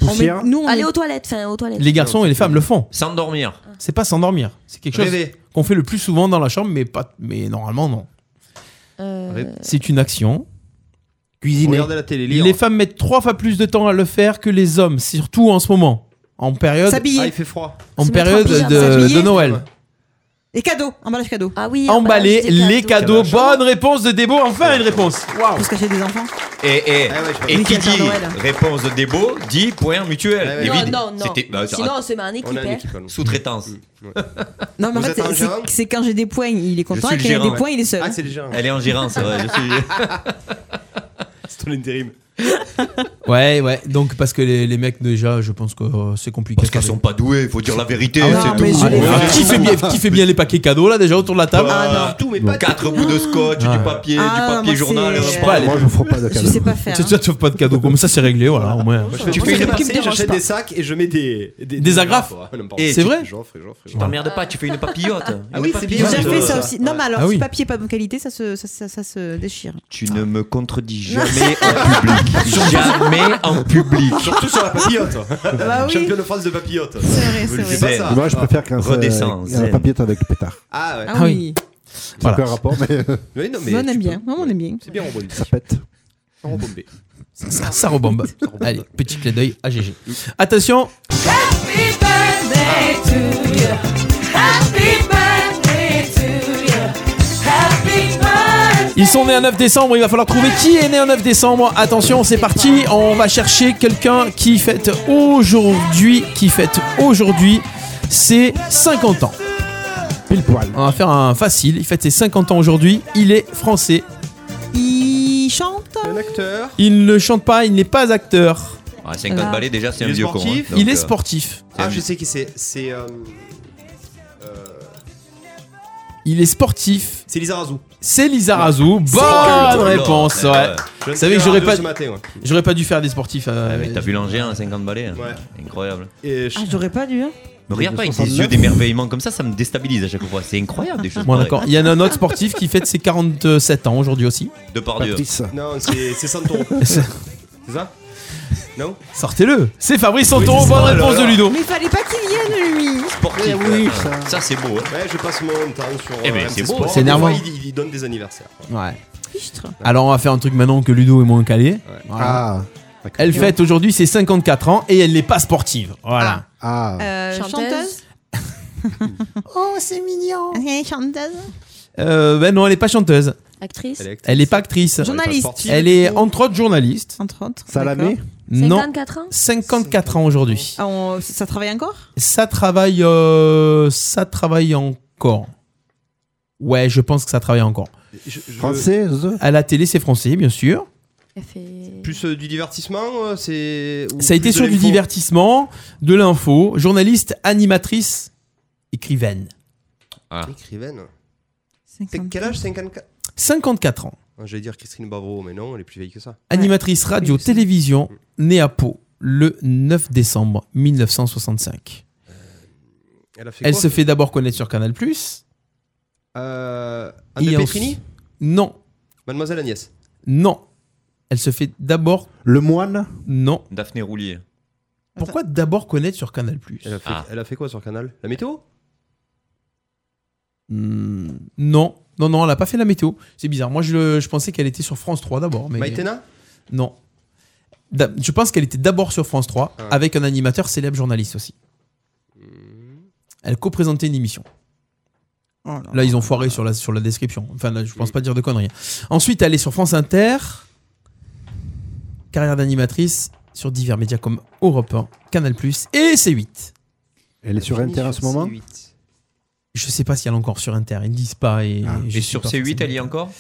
On met- Aller aux toilettes. Enfin, aux toilettes.
Les garçons et les femmes le font.
S'endormir.
C'est pas s'endormir. C'est quelque chose
Rêver.
qu'on fait le plus souvent dans la chambre, mais, pas, mais normalement non.
Euh,
C'est une action.
Cuisiner.
Regarder la télé, lire.
Les femmes mettent trois fois plus de temps à le faire que les hommes, surtout en ce moment. En période.
S'habiller.
Ah, il fait froid.
En
Se mettre en
période
pyjama.
de,
S'habiller.
de Noël.
Et cadeaux, emballage cadeau.
Ah oui.
Emballer
bah,
les cadeaux. Bonne réponse de Débo. Enfin une réponse.
Pour se cacher des enfants.
Et, et, et
Les
qui
cadeaux
dit
à Noël.
réponse de Débo dit point mutuel.
ouais.
Évidemment.
Non, non, non.
C'était- bah,
Sinon,
attends.
c'est un équipe, On a une hein. Mm. équipe, allons.
Sous-traitance.
Non, mais en
Vous
fait,
êtes en
c'est-
gérant
c'est- c'est quand j'ai des points, il est content. Et quand il a des points, il est seul.
Elle est en gérant, c'est vrai. Je suis...
C'est ton intérim.
Ouais, ouais. Donc, parce que les, les mecs, déjà, je pense que euh, c'est compliqué.
Parce qu'elles sont pas douées, faut dire la vérité.
Ah ouais,
c'est
non,
tout.
mais je les- Ah, qui, fait bien, qui fait bien les paquets cadeaux, là, déjà, autour de la table
Tout, mais
pas Quatre bouts de scotch, du papier,
Ah,
du
moi,
papier
c'est-
journal. euh,
Je sais pas, les-
Moi, je ne ferai pas de cadeau.
sais pas faire,
Tu
hein.
tu vois pas de cadeaux. Comme ça, c'est réglé, voilà, au moins.
Moi, je fais
Tu
tout
fais
ce qui
une équipe
est passé,
qui me
j'achète
dérange
des sacs et je mets des.
Des agrafes.
Et
C'est
tu-
vrai
J'offre, j'offre,
Tu t'emmerdes pas, tu fais une papillote.
Ah oui, c'est
J'ai
bien.
déjà fait ça aussi. Non, mais alors,
Ah oui.
si papier pas de qualité, ça se, ça, ça- ça se déchire.
Tu ne me contredis jamais en public. jamais en public.
Surtout sur la papillote.
Bah oui.
Champion de France de papillote. C'est
vrai,
c'est vrai. Pas ça.
Moi, je préfère quand c'est-
Redescends,
il y a la
zen.
papillette avec pétard.
Ah ouais.
Ah oui.
C'est aucun rapport, mais. euh,
Oui, non, mais
on aime
tu
bien. Non, on aime bien.
C'est bien rebondi.
Ça pète.
Ça rebombé.
Ça, ça rebombe. Allez, petit clé d'œil à GG. Attention, ils sont nés un 9 décembre. Il va falloir trouver qui est né un 9 décembre. Attention, c'est parti. On va chercher quelqu'un qui fête aujourd'hui. Qui fête aujourd'hui ses 50 ans.
Pile poil.
On va faire un facile. Il fête ses 50 ans aujourd'hui. Il est français.
Il chante.
Un acteur.
Il ne chante pas. Il n'est pas acteur.
Ouais, 50
Ah.
balais, déjà, c'est un
Il est
vieux con. hein.
sportif.
Donc,
Il est
euh,
sportif.
Ah, je sais qui c'est. C'est. euh,
Il est sportif.
C'est Lizarazu.
C'est Lizarazu. Bonne
Lizarazu.
réponse.
Ouais,
Ouais.
ouais.
Je
Vous savez
viens
que
de
j'aurais
faire
pas,
ce matin, ouais.
j'aurais pas dû faire des sportifs. euh,
Ah, mais T'as vu l'Angers, hein, 50 balais hein. Incroyable.
Et
Ah, j'aurais pas dû. Hein.
Me regarde pas avec des
69.
yeux d'émerveillement comme ça, ça me déstabilise à chaque fois. C'est incroyable des choses.
Bon,
pareilles.
d'accord. Il y en a un autre sportif qui fête ses 47 ans aujourd'hui aussi.
Depardieu. Patrice.
Non, c'est c'est Santoro.
C'est-
C'est ça Non
Sortez-le. C'est Fabrice Santoro.
Oui, c'est
Bonne
ça.
réponse
Alors,
de Ludo.
Mais fallait pas qu'il vienne, lui.
sportif.
Eh
Euh,
oui, ça.
ça c'est beau. Ouais, je passe mon temps sur.
hein. Eh
euh,
ben,
RMC
c'est beau.
Sport.
C'est
Des fois,
énervant.
Il, il donne des anniversaires.
Ouais. Alors on va faire un truc maintenant que Ludo est moins calé. Voilà.
Ah, d'accord.
elle fête aujourd'hui ses 54 ans et elle n'est pas sportive. Voilà.
Ah.
Euh, chanteuse.
oh, c'est mignon.
chanteuse.
Euh, ben non, elle n'est pas chanteuse.
Actrice. Elle est actrice.
Elle n'est pas actrice.
Journaliste.
Elle est entre autres journaliste.
Entre autres.
Salamé Non.
54 ans
54 ans aujourd'hui.
Ah, on- ça travaille encore
Ça travaille, euh, ça travaille encore. Ouais, je pense que ça travaille encore.
Française
À la télé, c'est français, bien sûr.
Plus euh, du divertissement, euh, c'est. ou
Ça a
plus
été
de
sur du
l'info
divertissement, de l'info, journaliste, animatrice, écrivaine.
Ah.
Ah.
Écrivaine. C'est quel âge 54
54 ans.
Ah, J'allais dire Christine Bravo, mais non, elle est plus vieille que ça.
Animatrice radio-télévision, née à Pau le 9 décembre 1965.
Elle a fait
Elle
quoi
se fait d'abord connaître sur Canal+.
Euh, Anne
et
de
en-
Petrini
Non,
Mademoiselle Agnès.
non. Elle se fait d'abord...
Le moine
Non.
Daphné Roulier.
Pourquoi d'abord connaître sur Canal+.
Elle a, fait,
Ah.
elle a fait quoi sur Canal La météo
Hmm, non, non, non, elle n'a pas fait la météo. C'est bizarre. Moi, je, je pensais qu'elle était sur France 3 d'abord. Mais...
Maïtena
Non. Da- Je pense qu'elle était d'abord sur France 3
Ah.
avec un animateur célèbre journaliste aussi.
Hmm.
Elle co-présentait une émission.
Oh
Là, ils ont foiré sur la, sur la description. Enfin, là, je pense pas dire de conneries. Ensuite, elle est sur France Inter. Carrière d'animatrice sur divers médias comme Europe 1, Canal+, et C8.
Elle est sur Inter à ce moment
Je sais pas si elle est encore sur Inter. Ils ne disent pas. Et,
Ah.
je
Et
suis
sur
pas
C8, elle y est
forcément-
encore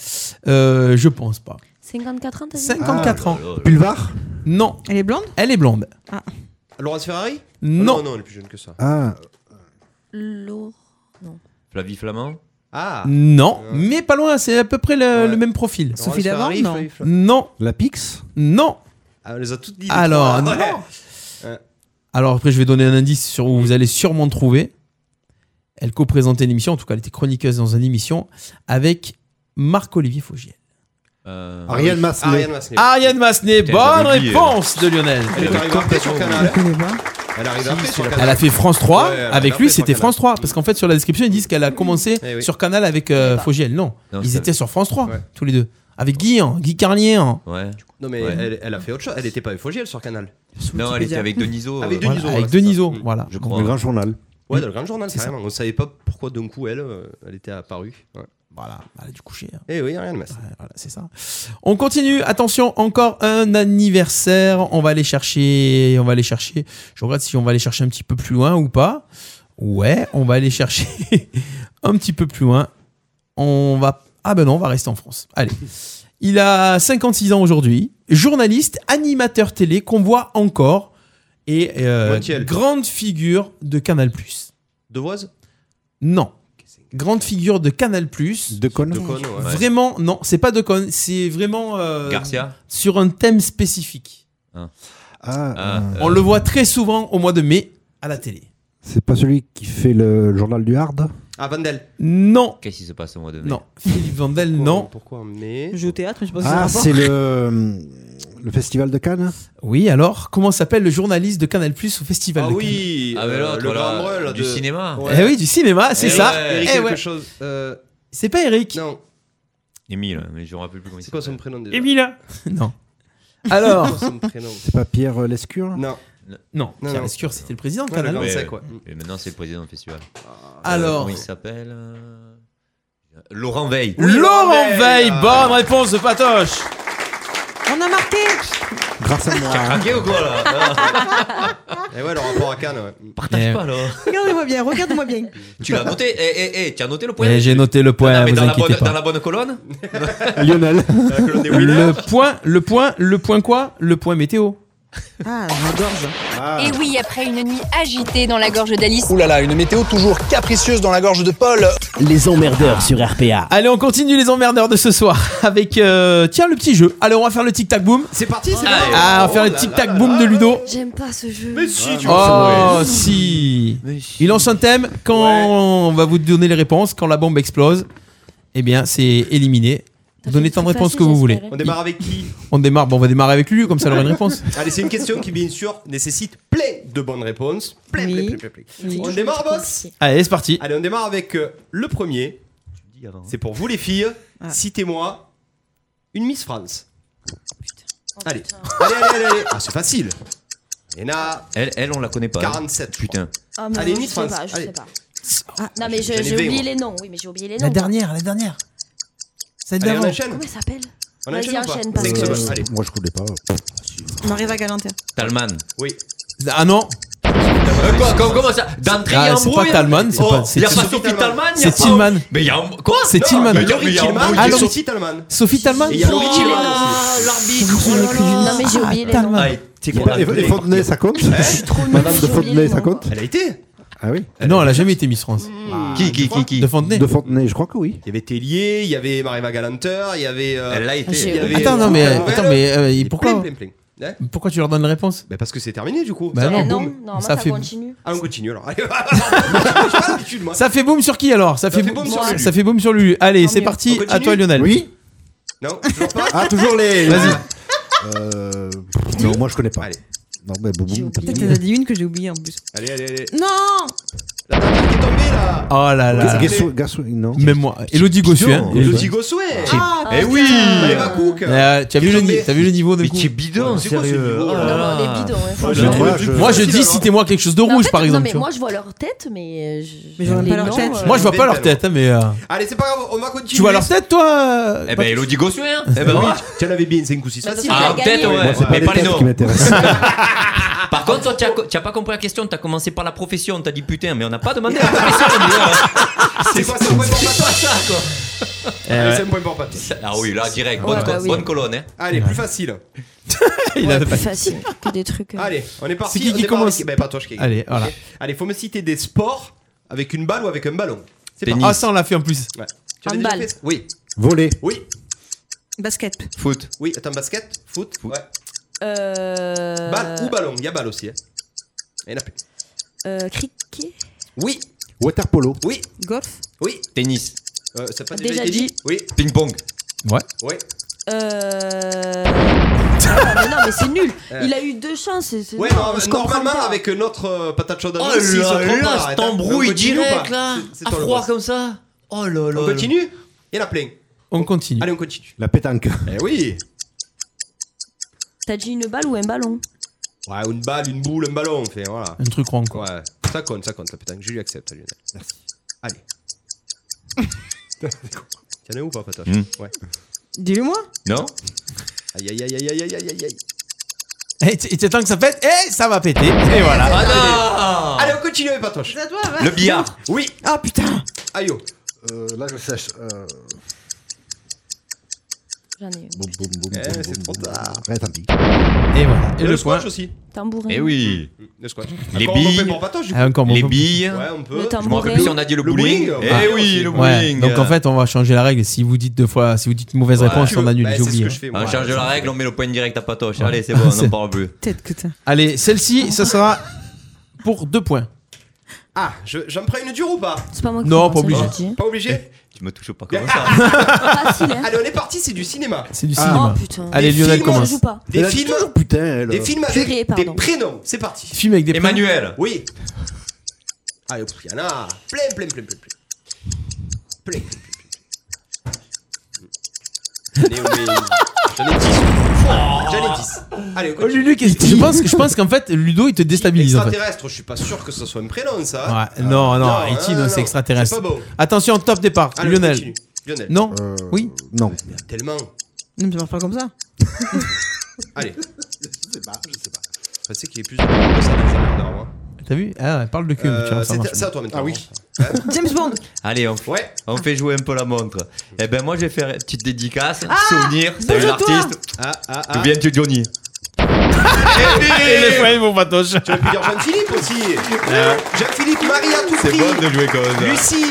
Euh, Je pense pas.
54 ans, t'as dit
Ah,
54 ans.
oh,
Pulvar
Non.
Elle est blonde Ah. Oh
Elle est blonde.
Laurence Ferrari
Non.
non. Non, elle est plus jeune que ça.
Ah.
Lourd.
Flavie Flamand
Ah
Non, mais pas loin, c'est à peu près le, le même profil.
Sophie Laurence Ferrari, Davant, non. Fla-
Non.
La Pix
Non.
Ah, elle les a toutes dites.
Alors,
Ah, ouais.
non. Alors après, je vais donner un indice sur où vous allez sûrement trouver. Elle co-présentait une émission, en tout cas, elle était chroniqueuse dans une émission avec Marc-Olivier Faugiel.
Ah
Euh,
Ariane Massenet.
Ariane Massenet.
Ariane Massenet,
Putain,
bonne
j'avais oublié.
réponse de Lionel.
Elle est arrivée après sur Canal. Elle arrive après sur Canal.
Elle a fait France 3.
Ouais, elle a
avec
fait
lui,
sur
c'était
Canal.
France 3. Parce qu'en fait, sur la description, ils disent qu'elle a commencé
Eh oui.
sur Canal avec euh, Fogiel. Non,
Non,
ils
c'est-
étaient sur France 3,
Ouais.
tous les deux. Avec Guy, hein, Guy Carlier. hein.
Ouais.
Non, mais
Ouais.
elle, elle a fait autre chose. Elle n'était pas euphogée, sur Canal. Ah,
Non, elle était avec Deniso.
Avec
Voilà,
Deniso.
avec
ouais.
Deniso, voilà. Je
crois. Le Grand
Journal.
Ouais, dans le grand journal,
C'est ça.
carrément. On savait pas pourquoi d'un coup elle, euh, elle était apparue.
Voilà, elle a dû coucher. hein.
Eh oui, Ariane Massenet.
Voilà, c'est ça. On continue. Attention, encore un anniversaire. On va aller chercher. On va aller chercher. Je regarde si on va aller chercher un petit peu plus loin ou pas. Ouais, on va aller chercher un petit peu plus loin. On va. Ah ben non, on va rester en France. Allez. Il a 56 ans aujourd'hui. Journaliste, animateur télé qu'on voit encore. Et euh,
Montiel.
grande figure de Canal.
Devoise
Non. Grande figure de Canal+. De
Con.
ouais.
Vraiment, non, c'est pas de Con, c'est vraiment euh,
Garcia
sur un thème spécifique.
Ah,
On le voit très souvent au mois de mai à la télé.
C'est pas celui qui fait le, le journal du Hard
Ah, Vandel.
Non.
Qu'est-ce qui se passe euh, au mois de mai
Non, Oh, Philippe Vandel, non.
Pourquoi mais
Je joue au théâtre, mais je pense que
Ah,
c'est un
c'est
rapport.
le, euh, le festival de Cannes hein.
Oui, alors, comment s'appelle le journaliste de Canal+ au festival
Ah
de
oui,
Ah, mais
euh,
l'autre, là,
le grand brûle, là,
du
de-
cinéma.
Cannes Eh oui, du cinéma, c'est
Eh
ça.
ouais.
Eric
Eh
quelque
ouais.
chose. euh,
C'est pas Eric.
Non.
Émile, mais je me rappelle plus comment il
C'est quoi son
s'appelle.
prénom déjà
Emilia. Non.
C'est
Alors.
quoi son prénom
C'est pas Pierre euh, Lescure
Non.
Non,
Non,
Pierre
non.
Lescure, c'était le président de
Ouais, le
Canal.
grand
Mais,
sec, ouais.
euh, mais maintenant, c'est le président du festival.
Ah.
Alors.
Comment il s'appelle euh, Laurent Veil.
Laurent Veil, bonne réponse de Patoche.
On a marqué
Grâce à moi.
T'as craqué ou quoi là
Eh ouais, le rapport à Cannes. ouais.
Partage pas là.
Regarde-moi bien, regarde-moi bien.
Tu l'as noté Eh, eh, eh, tu as noté le point
Eh, j'ai noté le point,
Non, mais
vous
dans, la
inquiétez
bonne,
pas.
dans la bonne colonne
Lionel.
le point, le point, le point quoi Le point météo.
Ah, la gorge.
Ah.
Et oui, après une nuit agitée dans la gorge d'Alice.
Ouh là là, une météo toujours capricieuse dans la gorge de Paul. Les emmerdeurs sur RPA.
Allez, on continue les emmerdeurs de ce soir avec euh, tiens le petit jeu. Allez, on va faire le tic tac boom.
C'est parti, c'est
Ah,
parti.
on va faire
Oh
le
là
tic
là
tac
là
boom
là.
de Ludo.
J'aime pas ce jeu.
Mais si, tu
Oh
vois, c'est vrai.
si. Il lance un thème. Quand on va vous donner les réponses, quand la bombe explose, eh bien c'est éliminé. Donnez tant de réponses que vous voulez.
On démarre avec qui
On démarre, bon, on va démarrer avec Lulu, comme ça elle aura une réponse.
Allez, c'est une question qui, bien sûr, nécessite plein de bonnes réponses. Plein, plein, plein, plein, plein. On démarre, boss
Allez, c'est parti.
Allez, on démarre avec euh, le premier. C'est pour vous, les filles.
Ah.
Citez-moi une Miss France.
Oh,
allez. allez, allez, allez, allez. Ah, c'est facile. Léna.
Elle, elle, on la connaît pas. hein.
47.
Putain.
Ah, mais
Allez,
non, je
Miss
sais
France,
pas, je
allez.
sais pas. Ah, non, mais
j'en
je-
ai
j'ai
vingt,
oublié
moi.
les noms. Oui, mais j'ai oublié les noms.
La dernière, la dernière. Celle
Allez, on
d'avant.
enchaîne.
Comment elle s'appelle
On
Vas-y,
enchaîne ou pas
enchaîne,
Cinq
parce que-
secondes, allez.
Moi, je connais pas.
Mariva Galanter.
Talman.
Oui.
Ah non
quoi, comment, comment ça D'entrée,
Ah,
il y a
c'est
embrouille
pas Talman, c'est
Oh,
pas- c'est
Il y a
Sophie
pas Sophie
Talman.
Talman il y a pas-
C'est
Oh,
Tillman.
Mais il y a. em- Quoi
C'est
Non,
Tillman.
mais il y a- mais il y a embrouille.
Ah, Laurie-
Sophie Talman.
Sophie Talman
Et il y a Laurie
Oh,
Tillman
là,
aussi.
l'arbitre. Oh là là.
Non, mais j'ai oublié les noms.
Allez, t'es
Les-
quoi,
les- Les Fontenay, ça compte Madame de Fontenay, ça compte
Elle a été
Ah oui
Non, elle a jamais été Miss France.
Bah,
Qui, qui, qui, qui
De Fontenay
De Fontenay, je crois que oui.
Il y avait Tellier, il y avait Mariva Galanter, il y avait. euh,
Elle l'a
Ah,
été.
il y avait-
Attends, non, mais,
Franck Noël.
attends, mais euh,
Et
pourquoi
plein, plein, plein. Ouais.
Pourquoi tu leur donnes la réponse
Bah, parce que c'est terminé du coup.
Bah
Ça
non.
fait
Non,
boum.
normalement,
ça fait-
continue.
Ah, on continue alors. Allez, J'ai pas l'habitude moi.
Ça fait boum sur qui alors ça, fait
fait
boum-
boum sur Lulu.
ça fait boum sur Lulu. Allez,
Tant
c'est
mieux.
parti.
On
À
continue
toi, Lionel.
Oui
Non, toujours pas.
Ah, toujours les.
Vas-y.
Euh, Non, moi, je connais pas. Non, mais Bouboum.
Peut-être t'en as dit une que j'ai oubliée en plus.
Allez, allez, allez.
Non
Oh
Ah
là là.
Gassou, Gassou, non
Même moi. Elodie hein. Gossuin.
Elodie Gossuet.
Ah,
Eh oui Mariva Cook.
Euh, tu as vu, le, ni- t'as vu le niveau de
Mais t'es bidon,
C'est quoi ce
sérieux.
niveau
Oh là là.
Les bidons, ouais.
Ah,
franchement.
je l'ai trouvé plus
Moi je
facile,
dis
alors.
citez-moi quelque chose de
Mais en
rouge
fait,
par
non,
exemple.
mais
tu vois.
moi, je vois leur tête, mais. euh, je-
Mais je vois
les
pas leur
noms,
tête.
euh,
Moi je vois pas leur tête, hein, mais. euh,
Allez, c'est pas grave, on va continuer.
Tu vois leur tête toi Bah,
Eh ben, Elodie Gossuin. Eh
Bah
ben,
oui,
ouais.
tu en avais bien 5 ou 6
Bah,
faciles.
parce que
Ah,
t'as
peut-être,
gagné.
ouais.
c'est
mais
pas
pas les
les têtes qui
noms.
m'intéressent.
Par contre, toi, tu as, tu as pas compris la question, tu as commencé par la profession, tu as dit putain, mais on n'a pas demandé la profession. on dit, ah,
C'est quoi, c'est un point pour
C'est pas
Patrick
ça, quoi.
Eh
Allez, C'est un point pour Patrick.
Ah oui, là, direct,
Ouais,
bonne,
bah oui.
bonne colonne. Hein.
Allez, plus facile.
Il a
plus
pas-
facile que des trucs. euh.
Allez, on est parti.
C'est qui
on
qui
démarre
commence
avec- Ben, pas toi, je gagne.
Allez, voilà.
Ok. Allez, faut me citer des sports avec une balle ou avec un ballon. C'est parti.
Ah ça on l'a fait en plus.
Ouais. Tu l'as déjà
Handball.
fait Oui.
Voler.
Oui.
Basket.
Foot.
Oui, attends, basket, foot, ouais.
Euh,
balle ou ballon, il y a balle aussi. Hein. Il y en a plus.
euh, Cricket
Oui,
Water polo.
oui,
Golf.
oui.
Tennis.
Euh, ça a pas
Déjà
déjà été dit,
dit.
Oui,
Ping-pong.
Ouais.
oui.
Euh. Ah, mais non, mais c'est nul. Il a eu deux chances. c'est- c'est-
Euh, Ouais,
non,
non,
je comprends
normalement,
pas.
avec notre euh, patate chaude à
Oh
nous, s'ils se
là
trompent pas,
là,
arrête,
cette
hein. On
embrouille
continue ou
direct,
pas
là.
C'est- c'est
À
toi, le
froid
boss.
comme ça. Oh là là.
On
là.
continue Il y en a plein.
On continue.
Allez, on continue.
La pétanque.
Eh oui
T'as dit une balle ou un ballon
Ouais, une balle, une boule, un ballon, on fait, voilà.
Un truc rond quoi.
Ouais, ça compte, ça compte, la pétanque. Je lui accepte, Lionel. Merci. Allez. T'en as où ou pas, Patoche
Hmm.
Ouais.
Dis-le-moi.
Non
Aïe, aïe, aïe, aïe, aïe, aïe, aïe, aïe.
Et c'est temps que ça pète, et ça va péter. Et voilà.
Ah
Allez, on continue avec Patoche.
à toi,
non Le billard.
Oui,
Ah putain
aïe, oh.
Euh, Là, je sèche. Euh,
J'en ai eu.
boum, boum, boum,
Eh,
boum,
c'est
boum,
trop
boum.
tard.
Ouais, tant pis.
Et voilà.
le,
Et le point.
squash aussi.
Tambourin.
Eh oui.
Le squash.
Les
Encore, on
billes.
fait pour Patoche, du coup.
Ah, encore mon
Les
point.
billes.
Ouais, on peut.
Le
Je me
tambourin.
rappelle plus si on a dit le
Le
bowling.
bowling.
Eh
Ah,
oui,
aussi.
le
Ouais,
bowling.
donc en fait, on va changer la règle. Si vous dites deux fois, si vous dites une mauvaise
Ouais,
réponse,
tu
on
veux-
annule.
Bah,
J'ai
c'est ce
oublié.
que je fais, moi.
on change la règle, on met le point direct à Patoche. Allez, c'est bon, on
C'est-
n'en parle plus.
Peut-être que t'as.
Allez, celle-ci, ça sera pour deux points.
Ah, je- j'en prends une dure ou pas
C'est pas moi qui
Non,
commence,
pas
hein,
obligé.
je dis.
Pas obligé
Tu me touches pas comme ça.
Facile, hein.
Allez, on est parti, c'est du cinéma.
C'est du
Ah.
cinéma.
Oh, putain.
Allez,
Des
Lionel
films,
Je
commence.
joue pas.
Des
Elle a
films,
toujours putain, elle.
des films avec
Purée,
des
pardon.
prénoms. C'est parti.
Film avec des points.
Emmanuel.
Oui. Ah, Allez, pff, il y en a plein, plein, plein, plein, plein. Plein, plein, plein, plein, plein. J'en ai, mais- j'en ai 10. Oh, J'en ai 10. Allez, on
Oh,
continue.
Lulu, qu'est-ce que- je pense, je pense qu'en fait, Ludo, il te déstabilise. En fait.
Extraterrestre, je suis pas sûr que ce soit un prénom, ça. Ah,
Ouais, non, non,
non,
E.T., non,
non,
c'est extraterrestre.
c'est pas bon.
Attention, top départ.
Allez, on
Lionel.
continue. Lionel.
Non
Euh,
Oui
Non.
Tellement.
Non, mais ça marche pas comme ça.
Hein Allez. je sais pas, je sais pas. Je sais qu'il est plus de que ça dans sa merde, alors, moi.
T'as vu Ah, elle parle de cul.
Euh,
tiens, ça
c'est
marche.
à- c'est à toi maintenant.
Ah oui.
James Bond
Allez, on,
Ouais.
on fait jouer un peu la montre. Eh ben, moi, je vais faire une petite dédicace, souvenir. Salut
bonjour, toi.
l'artiste.
Ah, ah, ah.
D'où viens-tu, Johnny
Et les points, ils vont pas toucher.
Tu vas plus dire Jean-Philippe aussi. Jean-Philippe, Marie à tout
Ah. C'est
prix.
bon de jouer comme ça.
Lucie.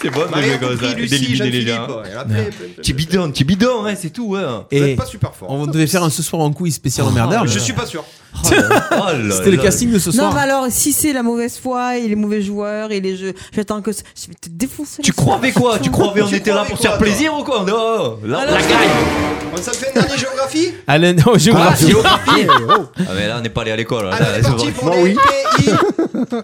C'est bon de
Marie
jouer
à tout
comme ça.
prix,
Et
Lucie,
d'éliminer les
Jean-Philippe.
gens.
Ouais, il y en a plein, plein, plein.
Tu bidon, tu bidon, hein, c'est tout. Hein.
Vous
Et
êtes pas super fort. Oh,
on devait faire un ce soir en couille spécial emmerdeur.
Je suis pas Oh sûr.
C'était le casting de ce
non, bah-
soir.
mais alors, si c'est la mauvaise foi et les mauvais joueurs et les jeux, j'attends que. ça- Je vais te défoncer.
Tu croyais quoi Tu croyais on était là pour se faire plaisir ou quoi Non
Ah,
Là, on la gagne
On s'en fait une dernière géographie
Alain, non, géographie.
Ah, mais là, on n'est pas allé à l'école.
Ah,
là, c'est bon.
Moi, oui. Pays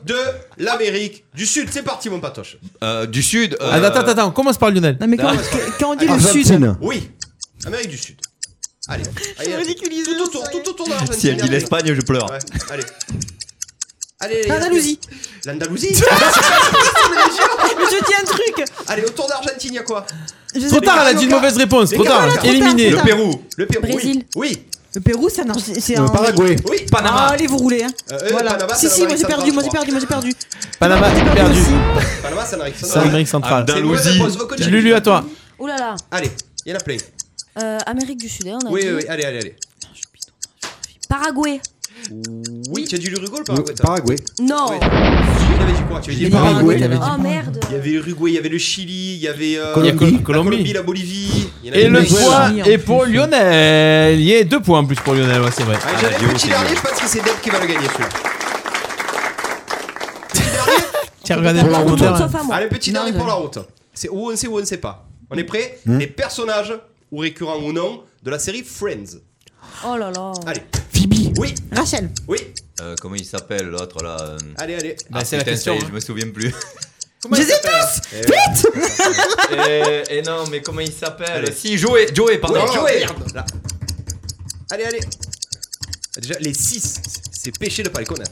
de l'Amérique du Sud. C'est parti, mon patoche.
Euh, du Sud. euh,
Ah, Attends, attends, attends, on commence par Lionel.
Non, mais
quand-
quand
Oui, Amérique du Sud. Allez, allez, allez. tout autour, tout autour de l'Argentine.
Si elle dit
allez.
l'Espagne, je pleure.
Ouais, allez. Allez,
L'Andalousie.
L'Andalousie C'est une région.
Mais je dis un truc
Allez, autour d'Argentine, il y a quoi
Je
Trop tard, elle a dit une mauvaise réponse.
Les
Trop tard,
Caraïbes, trop tard,
éliminé.
trop tard. Le Pérou. Le Pérou. oui.
Brésil.
Oui.
Le Pérou, c'est un. c'est
Le
un-
Paraguay.
Oui,
Panama.
Ah, allez, vous roulez. Hein.
Euh,
voilà.
Panama,
si,
c'est
si, moi j'ai
l'Amérique
perdu, moi j'ai
centrale,
perdu, moi j'ai perdu.
Panama, perdu.
Panama, c'est l'Amérique
C'est
centrale.
l'Amérique centrale.
C'est une mauvaise réponse, reconnu.
Lulu, à toi.
Oh là là.
Allez, il y en a plein.
Euh, Amérique du Sud, hein, on a
Oui,
dit.
oui, oui, allez, allez, allez.
Paraguay.
Oui, tu as dit l'Uruguay ou le Paraguay toi
Paraguay.
Non.
Oui. Si, il avait dit quoi Tu avais dit
Il y a Paraguay,
t'avais
Ah,
Oh
dit.
merde.
Il y avait l'Uruguay, il y avait le Chili, il y avait euh,
Colombie.
la Col-
Colombie.
la Colombie, la Bolivie. Il y en avait
Et le
plein.
point est pour Lionel. Il y a deux points en plus pour Lionel, ouais, c'est vrai.
Ah,
Allez, J'avais le petit dernier parce que c'est Deb qui va le gagner celui-là.
Tiens, regardez le commentaire.
Allez, petit dernier pour la route. C'est où on sait, où on sait pas. On est prêt
Hmm.
Les personnages, ou récurrents ou non, de la série Friends.
Oh là là.
Allez.
Phoebe.
Oui.
Rachel.
Oui.
Euh, comment il s'appelle l'autre là euh,
Allez, allez.
Ah,
c'est la
putain,
question,
ça y est,
hein.
je me souviens plus.
Je les ai
Eh
tous
ouais.
Vite
Eh.
et, Eh, non, mais comment il s'appelle Si, Joey, Joey, pardon.
Oui,
Joey.
Oh, merde, là. Allez, allez. Déjà, les 6, c'est péché de pas les connaître.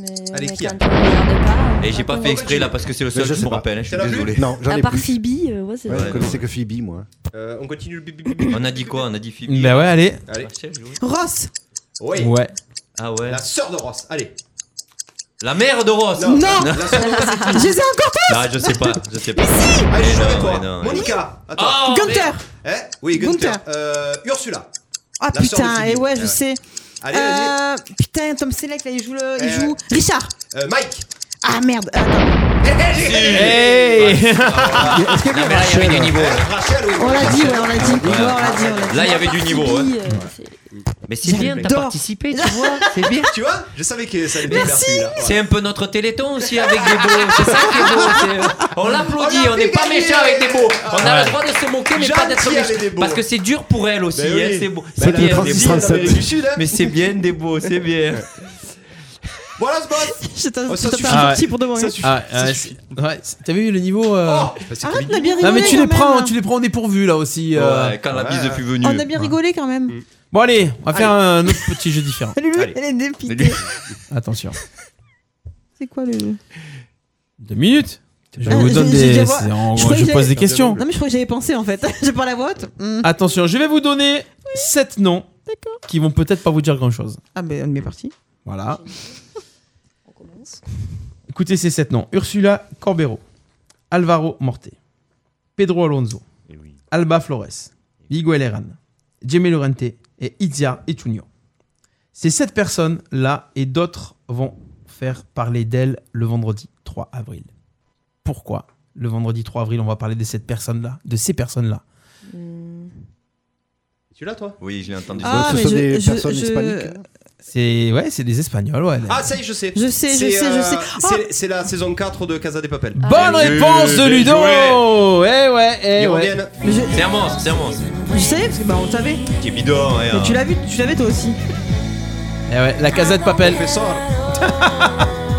Mais,
Allez,
mais
qui a
quand tu regardes pas.
Et j'ai pas fait exprès là parce que c'est le seul
Je
que je
sais
me
pas.
rappelle, hein, je suis
T'en as
désolé.
Non, j'en
À
ai
part
plus.
Phoebe, euh, ouais, c'est
Ouais,
vrai.
je connaissais que Phoebe, moi. hein.
Euh, on continue le bibi.
On a dit quoi On a dit Phoebe.
Bah ouais, allez.
Allez.
Ross.
Oui.
Ouais.
Ah ouais.
La sœur de Ross, allez.
La mère de Ross.
Non. Non.
Non,
La sœur de Ross, c'est qui
Je les ai encore tous
je sais pas, je sais pas. Eh
Allez, je joue avec
non,
toi.
mais non, eh
Monica. Attends.
Oh,
Gunther.
Eh Oui, Gunther.
Gunther.
Euh, Ursula.
Ah
La sœur de
putain,
Phoebe.
et ouais, je
Ah
sais.
Allez,
Euh, Putain, Tom Selleck, là, il joue le. Il
Euh,
joue. Richard
Euh, Mike.
Ah merde, attends.
Eh.
Hey
Ah,
Est-ce qu'il y avait Rachel du niveau
Rachel, oui.
On l'a dit, ouais, on l'a dit.
Ouais.
Ouais, on l'a dit, on l'a dit.
Là, il y avait du niveau. hein. Mais c'est bien, t'as
euh, J'adore.
participé, tu vois, c'est bien.
Tu vois Je savais que ça hein, allait bien
Merci.
faire celui-là.
C'est un peu notre téléthon aussi avec des beaux. C'est ça qui est beau. c'est- On l'applaudit, on n'est pas méchant avec des beaux. On a
Ouais.
le droit de se moquer, mais pas d'être
Gentil avec des
méchant.
beaux.
Parce que c'est dur pour elle aussi.
Ben oui.
hein, C'est beau.
Ben
C'est
elle est
bien des
transi-
beaux.
transat. L'Amérique du Sud, hein.
Mais c'est bien des beaux, c'est bien.
Voilà ce boss.
J'étais
Oh, ça
j'étais
suffit.
pas
Ah
sorti
ouais.
pour hein. demander.
suffit. Oh,
Ah, ouais, c'est- ouais, c'est- t'as vu le niveau euh,
Arrête, on a bien rigolé.
Non mais tu les
quand
prends,
même. hein.
tu les prends au dépourvu là aussi. euh.
Ouais, quand la bise fut venue.
On a bien rigolé quand même.
Bon allez, on va faire un autre petit jeu différent.
Lui, elle est dépitée.
Attention.
C'est quoi le.
Deux minutes. Je
Ah,
vous donne
j'ai- j'ai
des.
dit à voix-
c'est- en-
croyais
Je
que
pose
j'avais-
des questions.
Non, mais je crois que j'avais pensé en fait. J'ai pas la vote. Hmm.
Attention, je vais vous donner sept noms qui vont peut-être pas vous dire grand-chose.
Ah, ben on est parti.
Voilà. Écoutez ces sept noms. Ursula Corbero, Alvaro Morte, Pedro Alonso,
Eh
Alba Flores, Miguel Herrán, Jaime Lorente et Itzia Etunio. Ces sept personnes-là et d'autres vont faire parler d'elles le vendredi 3 avril. Pourquoi le vendredi 3 avril, on va parler de cette personne-là, de ces personnes-là
Tu l'as, toi
Oui, je l'ai entendu.
Ah, mais je- je- je-
C'est ouais, c'est des Espagnols, ouais.
Ah, ça y est, je sais.
Je sais, je
C'est,
sais, je
euh,
sais. Ah
c'est- C'est la saison 4 de Casa des Papel.
Bonne réponse de Ludo Eh ouais, eh
Ils
ouais.
reviennent.
C'est un monstre, c'est un monstre.
Je savais parce que bah on le savait.
Qui est bidon. ouais,
Mais
hein.
tu l'as vu, tu l'avais toi aussi.
Eh ouais, la Casa de Papel.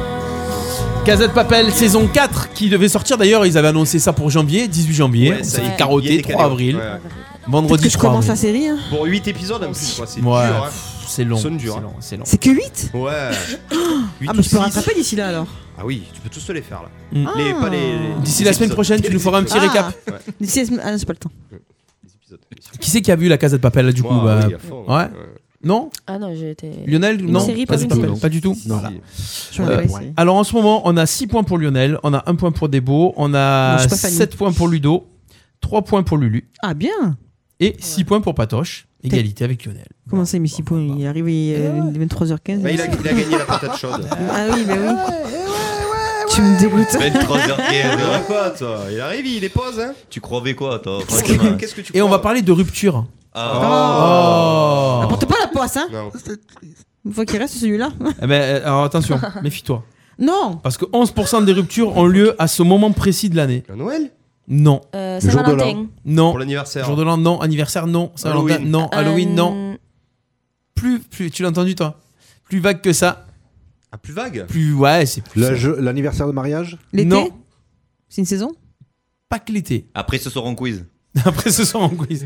Casa de Papel saison 4 qui devait sortir d'ailleurs, ils avaient annoncé ça pour janvier, 18 janvier,
Ouais, ça y est,
c'est
il y a
carotté
des
3
cadeaux.
avril.
Ouais, ouais.
Peut-être
Vendredi
que je
3
commence la
avril.
série. hein.
Pour 8 épisodes en plus, quoi. C'est
Ouais,
dur. hein.
pff, c'est long.
Ils sont durs,
c'est
hein.
long, C'est long.
C'est que 8
Ouais. Huit
Ah
ou
mais je peux
six.
rattraper d'ici là alors.
Ah oui, tu peux tous te les faire là.
Mm.
Les, pas les, les-
D'ici
les
la semaine
épisodes.
prochaine, tu nous feras un petit
Ah.
récap.
D'ici la semaine- Ah non, j'ai pas le temps.
Qui c'est qui a vu la Casa de Papel là, du coup
Moi,
bah,
oui, à fond,
Ouais.
ouais.
Non
Ah non, j'ai été.
Lionel,
Une
non
série, pas
Casa
une
de Papel,
série.
pas du tout.
Non.
Voilà.
Je m'en
Euh,
avais essayé.
Alors en ce moment, on a 6 points pour Lionel, on a 1 point pour Debo, on
Non, je
a
suis pas fan.
7 points pour Ludo, 3 points pour Lulu
Ah bien.
et 6 points pour Patoche, égalité avec Lionel.
Comment ça, mais si pour- il arrive il est 23h15.
Eh Bah, il, a, il a gagné la Eh patate chaude.
Ah oui, bah oui. Tu me dégoûtes.
23h15.
Ah, quoi, toi Il arrive, il les pose, hein
Tu croyais quoi, toi
Qu'est-ce
franchement
que- Qu'est-ce que tu
Et on
crois
va parler de rupture.
Ah.
Oh.
Apporte pas la poisse hein.
Non.
Une fois qu'il reste celui-là.
Eh ben, euh, alors attention, méfie-toi.
non
Parce que 11% des ruptures ont lieu à ce moment précis de l'année.
Le Noël
Non.
Euh, Le jour de Saint-Valentin. l'an.
Non. Pour
l'anniversaire.
Jour de l'an, non. Anniversaire, non. Saint-Valentin,
Halloween.
non.
Euh,
Halloween, non. Plus, plus, tu l'as entendu, toi Plus vague que ça.
Ah, plus vague
Plus, ouais, c'est plus.
Le jeu- L'anniversaire de mariage
L'été
Non.
C'est une saison
Pas que l'été.
Après ce soir en quiz.
Après ce soir en quiz.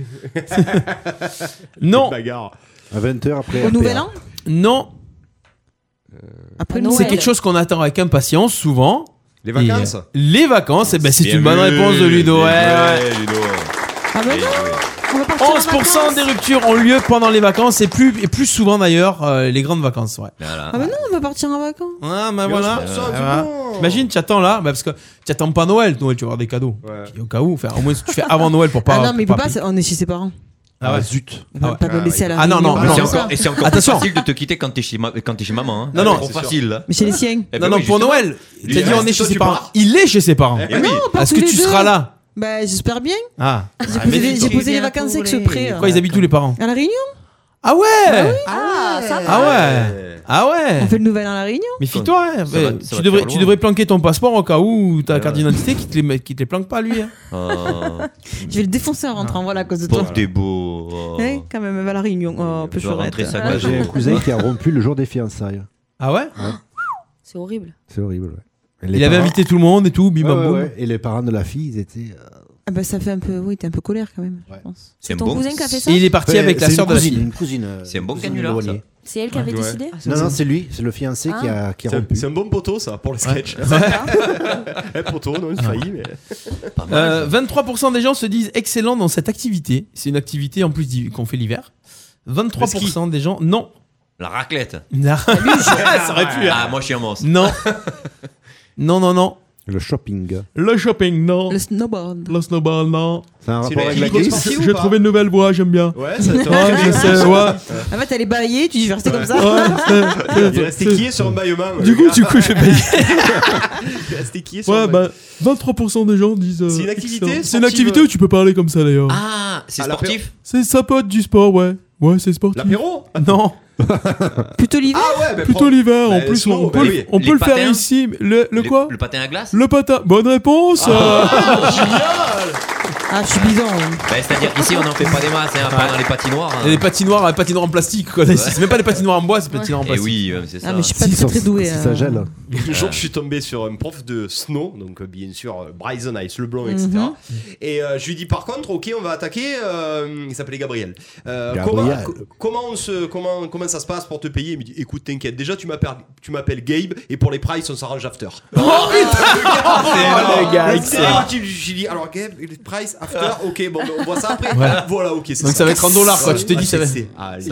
non.
À 20h après.
Au Nouvel An Euh,
Non.
Après
C'est
Noël.
quelque chose qu'on attend avec impatience souvent.
Les
vacances Les vacances, eh ben, c'est une bonne réponse de Ludo. ouais, ouais.
Eh,
Ah
Eh
11% des ruptures ont lieu pendant les vacances et plus, et plus souvent d'ailleurs euh, les grandes vacances. Ouais.
Ah, bah non, on va partir en vacances.
Ah, bah voilà. Voilà. Imagine, tu attends là, bah, parce que tu attends pas Noël, Noël, tu vas avoir des cadeaux. Et Au cas où, enfin, au moins tu fais avant Noël pour pas.
Ah non, mais il peut
pour
pas, c'est- on est chez ses parents.
Ah ouais.
zut.
On va pas me laisser à la
Ah non, non, non.
réunion.
Et c'est encore, et c'est encore plus
Attention.
facile de te quitter quand t'es chez, ma- quand t'es chez maman. hein.
Non, non,
C'est
c'est
trop
sûr.
facile. là.
Mais chez les siens.
Eh ben
non, non,
oui,
pour
justement.
Noël.
Lui,
T'as dit
reste,
on est chez
toi,
ses
tu
parents.
pars.
Il est chez ses parents.
Eh oui.
Ah On part
Est-ce
tous
que
les
tu
deux.
seras là
Bah, j'espère bien.
Ah.
J'ai posé, les- j'ai posé les vacances avec ce prêt.
Pourquoi ils habitent tous les parents
À la Réunion
Ah ouais
Ah, ça
Ah ouais Ah ouais
On fait le nouvel an à la Réunion
Méfie-toi, hein.
Ça va-
Euh,
ça va
tu,
te
devrais,
faire
tu
loin.
devrais planquer ton passeport au cas où ta carte d'identité qui te, les, qui te les planque pas lui. hein.
Je vais le défoncer en rentrant, voilà, à cause de toi.
Pauvre des Oh. beaux. oh.
Ouais, quand même, elle va à la Réunion. Oh, un peu
doit
chourette.
rentrer
Ah,
J'ai un cousin qui a rompu le jour des fiançailles.
Ah ouais
C'est horrible.
C'est horrible, ouais. Et les
Il avait
parents-
invité tout le monde et tout, bim
Ouais,
bam
ouais,
boum.
ouais. Et les parents de la fille, ils étaient. euh,
Ah bah ça fait un peu, oui, t'es un peu colère quand même. je pense.
C'est
ton
bon-
cousin qui a fait ça
Et il est parti
Ouais,
avec la
c'est
sœur
une
de la
cousine,
fille.
une cousine. euh,
C'est un bon
cousine
canular,
de
ça.
Loigny.
C'est elle qui avait
Ah,
Ouais.
décidé
Ah,
Ah.
Non, non, c'est lui, c'est le fiancé qui a, qui a
Ah, C'est un-
rompu.
C'est un bon poteau, ça, pour le sketch. Eh, poteau,
Ah,
non, une faillie, mais.
Euh, 23% des gens se disent excellents dans cette activité. C'est une activité en plus d'hi- qu'on fait l'hiver. 23% des gens, non.
La raclette.
Non. Ça aurait pu. hein.
Ah, moi je suis un monstre.
Non. non, non, non.
Le shopping.
Le shopping, non.
Le snowboard.
Le snowball, non.
C'est un
rapport avec la glisse
J'ai trouvé une nouvelle voie, j'aime bien.
Ouais,
ça te-
Ouais, je sais, ouais.
En fait, elle est balayée, tu dis je vais rester comme ça.
Il est resté qui sur un baillement
Du coup, du coup, je vais payer.
Il est resté qui sur un
Ouais,
baillement
bah, 23% des gens disent. euh,
C'est une activité
excellent. C'est
sportive. euh.
une activité où tu peux parler comme ça d'ailleurs.
Ah, c'est
À la
sportif.
C'est ça peut être du sport, ouais. Ouais, c'est sportif.
L'apéro
Non.
Plutôt l'hiver.
Ah ouais, bah,
Plutôt
prends-
l'hiver,
Bah,
en
le
plus,
snow,
on peut,
bah
le-
oui.
on
Les
peut le faire
patins.
ici. mais Le, le quoi
Le patin à glace
Le patin. Bonne réponse
Oh,
euh.
Ah, je suis bidon. hein.
Bah, C'est-à-dire qu'ici on n'en fait pas des masses, hein, pas dans les patinoires. hein.
Il y a des patinoires, euh, patinoires en plastique. quoi. C'est même pas des patinoires en bois, c'est des patinoires en
Eh
plastique.
oui, euh, c'est ça.
Ah, mais je suis pas très, très doué.
si ça
euh.
gèle.
Le jour, je suis tombé sur un prof de snow, donc euh, bien sûr euh, Bryson Ice, le blanc, etc.
Mhm.
Et euh, je lui dis par contre, ok, on va attaquer. euh, il s'appelait Gabriel. Euh,
Gabriel.
Comment, co- comment, on se, comment, comment ça se passe pour te payer Il me dit, écoute, t'inquiète, déjà tu m'appelles, tu m'appelles Gabe et pour les prices, on s'arrange after.
Oh putain
Alors,
le gars,
le
excellent.
gars, J'ai j'ai dit, alors Gabe, les prices after, ok, bon, on voit ça après.
Voilà.
Voilà, ok, c'est
Donc ça va être en dollars, quoi, tu te
Ah,
dis, ça va-
c'est- ah, les-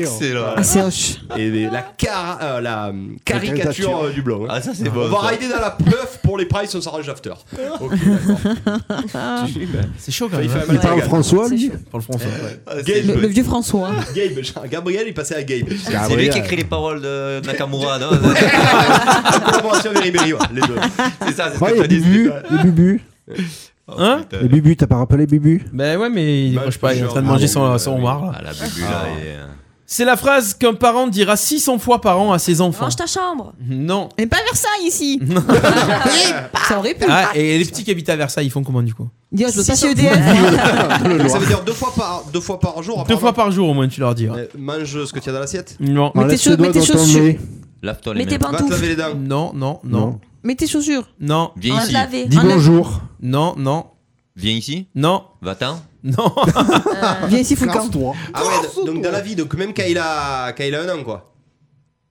Excellent.
Ah, c'est hoche.
Et les- la, car- euh, la euh, caricature euh, du blanc. hein.
Ah, ça c'est
On
bon.
va
ça.
rider dans la puff pour les prices, on s'arrange after. Ok,
Ah.
d'accord. Tu- ben,
C'est chaud quand
il fait
même.
Ah, un
hein.
Il
mal à la
parle
gueule.
François, lui
Pour le François.
Le, le
Gabe,
vieux François.
Gabe, genre, Gabriel, il passait à Gabe.
C'est lui
Gabriel.
qui écrit les paroles de de Nakamura, non
Collaboration avec Ribéry, ouais, les deux.
C'est ça, c'est ce
Ouais,
que
il y
t'as
a
dit.
Bubu,
Ah.
il y a Bubu.
Hein
Et Bubu, t'as pas rappelé Bubu
Ben ouais, mais il
Bah,
décroche pas, il est en train de
genre,
manger
ah
son
bon,
son
euh,
homard. là.
Ah, la bubu là. et, euh,
C'est la phrase qu'un parent dira 600 fois par an à ses enfants.
Range ta chambre.
Non.
On n'est pas à Versailles ici. Ah, ça aurait pu.
Ah, et les petits qui habitent à Versailles, ils font comment du coup
Dire, je veux pas chez EDF.
Ça veut dire deux fois par, deux fois par jour.
Deux fois
apparemment.
par jour au moins, tu leur dis. ouais.
Euh, Mange ce que tu as dans l'assiette.
Non.
Mets tes
Enlève
chaussures,
doigts
mets tes
dans ton
chaussures.
nez.
Lave toi les
Mets tes
mains.
Va te laver
pantoufles.
les dents.
Non, non, non.
Non.
Mets tes chaussures.
Non,
Viens ici.
laver.
Dis
Enlève-
bonjour.
non, non,
Viens ici.
non,
Va-t'en.
non.
Viens ici, Foucan.
Casse-toi.
Ah ouais, donc dans la vie, donc même quand il a, quand il a un an, quoi.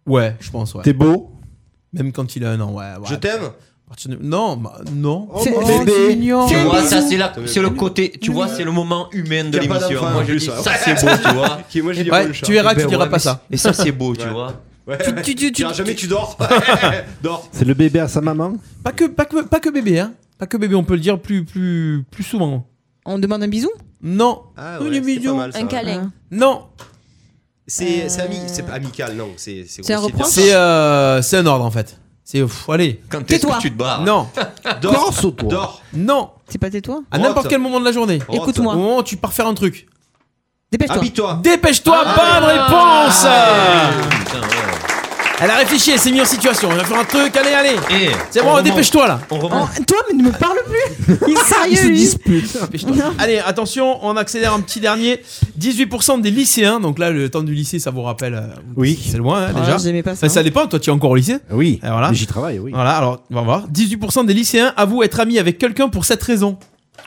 Ouais, je pense, ouais.
T'es beau.
Même quand il a un an, ouais. ouais.
Je t'aime.
À partir de- Non, bah, non.
C'est
mon
oh,
bébé.
c'est mignon.
Tu
Fais un
vois, ça
bisou.
c'est la- c'est le côté, tu vois, c'est le moment humain de
Y a pas
l'émission.
d'enfant,
Moi
en
je
plus,
dis,
ouais.
ça c'est beau, tu vois.
Qui, moi, j'ai dit,
Ouais,
bon, le chat.
tu verras que tu
Ben,
diras
ouais,
pas
mais
ça.
c'est- Et ça c'est beau, tu
Ouais.
vois.
Ouais.
Tu- tu- tu-
diras
tu-
jamais tu dors. dors.
C'est le bébé à sa maman
Pas que, pas que, pas que bébé, hein. Pas que bébé, on peut le dire plus, plus, plus souvent.
On demande un bisou
Non,
Ah
ouais, c'était pas mal,
Un câlin.
non.
C'est c'est ami, c'est pas amical, non. C'est
C'est un
grossier de
reproche
dire
C'est, euh, c'est un ordre en fait. C'est, pff, allez.
Quand t'es
Tais-toi.
que tu te barres.
Non,
ça. Dors.
Corse, toi.
Dors. Oh,
non.
C'est pas tais-toi
À n'importe
Rote.
quel moment de la journée.
Rote.
Au
Écoute-moi.
moment où tu pars faire un truc.
Dépêche-toi.
Habille-toi.
Dépêche-toi,
Ah.
bonne réponse
Ah.
Elle a réfléchi, elle s'est mise en situation. Elle va faire un truc, allez, allez.
Eh,
C'est
on
bon,
remonte.
dépêche-toi là.
On remonte.
Ah, Toi, mais ne me parle plus. Il est sérieux.
Ils se
lui.
disputent. Dépêche-toi. Allez, attention, on accélère un petit dernier. 18% des lycéens, donc là, le temps du lycée, ça vous rappelle. euh, oui. C'est loin, hein,
Ah,
déjà.
j'aimais pas ça.
Enfin, ça dépend, toi, tu es encore au lycée
Oui.
voilà.
Mais j'y travaille, oui.
Voilà, alors, on va voir. 18% des lycéens avouent être amis avec quelqu'un pour cette raison.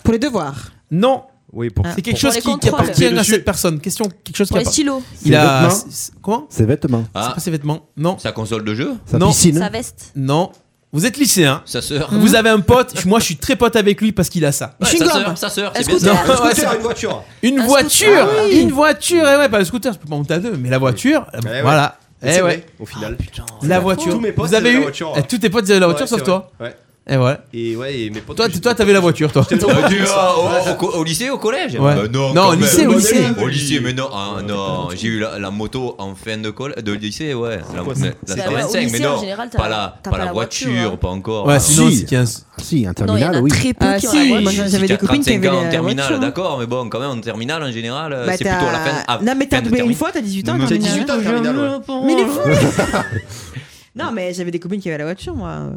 Pour les devoirs
Non. Oui,
pour-
C'est quelque
Pour
chose
les
qui, qui
contrôles.
appartient à
Dessus.
cette personne. Question, quelque chose
Pour
qui
les
appartient.
stylos.
Il
Ses
a.
vêtements.
c'est- Comment
Ses vêtements.
C'est pas ses vêtements. Non.
Ah. Sa console de jeu
non.
piscine.
Sa veste.
Non. Vous êtes lycéen.
Sa sœur.
Mmh.
Vous avez un pote. je- Moi, je suis très pote avec lui parce qu'il a ça.
Ouais,
suis
sa sœur, sa sœur, c'est bien ça.
Non, ouais, ça-
voiture.
Une
Un
voiture.
scooter. Ah oui.
Une voiture. Et ouais, pas le scooter. Je peux pas monter à deux, mais la voiture.
ouais.
Voilà.
Mais
Eh
c'est
ouais.
vrai, au final.
Ah,
Putain,
La voiture.
Tous mes potes
Vous avez
avaient
eu.
la voiture. hein.
Eh, Tous tes potes avaient la voiture
Ouais,
sauf
c'est
toi.
vrai. Ouais.
Et voilà.
Et ouais, et mes potes.
Toi, t- toi, t'avais la voiture, toi.
Euh, tu- ah,
hein
au, au co- au lycée, au collège
Ouais.
Euh, Non,
Non,
quand
au
même.
lycée, au lycée.
Au lycée, mais non, ah, non. J'ai eu la, la moto en fin de, col- de lycée, ouais. La,
quoi,
mais- la
ça C'est-
125,
au lycée,
mais non.
en général, t'as-
pas la,
t'as
pas
pas
la
la
voiture,
voiture,
pas encore.
Ouais,
Ah,
sinon,
si.
c'est 15.
Si,
Non, il y
un
en
terminal,
a
oui.
très peu
Ah,
qui ont
si.
la voiture.
moi, j'avais des copines qui avaient
35 ans en
la
terminale,
voiture.
d'accord, mais bon, quand même, en terminale, en général, euh,
Bah,
c'est plutôt à la
t'as-
fin. à
Non, mais t'as
fin de
doublé
terminale.
une fois, t'as 18 ans.
C'est
terminale.
18 ans, terminale, ouais.
Mais il est fou, lui. Non, mais j'avais des copines qui avaient la voiture, moi.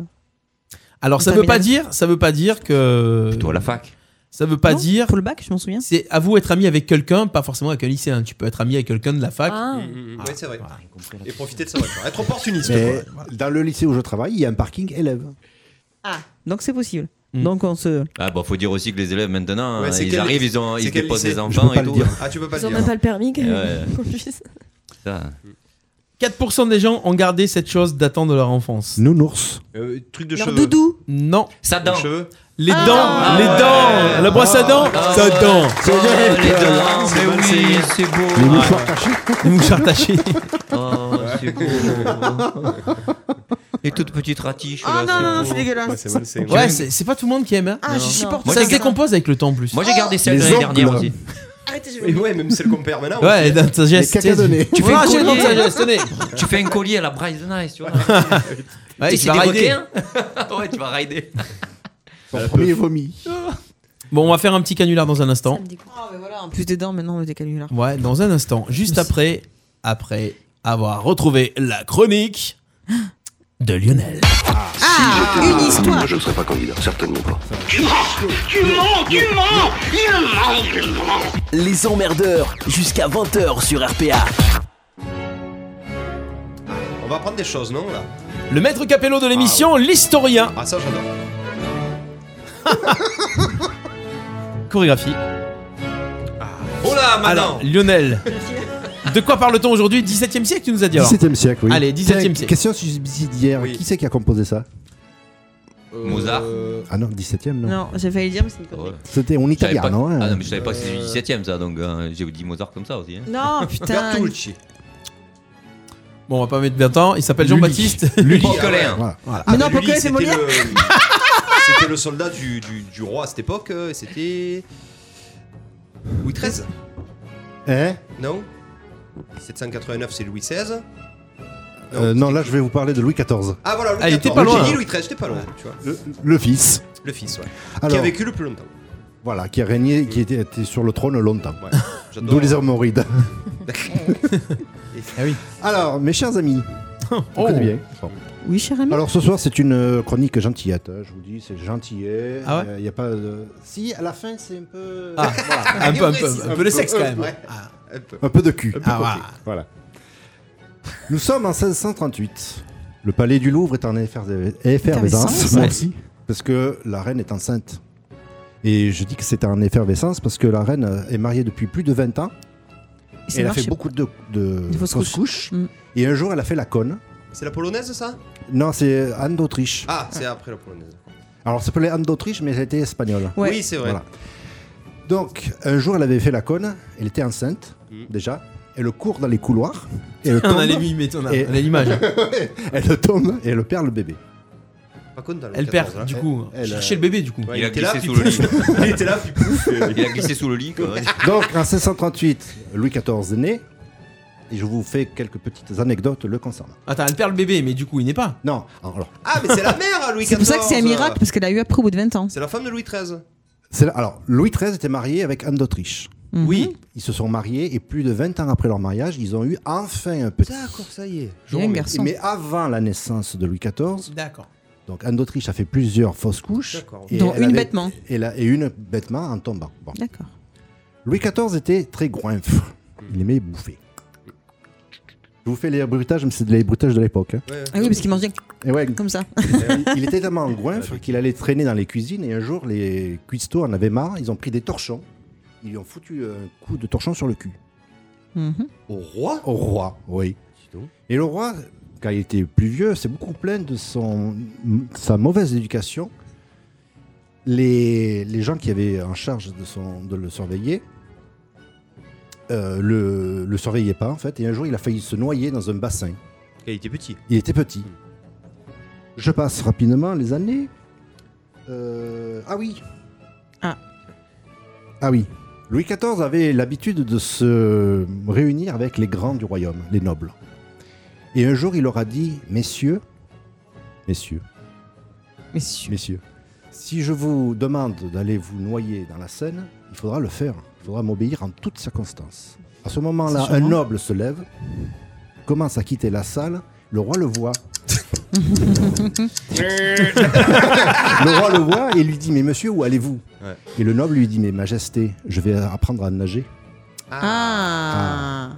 Alors ça
Une
veut pas
terminale.
dire, ça veut pas dire que. Plutôt
à la fac.
Ça veut pas dire.
Pour le bac, je m'en souviens.
C'est à vous être ami avec quelqu'un, pas forcément avec un lycéen. Tu peux être ami avec quelqu'un de la fac.
Ah.
Mm, mm, ouais, c'est vrai. Et profiter de sa voiture. Être opportuniste.
Mais
quoi.
dans le lycée où je travaille, il y a un parking élève.
Ah, donc c'est possible. Donc on se.
Ah, bon, faut dire aussi que les élèves maintenant,
Ouais,
hein,
c'est
ils
quel-
arrivent, ils, ont,
c'est
ils
quel
déposent les
lycée Je
enfants
peux pas
et
le
tout.
dire. Ah, tu peux pas
Ils ont même pas le permis.
Eh ouais.
qu'on puisse.
Ça.
4% des gens ont gardé cette chose datant de leur enfance.
Nounours.
Euh, truc de
Leur
cheveux.
doudou. Non.
Sa dent.
Les dents,
Ah
les
ouais.
dents, la brosse à dents,
Ah
sa
ouais.
dent.
Oh, les dents, mais oui, c'est beau.
Les
mouchoirs
tachés.
Les mouchoirs tachés.
Oh, c'est beau. Les toutes petites ratiches. là,
Ah, non, non, non,
beau.
c'est dégueulasse. Ouais, c'est mal, c'est-
Ouais, c'est c'est pas tout le monde qui aime. hein.
Ah, je Non. supporte
Moi,
pas
ça se
ça.
décompose avec le temps en plus.
Moi, j'ai
Ah,
gardé celle de
Les
l'année
ongles.
dernière aussi.
Et ouais, même celle qu'on perd maintenant.
Ah,
Ouais,
aussi.
dans ta geste. tu sais, Tu fais un collier.
Tu fais un collier à la Bryce Nice, tu vois.
Ouais,
Tu sais,
tu
c'est
vas
des
rider.
requins. ouais, tu vas rider.
Son premier vomi.
Oh.
Bon, on va faire un petit canular dans un instant.
Ah, mais voilà, en plus des dents, maintenant, on était canular.
Ouais, dans un instant. Juste après, après avoir retrouvé la chronique de Lionel.
Ah,
une histoire.
Je ne serai pas candidat, certainement pas.
Tu mens Tu mens Tu mens Il ment Il ment
Les emmerdeurs, jusqu'à 20h sur RPA.
On va prendre des choses, non là
Le maître capello de l'émission, l'historien.
Ah, ça, j'adore.
Chorégraphie.
Ah.
Oh là,
Alors, Lionel. De quoi parle-t-on aujourd'hui 17e siècle, tu nous as dit alors
17e siècle, oui.
Allez, 17e
Tiens,
siècle.
Question subsidiaire. Qui c'est qui a composé ça
Euh,
Mozart.
Ah non, 17e, non.
Non, j'ai failli le dire, mais c'est une connerie.
C'était en
Je savais
italien,
pas que-
non hein
Ah non, mais je savais pas que c'était du 17ème, ça, donc euh, j'ai dit Mozart comme ça aussi. hein.
Non, putain.
Bertolucci.
Bon, on va pas mettre bien de temps. Il s'appelle
Lully.
Jean-Baptiste.
Lully.
Poquelin.
Poquelin.
Voilà. Voilà.
Ah,
Mais non,
Lully,
Poquelin, c'est
c'était
Molière.
le- C'était le soldat du, du, du roi à cette époque, euh, et c'était. Louis XIII
Hein
Non 789, c'est Louis XVI.
Euh, non, là, je vais vous parler de Louis XIV.
Ah voilà, Louis
Ah, il
XIV.
était pas loin,
J'ai dit
hein.
Louis XIII, j'étais pas loin, tu vois.
Le, le fils.
Le fils, ouais. Qui a
Alors-
vécu le plus longtemps.
Voilà, qui a régné, qui était, était sur le trône longtemps.
j'adore.
D'où les Armorides.
ah oui.
Alors, mes chers amis.
Oh.
bien.
Oui, cher ami.
Alors ce soir, c'est une euh, chronique gentillette. hein, Je vous dis, c'est gentillet.
Ah ouais
Il n'y a pas de. Si, à la fin, c'est un peu.
Ah,
Voilà.
un peu, un peu, un peu le sexe, quand même.
ouais. Euh,
Ah.
Un peu de cul.
Un peu Ah, coquet. voilà.
Voilà. Nous sommes en 1638. Le palais du Louvre est en efferve- effervescence.
Effervescence,
Moi
ouais.
aussi. Parce que la reine est enceinte. Et je dis que c'est en effervescence parce que la reine euh, est mariée depuis plus de 20 ans.
Et ça
Et elle a
marche
fait
pas.
beaucoup de, de
Des fausses
fausses couches.
Mm.
Et un jour, elle a fait la conne.
C'est la polonaise, ça
Non, c'est Anne d'Autriche.
Ah, c'est après la polonaise.
Alors, ça s'appelait Anne d'Autriche, mais elle était espagnole.
Ouais. Oui, c'est vrai.
Donc, un jour, elle avait fait la conne. Elle était enceinte,
Mm.
déjà. Elle court dans les couloirs. Et elle
On a
tombe.
les mimes et tout, on a-
et-
on a l'image.
elle tombe et elle perd le bébé.
Par contre, dans le hein.
Elle
14,
perd,
là.
du coup.
Elle- elle,
Cherchez
euh,
le bébé, du coup.
Ouais,
Il a
était là,
glissé
puis
sous le lit.
pouf. Il était là, puis pouf.
Il a glissé sous le lit, quoi.
Donc, en 1638, Louis XIV est né. Et je vous fais quelques petites anecdotes le concernant.
Attends, elle perd le bébé, mais du coup, il n'est pas.
Non. Alors,
Ah, mais c'est la mère, Louis XIV.
C'est pour ça que c'est un miracle, parce qu'elle a eu après au bout de 20 ans.
C'est la femme de Louis XIII.
c'est là- alors Louis XIII était marié avec Anne d'Autriche.
Mhm.
Oui.
Ils se sont mariés et plus de 20 ans après leur mariage, ils ont eu enfin un petit.
D'accord, ça y est.
Jean, mais- mais ah. avant la naissance de Louis XIV,
D'accord.
donc Anne d'Autriche a fait plusieurs fausses couches.
D'accord.
et
Dont
elle
une
avait-
bêtement.
Et, la- et une bêtement en tombant. Bon.
D'accord.
Louis XIV était très goinfre. Il aimait bouffer. Je vous fais les bruitages, mais c'est les bruitages de l'époque. hein.
Ah oui, parce qu'il mange bien
Et ouais.
comme ça.
il, il était tellement goinfre qu'il allait traîner dans les cuisines et un jour les cuistots en avaient marre, ils ont pris des torchons, ils lui ont foutu un coup de torchon sur le cul.
Au roi
Au roi, oui. Et le roi, quand il était plus vieux, s'est beaucoup plaint de son, sa mauvaise éducation. Les, les gens qui avaient en charge de, son, de le surveiller euh, le, le surveillaient pas en fait et un jour il a failli se noyer dans un bassin.
Il était petit.
Il était petit. Je passe rapidement les années. Euh, ah oui.
Ah.
Ah oui. Louis XIV avait l'habitude de se réunir avec les grands du royaume, les nobles. Et un jour, il leur a dit, messieurs, messieurs,
messieurs,
si je vous demande d'aller vous noyer dans la Seine, il faudra le faire. Il faudra m'obéir en toutes circonstances. À ce moment-là,
C'est
un
charmant.
noble se lève, commence à quitter la salle. Le roi le voit. le roi le voit et lui dit Mais monsieur, où allez-vous
Ouais.
Et le noble lui dit Mais majesté, je vais apprendre à nager.
Ah.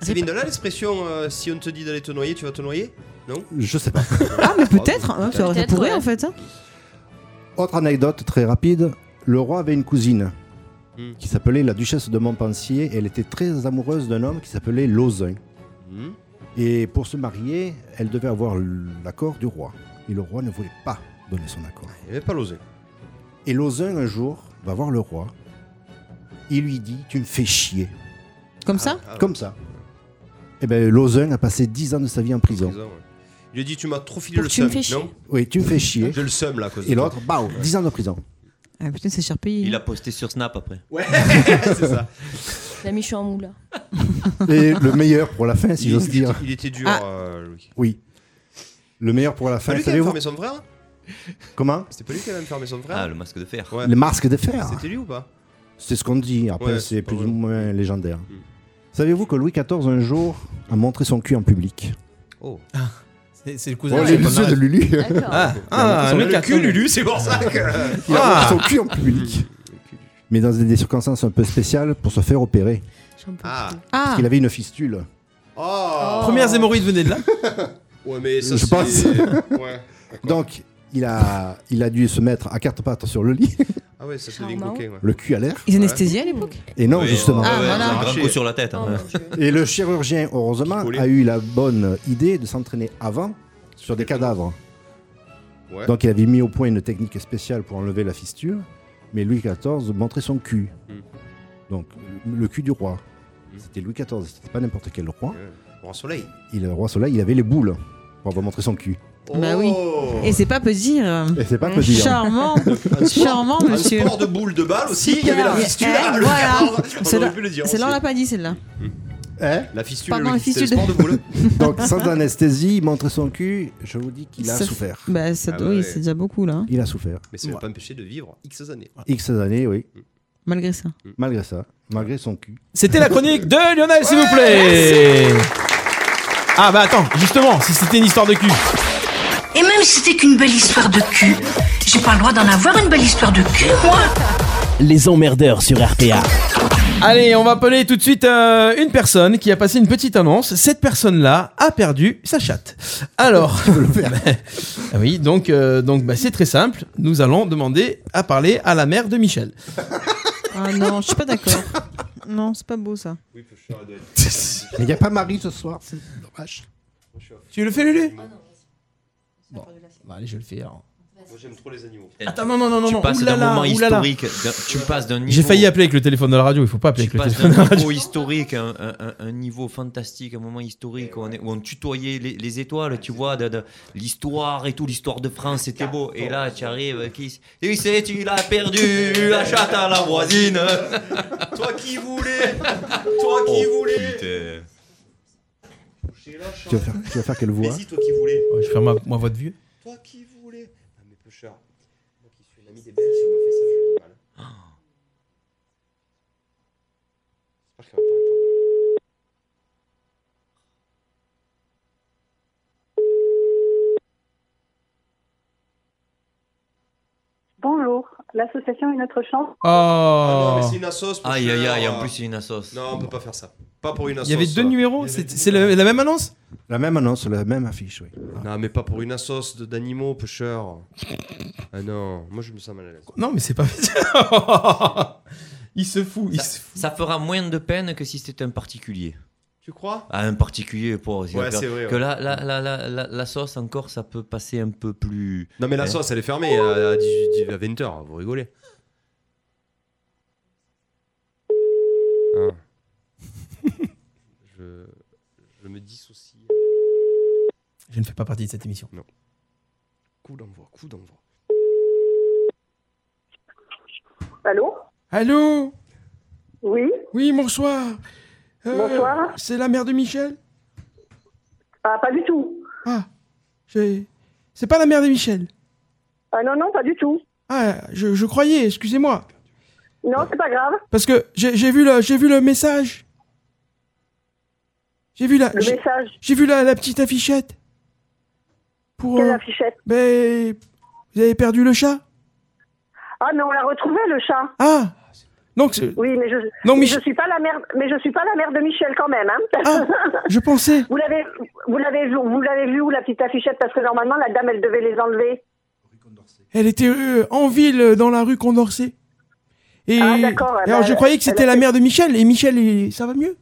Ça vient de là l'expression euh, si on te dit d'aller te noyer, tu vas te noyer Non
Je sais pas.
Ah, mais peut-être, hein, ça, ça
Peut-être,
pourrait
ouais.
en fait. hein.
Autre anecdote très rapide le roi avait une cousine
Hmm.
qui s'appelait la duchesse de Montpensier. Elle était très amoureuse d'un homme qui s'appelait Lauzun.
Hmm.
Et pour se marier, elle devait avoir l'accord du roi. Et le roi ne voulait pas donner son accord.
Il n'avait pas l'osé.
Et Lauzun, un jour, va voir le roi. Il lui dit Tu me fais chier. Ah,
Comme ça
Comme ça. Et bien, Lauzun a passé 10 ans de sa vie en prison.
Il lui a dit tu m'as trop filé
Pour
le
que tu me
seum,
fais chier.
non
Oui, tu me fais chier.
J'ai le seum là à cause de
Et
toi.
l'autre, bah, 10 ans de prison.
Ah putain, c'est cher payé.
Il a posté sur Snap après.
Ouais, c'est ça.
La miche en moule.
Et le meilleur pour la fin, si
Il-
j'ose
il
dire.
était- il était dur,
Ah.
euh, Louis.
Oui. Le meilleur pour la
C'est pas
fin,
lui qui avait
Ah, savez-vous
fermé son frère
Comment
C'était pas lui qui avait fermé son frère
Ah, le masque de fer.
Le masque de fer.
C'était lui ou pas
C'est ce qu'on dit. Après,
Ouais, Hmm.
c'est plus ou moins légendaire. Savez-vous que Louis XIV, un jour, a montré son cul en public
Oh.
Ah, C'est c'est le cousin
Ouais,
de
Oh, les yeux
Chaponard.
de Lulu.
Ah, ah,
Son
le Ah.
cul,
cul,
Lulu,
Lulu, c'est pour ça que.
Il a
Ah
montré son cul en
Hmm.
public. Mais dans des circonstances un peu spéciales pour se faire opérer.
Ah.
Parce qu'il avait une fistule.
Oh.
Premières hémorroïdes venaient de là.
Ouais, mais ça
je
c'est-
pense.
Ouais.
Donc, il a, il a dû se mettre à quatre pattes sur le lit,
Ah ouais, ça se devient coquet. Ouais.
le cul à l'air.
Ils anesthésiaient à l'époque
Et non, justement.
Ah, ouais, un grand coup sur la tête. hein.
Et le chirurgien, heureusement, a eu la bonne idée de s'entraîner avant sur des cadavres.
Ouais.
Donc, il avait mis au point une technique spéciale pour enlever la fistule, mais Louis XIV montrait son cul.
Hmm.
Donc, le cul du roi. C'était Louis XIV, c'était pas n'importe quel roi.
Grand soleil.
Il, le roi Soleil, il avait les boules pour avoir montré son cul.
Bah oui. Et c'est pas peu dire.
Et c'est pas peu
hein.
dire.
Charmant.
Un sport-
Charmant, monsieur.
Un sport de boule de balle aussi, il y avait la
Eh,
fistule. ah, le
voilà.
cadavre, On
Celle-là-
aurait pu le dire.
Celle-là, on
aussi.
l'a pas dit, celle-là.
Hein
La fistule,
Pardon,
le-
la
c'était le
fistule.
sport de boule.
Donc, sans anesthésie, il montrait son cul, je vous dis qu'il a
Ça-
souffert.
Bah, ça,
Ah
doit-
bah
oui,
ouais.
c'est déjà beaucoup, là. hein.
Il a souffert.
Mais ça ne m'a pas empêché de vivre X années.
X années, oui.
Malgré ça.
Malgré ça, malgré son cul.
C'était la chronique de Lionel, s'il vous plaît. Ah bah attends, justement, si c'était une histoire de cul.
Et même si c'était qu'une belle histoire de cul, j'ai pas le droit d'en avoir une belle histoire de cul, moi
Les emmerdeurs sur RPA.
Allez, on va appeler tout de suite euh, une personne qui a passé une petite annonce. Cette personne-là a perdu sa chatte. Alors, Ah oui, donc euh, donc bah, c'est très simple. Nous allons demander à parler à la mère de Michel.
Ah non, je suis pas d'accord. Non, c'est pas beau, ça.
Mais il n'y a pas Marie ce soir, c'est dommage.
Tu le fais, Lulu Bon, bah, allez, je vais le fais. alors.
Moi j'aime trop les animaux.
Attends, non, non, non,
tu
non.
passes d'un
Oulala,
moment
oulala.
historique. d'un- Tu passes d'un niveau.
J'ai failli appeler avec le téléphone de la radio. Il faut pas appeler
Tu
avec le
passes
téléphone de la
d'un
radio.
niveau historique, un, un- un- un niveau fantastique, un moment historique où on, est- où on tutoyait les, les étoiles, tu vois, de, de- l'histoire et tout, l'histoire de France, c'était beau. Et là, tu arrives, euh, qui qui c'est Tu l'as perdu, la chatte à la voisine.
Toi qui voulais Toi qui voulais
Tu vas faire, tu vas faire quelle voix
Vas-y, toi qui voulais
Ouais, je vais faire ma, ma voix de vieux.
Toi qui voulais Ah, mais peu cher. Ah. Moi qui suis l'ami des belles, si on me fait ça, je vais mal.
Bonjour, l'association Une autre chance.
Ah non,
Oh.
mais c'est une assos. parce
Aïe,
que,
aïe, aïe, en
euh,
plus, c'est une assos.
Non, on peut pas faire ça. Pas pour une assos.
Il y avait deux
euh.
numéros C'est c'est la, la même annonce
La même annonce, la même affiche, oui.
Non, mais pas pour une assos de- d'animaux, pêcheurs. Ah non, moi je me sens mal à l'aise.
Non, mais c'est pas. il se fout,
ça, ça fera moins de peine que si c'était un particulier.
Tu crois
Ah, un particulier, pour
Ouais, c'est vrai,
Que
ouais.
là, là, là, là, là, la sauce, encore, ça peut passer un peu plus.
Non, mais la
Hein.
sauce, elle est fermée à 18 à 20h, vous rigolez. Hein. je, je me dissocie.
Je ne fais pas partie de cette émission.
Non. Coup d'envoi, coup d'envoi.
Allô Allô Oui Oui, bonsoir.
Ah,
Bonsoir.
Euh, C'est la mère de Michel
Ah, pas du tout.
Ah, j'ai- c'est pas la mère de Michel.
Ah non, non, pas du tout.
Ah, je, je croyais, excusez-moi.
Non, c'est pas grave.
Parce que j'ai j'ai vu, le- j'ai vu le message. J'ai vu la.
Le
j'ai-
message.
J'ai vu la, la petite affichette. Pour,
Quelle
euh,
affichette
ben, vous avez perdu le chat
Ah, mais on l'a retrouvé, le chat.
Ah Donc, c'est-
Oui, mais je
Non,
mais
mais
je
je-
suis pas la mère mais je suis pas la mère de Michel quand même hein.
Ah, je pensais.
Vous l'avez vous l'avez vu vous l'avez vu où la petite affichette parce que normalement la dame elle devait les enlever.
elle était euh, en ville, euh, dans la rue Condorcet. Et,
Ah, d'accord,
bah,
et
elle
alors,
a-
je croyais que
elle a
c'était la
fait-
mère de Michel. Et Michel, il- ça va mieux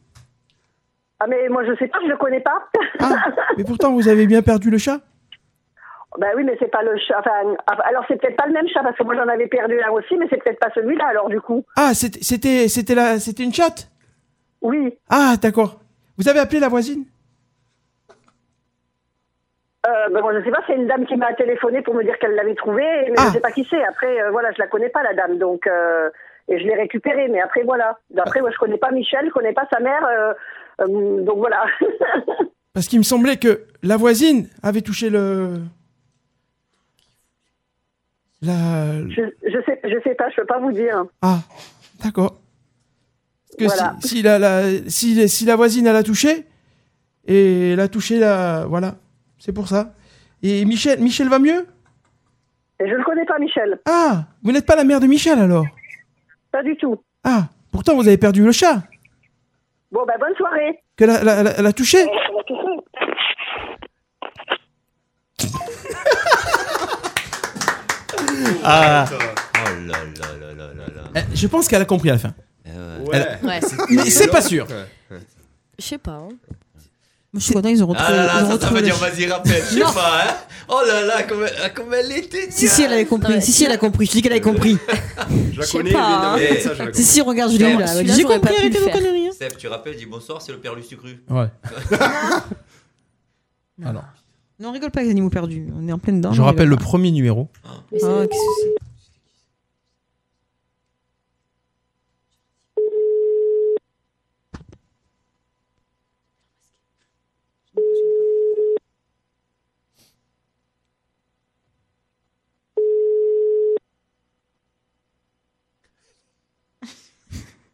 Ah mais moi je sais pas, je le connais pas.
Ah, Mais pourtant, vous avez bien perdu le chat
ben oui, mais c'est pas le chat enfin ah, alors c'est peut-être pas le même chat parce que moi j'en avais perdu un aussi mais c'est peut-être pas celui-là alors du coup.
Ah, c'était- c'était c'était la c'était une chatte
Oui.
Ah, d'accord. Vous avez appelé la voisine
Euh, ben moi je sais pas, c'est une dame qui m'a téléphoné pour me dire qu'elle l'avait trouvé mais
Ah.
je sais pas qui c'est. Après euh, voilà, je la connais pas la dame donc euh, et je l'ai récupérée mais après voilà. Après moi je connais pas Michel, je connais pas sa mère euh, euh, donc voilà.
Parce qu'il me semblait que la voisine avait touché le la
Je, je sais, je sais pas, je peux pas vous dire.
ah d'accord. Parce que
Voilà.
si, si la, la- si, si la voisine elle a touché et elle a touché la voilà c'est pour ça. Et Michel Michel va mieux
Et je le connais pas, Michel.
Ah vous n'êtes pas la mère de Michel alors
Pas du tout.
Ah pourtant vous avez perdu le chat
Bon, bah, bonne soirée. ben,
que la, la- la- elle a touché.
Ah.
Oh là là là là là Eh là.
Eh, Je pense qu'elle a compris à la fin. Elle-
Ouais.
Mais c'est pas sûr.
Je sais pas. hein. Moi, je suis content, ils ont
Ah
retrouvé. ils ont retrouvé le-
rappelle,
je sais Non.
pas, hein. Oh là là, comme, elle était.
Si, si, elle avait compris. si, si, elle a compris. Je dis qu'elle avait compris.
Je
la sais connais, pas, mais non, hein. mais ça, je la Si, si, comprends. regarde, je l'ai
Steph,
où, là.
celui-là,
J'ai
j'aurais
compris,
pas pu
arrêtez
le
vos
faire.
conneries, hein.
Steph, tu rappelles, dis bonsoir, c'est le père Lustucru.
Ouais.
Alors. Non, on rigole pas avec les animaux perdus. On est en pleine dent.
Je rappelle le premier numéro.
Ah, qu'est-ce que c'est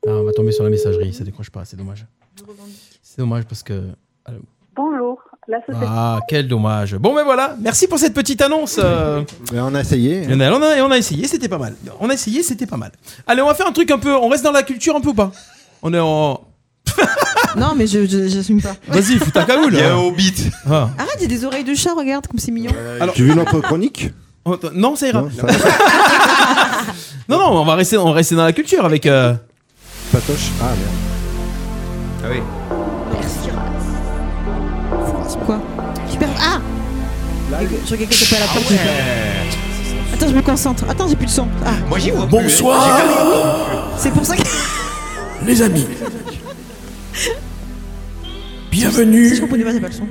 Ah, on va tomber sur la messagerie, ça décroche pas, c'est dommage. C'est dommage parce que. Allô.
Bonjour. La société.
Ah, quel dommage. Bon, ben
Ah,
voilà, merci pour cette petite annonce. euh.
on a essayé.
Et On a, on a- on a essayé, c'était pas mal. On a essayé, c'était pas mal. Allez, on va faire un truc un peu. On reste dans la culture un peu ou pas On est en.
Non, mais je, je- j'assume pas.
Vas-y, fous ta cagoule. Ah.
Il y a un Euh,
hobbit.
Arrête, il y a des oreilles de chat, regarde comme c'est mignon.
Tu veux l'emploi chronique
Oh, Non, ça ira. Non, non, on va rester, on va rester dans la culture avec. euh,
Patoche. Ah merde.
Ah oui.
Quoi Super. Ah Je regarde quelqu'un
Ah
taper à la
Ah
porte. j'ai peur. Attends, je me concentre. Attends, j'ai plus de son. Ah.
Moi, j'y vois
Bonsoir. C'est pour ça que.
Les amis, bienvenue.
Si je comprenais pas, j'ai pas le son.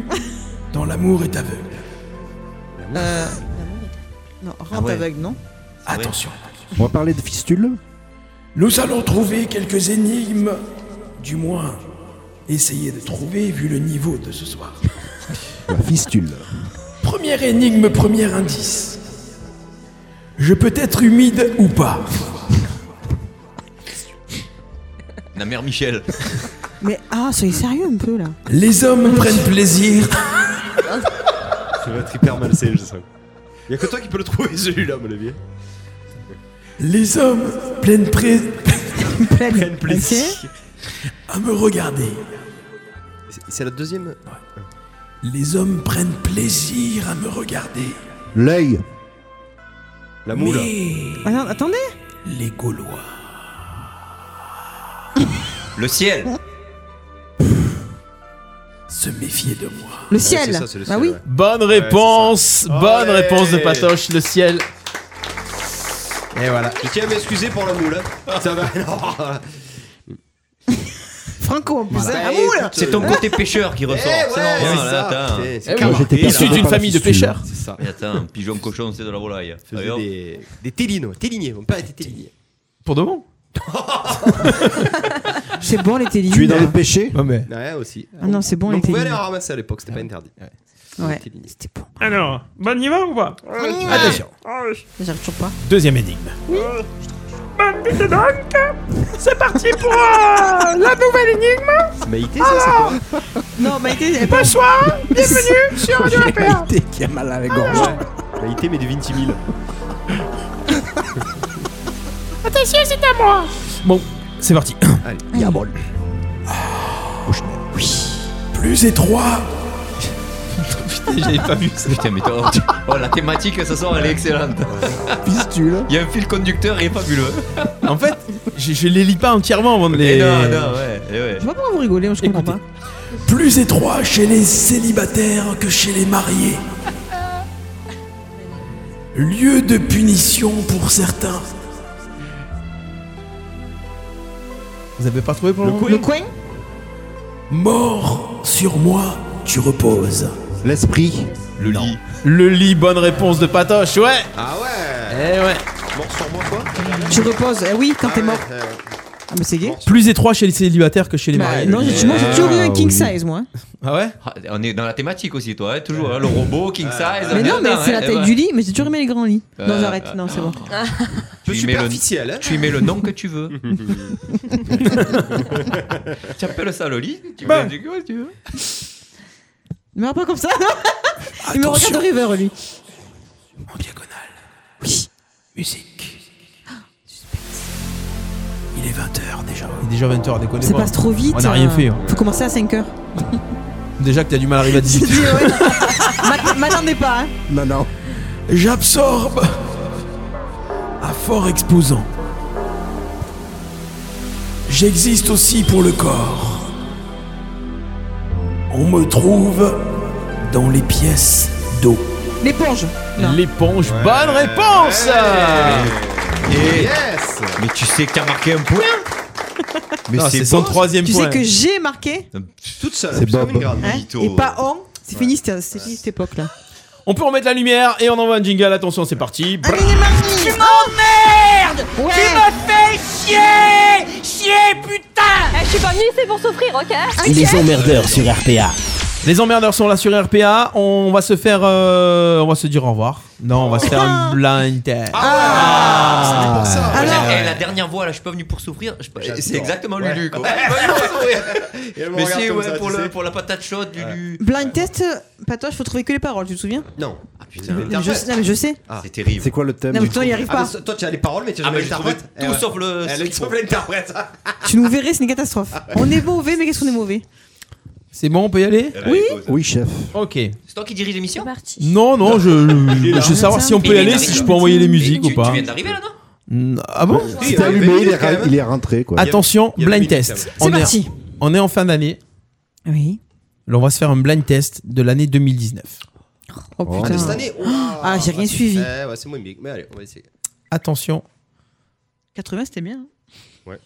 dans l'amour est aveugle.
Euh. Non, rentre
ouais.
aveugle, non
Attention.
On va parler de fistules.
Nous allons trouver quelques énigmes, du moins essayer de trouver vu le niveau de ce soir.
La fistule.
Première énigme, premier indice. Je peux être humide ou pas.
La mère Michel.
Mais ah, soyez sérieux un peu là.
Les hommes prennent plaisir.
Ça va être hyper malsain, je sens. Y'a que toi qui peux le trouver, celui-là, mon avis.
Les hommes prennent, pré-
prennent
plaisir à me regarder.
C'est la deuxième
Les hommes prennent plaisir à me regarder.
L'œil.
La
moule.
Ah, attendez
Les Gaulois.
Le ciel.
Se méfier de moi.
Le ciel. bah oui.
Bonne réponse, bonne réponse de Patoche, le ciel.
Et voilà. Je tiens à m'excuser pour la moule. hein. Ça va. Non.
Franco en plus.
Voilà.
hein. Ah,
Eh,
ouh,
écoute,
là
C'est ton côté pêcheur qui ressort.
Eh
c'est
ouais,
normal,
c'est
là,
ça.
attends.
C'est- c'est
Eh oui,
Carl Marquet, là.
issu
Pas la fistule.
C'est ça. Et attends, un pigeon cochon, c'est de la volaille. Ah,
Faisait des, des télino, téliniers. Mon père était télinier.
Pour de bon
C'est bon les télé.
péché
mais.
Ouais, aussi.
Ah non, c'est bon,
On
les
pouvait aller
téliniers.
en ramasser à l'époque, c'était pas interdit.
Ouais.
C'était Ah,
bon.
Alors, bon, on y va ou pas
Attention.
J'arrive toujours pas.
Deuxième énigme.
Magnifique donc C'est parti pour euh, la nouvelle énigme
C'est Maïté,
ça, c'est quoi
Non, Maïté, elle
Bonsoir, bienvenue sur Radio RPA
Maïté qui a mal à la gorge.
Ah.
Maïté, mais de 20 000.
Attention, c'est à moi
Bon, c'est parti.
Allez, Ah.
Diabol.
Plus étroit.
J'avais pas vu ça. Putain, mais toi, tu- oh, la thématique ce soir, elle est excellente.
Pistule.
Il y a un fil conducteur, il est fabuleux.
En fait, je, je les lis pas entièrement avant de les.
Et non, non, ouais, et ouais.
Je vois pas pourquoi vous rigolez, moi je comprends pas.
Plus étroit chez les célibataires que chez les mariés. Lieu de punition pour certains.
Vous avez pas trouvé pour le moment
Mort sur moi, tu reposes.
L'esprit.
Le lit.
Le lit, bonne réponse de Patoche, ouais.
Ah ouais
Eh ouais.
Mort sur moi, quoi
Tu reposes, eh oui, quand t'es mort. Ah, mais c'est gay.
Plus étroit chez les célibataires que chez les
Bah,
mariés.
non, j'ai- moi j'ai toujours eu un king size, moi.
Ah ouais
On est dans la thématique aussi, toi, hein, toujours. hein, le robot, king
Ah.
size.
Mais non, mais
attends,
c'est
hein,
la taille
ouais.
du lit, mais j'ai toujours aimé les grands lits.
Euh,
Non, j'arrête,
euh,
non, c'est bon.
Tu y mets
superficiel,
le,
hein.
tu y mets le nom que tu veux. tu appelles ça le lit Tu
Bah.
mets du quoi tu veux
Ne me regarde pas comme ça, non Il me regarde
Attention.
de river, lui.
En diagonale. Oui. Musique. Il est 20h déjà.
Il est déjà 20h, déconne
Ça
pas.
passe trop vite.
On n'a rien
euh,
fait. hein.
Faut commencer à 5h.
Déjà que t'as du mal à arriver à 18h.
M'attendez pas, hein.
Non, non.
J'absorbe à fort exposant. J'existe aussi pour le corps. On me trouve dans les pièces d'eau.
L'éponge. Non.
L'éponge, bonne réponse
Et-
Yes
Mais tu sais que t'as marqué un point Mais
Non, c'est son
beau, ça.
troisième
Tu
point.
sais que j'ai marqué,
Toute seule,
C'est
comme
Bob.
une grande.
hein,
Vito.
et pas on. C'est fini, c'était- c'est fini cette époque-là.
On peut remettre la lumière et on envoie un jingle. Attention, c'est parti. Brrr.
Tu m'emmerdes
Ouais.
Tu me fais chier Chier, putain
Eh,
Je suis pas venue ici pour souffrir, ok
Les emmerdeurs sur RPA. Les emmerdeurs sont là sur RPA. On va se faire. euh, on va se dire au revoir. Non, on va se faire un blind test. Ah,
Alors, eh, la dernière voix, là, je suis pas venu pour souffrir. je- C'est exactement Lulu, quoi. Mais si, ouais, pour, le- pour la patate chaude, Lulu.
Blind test, euh, Patoche, faut trouver que les paroles, tu te souviens
Non. Ah putain,
Mais je, sais- non, mais je sais.
C'est terrible.
C'est quoi le thème
Non, mais toi, il y arrive pas.
Ah, mais toi, tu as les paroles, mais tu as
Ah,
jamais
mais j'ai trouvé
l'interprète.
tout
Eh ouais.
sauf le- ce
Elle
qu'il
trouve l'interprète.
Tu nous verrais, c'est une catastrophe. On est mauvais, mais qu'est-ce qu'on est mauvais
C'est bon, on peut y aller
Eh ben, Oui. écoute.
Oui, chef.
Ok.
C'est toi qui dirige l'émission
Non, non, je, je, veux savoir si on peut y aller, si je peux envoyer les musiques
tu,
ou pas.
Tu viens d'arriver, là, non
Mm, Ah bon
Il s'est allumé, il est, ra- il est rentré quoi.
Attention, blind test.
C'est
On est-
parti.
On est en fin d'année.
Oui.
Là, on va se faire un blind test de l'année 2019.
Oh
Oh.
putain.
Cette année, oh,
Ah, j'ai rien
ouais,
suivi.
c'est- ouais, c'est moins bien. Mais allez, on va essayer.
Attention.
80, c'était bien. hein.
Ouais.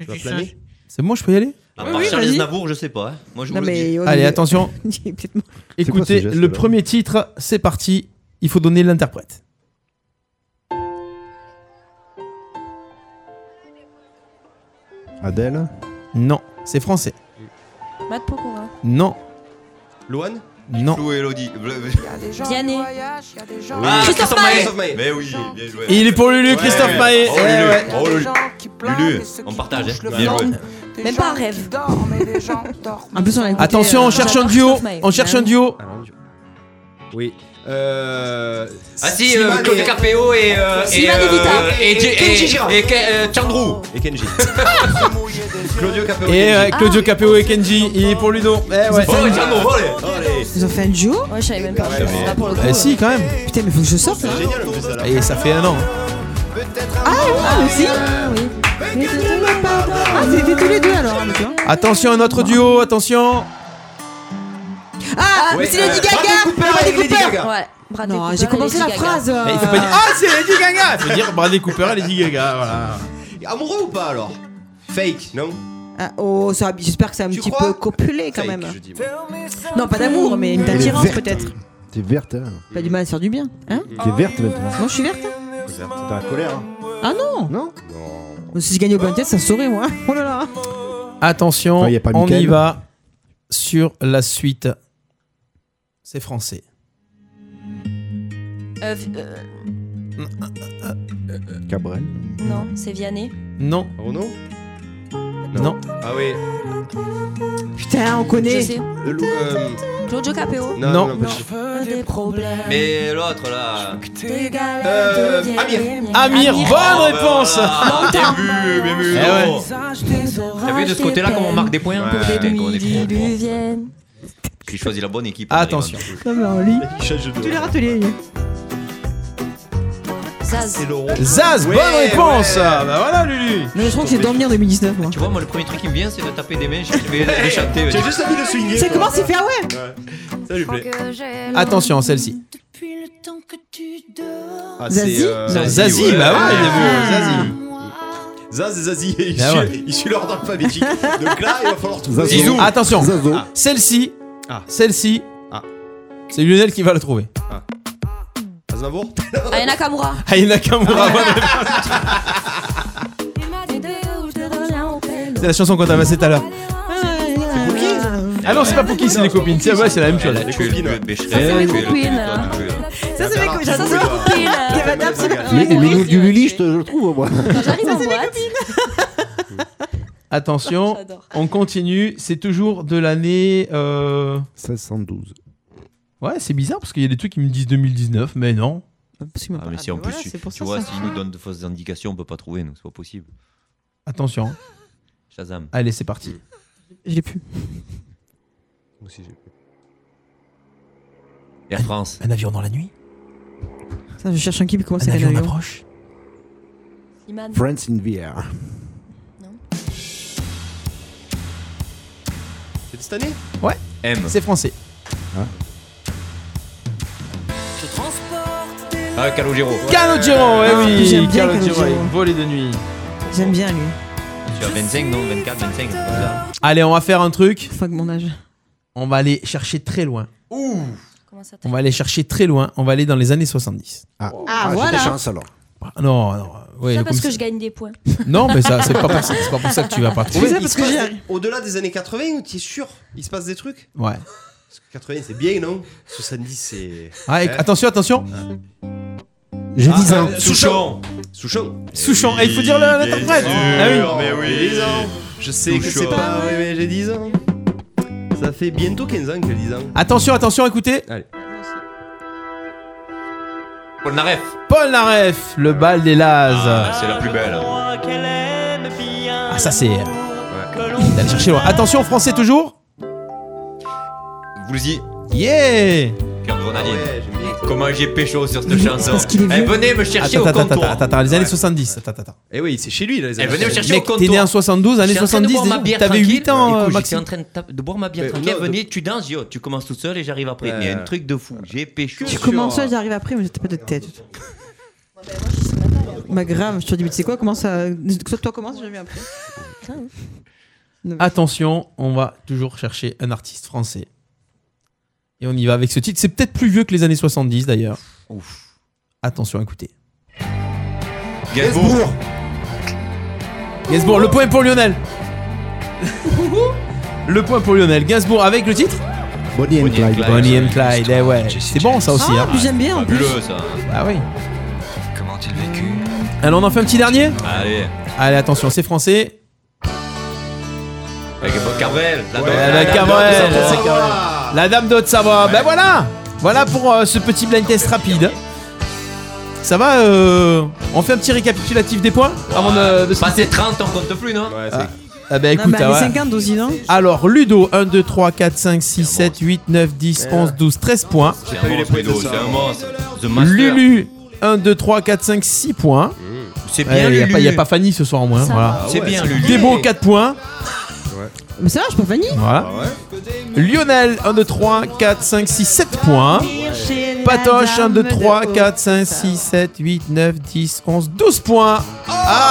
Tu
vas planer
C'est bon, je peux y aller
À
Oui,
part
oui,
Charles
vas-y.
Aznavour, je sais pas. hein. Moi, je vous
Non,
le
mais-
dis.
ouais,
Allez,
mais-
attention.
Il est peut-être mort.
quoi ce
Écoutez,
geste,
le
là
premier titre, c'est parti. Il faut donner l'interprète.
Adèle
Non, c'est français.
Matt Pokora.
Non,
Loan
Non.
Lou et Elodie.
Vianney.
Ah,
Christophe Maé.
Mais oui, bien joué.
Il est pour Lulu, Christophe Maé.
Oh,
Eh
Lulu.
ouais.
Oh, Lulu. Lulu, on partage. hein. Bien joué.
Même pas un rêve.
En plus, on a écouté,
Attention,
euh,
on cherche un
j'adore
duo.
Christophe Maé.
On cherche un
Bah
duo.
Oui. Euh,
Ah si, euh,
Slimane
Claude
et-
Capéo et euh, et
Slimane et Vita.
et J-
Kenji Girac.
et- et Ken- euh, Chandru.
Et Kenji. Claudio Capéo.
Et euh,
Kenji.
Ah
Claudio Capéo et Kenji. Il est pour Ludo. Eh ouais.
Oh, les Chandru, oh, les- oh, les-
Ils ont fait un duo
Ouais, je savais même pas.
Ouais, mais-
Pas pour le coup.
Eh si, quand même.
Putain, mais faut que je sorte là.
Et ça fait un an.
Ah oui, aussi Ah, c'était tous les deux alors. mais tu vois.
Attention, un autre duo. Attention.
Euh. Ah, mais c'est Lady Gaga Bradley Cooper
Ouais, Bradley
Non,
Cooper,
j'ai commencé la
Lady Gaga.
phrase. euh,
Mais il faut pas dire Ah, c'est Lady Gaga. Il faut dire Bradley Cooper et Lady Gaga. Voilà.
Amoureux ou pas alors Fake, non
ah, Oh, ça- j'espère que ça a un petit peu copulé quand
Fake,
même.
je dis.
Non, pas d'amour, mais une
Elle est
attirance
verte.
peut-être.
T'es verte, hein.
Pas du mal à se faire du bien. Hein
T'es verte maintenant.
Non, je suis verte. hein
T'es en colère. hein.
Ah non
Non
Si je gagnais au blind ça saurait moi. Oh là là
Attention,
y a pas
on
Mickaël.
y va sur la suite. C'est français.
Euh, f- euh,
Cabrel.
non, c'est Vianney.
Non.
Renaud
Non.
Ah oui.
Putain, on
Je
connaît.
sais.
Le loup, euh,
Claudio Capéo.
non,
Non.
non, pas du tout.
Euh,
Des problèmes.
Mais l'autre là.
Des galères
Euh,
deviennent
Amir.
les miennes.
Amir, bonne réponse
Ah, Oh, Bien vu, bien vu.
Eh ouais.
bravo. T'as vu de ce côté-là comment on marque des points
Pour
Ouais,
des
qu'on
nuits
est pro, pro.
diluviennes.
J'ai choisi la bonne équipe. Ah,
Attention.
Non, mais en lit.
Il change de-
Tous les râteliers.
Zaz.
Zaz,
Ouais,
bonne réponse
ouais.
Bah voilà, Lulu
Mais je crois que j'ai dormi en 2019 moi.
Tu vois, moi, le premier truc qui me vient, c'est de taper des mains. Je vais les chanter.
J'ai juste envie de souligner.
Ça commence à faire ah ouais
Ça lui plaît.
Attention, celle-ci.
Ah,
Zazie
c'est, euh,
Zazie,
Zazie,
ouais.
bah ouais, bien
Ah.
vu, Zazie. Zaz et Zazie, ils
Ah ouais.
suivent- ils suivent l'ordre alphabétique. Donc là, il va falloir trouver.
Zazie. Zizou.
Attention,
Zazo.
Ah.
celle-ci,
Ah.
celle-ci,
Ah.
c'est Lionel qui va la trouver.
Aznavour
Aya Nakamura.
Aya Nakamura, bonne réponse. c'est la chanson qu'on t'a passée tout à l'heure. Ah non, c'est pas pour qui, c'est les copines. C'est ouais, c'est la même chose.
Les
c'est
copines.
mes
Bécheret, tu es le
copines,
putain,
hein.
tu es le-
Ça c'est mes copines.
Ça, c'est mes
J'adore.
copines.
Des madames, c'est
Mais, mais nous, du Luli, je te je le trouve, moi.
Quand j'arrive en boîte.
Attention,
J'adore.
on continue. C'est toujours de l'année. euh,
1612.
Ouais, c'est bizarre parce qu'il y a des trucs qui me disent 2019, mais non.
Ah, mais si en plus, tu, tu vois, s'ils nous donnent de fausses indications, on peut pas trouver, nous, c'est pas possible.
Attention,
Shazam.
allez, c'est parti.
Je l'ai plus.
Air France.
Un avion dans la nuit
Ça, je cherche un clip, comment c'est l'avion
approche
Slimane.
Friends in the air.
C'était cette année
M. Hein
C'est français.
Ah, Calogero.
Calogero, eh
Ah,
oui
j'aime bien Calogero.
une volée de nuit.
J'aime bien lui.
Tu as 25, non 24, 25. comme ça.
Allez, on va faire un truc.
Fuck mon âge.
On va aller chercher très loin.
Comment ça
On va aller chercher très loin. On va aller dans les années 70.
Ah,
Ah,
j'ai
voilà.
des chances alors.
Ah, Non, non. ouais,
Ça
comme
parce que
ça.
je gagne des points.
Non, mais ça, c'est pas, pour ça- c'est pas pour ça que tu vas pas
Tu
trouver.
sais
Il
parce
se
que
passe
j'ai.
des- Au-delà des années 80, tu es sûr Il se passe des trucs
Ouais.
Parce que 80, c'est bien, non 70, c'est.
Ouais,
Ouais.
Ah, Attention, attention.
J'ai 10
Ah,
ans.
euh, Souchon Souchon
Souchon. Eh, il faut dire le- l'interprète. Ah oui.
mais oui J'ai 10 ans Je sais que c'est pas vrai, mais j'ai 10 ans Ça fait bientôt 15 ans que j'ai 10 ans.
Attention, attention, écoutez.
Paul Naref.
Paul Naref, le bal des
Ah,
Lazes.
c'est la plus belle. hein.
Ah, ça, c'est. D'aller chercher loin. Attention, français toujours.
Vous le dites,
Yeah!
Cœur de Grenadier.
Ouais, j'aime bien.
Comment j'ai pécho sur cette chanson.
parce qu'il est
Eh,
vieux.
venez me chercher
Attends,
au
attends,
comptoir.
attends, attends, attends, les années
Ouais.
70. Attends, attends.
Eh oui, c'est chez lui, là, les
Eh, venez me chercher au
Mec, t'es né en
comptoir.
72, années
J'étais en train de
70,
boire ma
déjà,
bière
t'avais
tranquille.
8 ans,
Écoute,
euh,
J'étais
Maxime.
en train de, tape- de boire ma bière
Mais
tranquille.
Eh, non, de-
Venez, tu danses, yo, tu commences tout seul et j'arrive après.
Ouais.
Mais il y a un truc de fou. J'ai pécho.
Tu commences ça, j'arrive après, mais j'étais pas de tête. Bah grave, je te dis, mais tu sais quoi, comment ça. Soit toi commence, je viens après.
Attention, on va toujours chercher un artiste français. Et on y va avec ce titre. C'est peut-être plus vieux que les années 70 d'ailleurs.
Ouf.
Attention, écoutez.
Gainsbourg.
Gainsbourg, le point pour Lionel. le point pour Lionel. Gainsbourg avec le titre
Bonnie and Clyde.
Bonnie and Clyde, eh ouais. C'est bon ça aussi.
Ah,
hein.
puis j'aime bien, en plus. Fabuleux,
ça.
Ah oui.
Comment il vécu
Alors on en fait un petit dernier
Allez.
Allez, attention, c'est français.
Avec Carvel. La Ah,
Ouais, la dame
Carvel.
de Haute-Savoie. La dame de Haute-Savoie. Ben voilà Voilà pour euh, ce petit blind test rapide. Ça va euh, On fait un petit récapitulatif des points avant de, de se-
Passer 30, Bah, on compte plus, non Ouais,
Ah, ah ben écoute,
Non, mais
ah
les
ouais.
50 aussi, non
Ah, Alors Ludo, 1, 2, 3, 4, 5, 6, 7, 8, 9, 10, 11, 12, 13 points.
J'ai pas eu les points C'est un monstre. The Master. Mmh.
Lulu, 1, 2, 3, 4, 5, 6 points.
C'est bien,
Il
Lulu.
n'y a, pas Fanny ce soir en moins.
Ça
voilà.
va. C'est bien, Lulu.
Débo, 4 points.
Mais ça va, je peux Fanny
Voilà.
Ah
Lionel, 1, 2, 3, 4, 5, 6, 7 points. Patoche, 1, 2, 3, 4, 5, 6, 7, 8, 9, 10, 11, 12 points.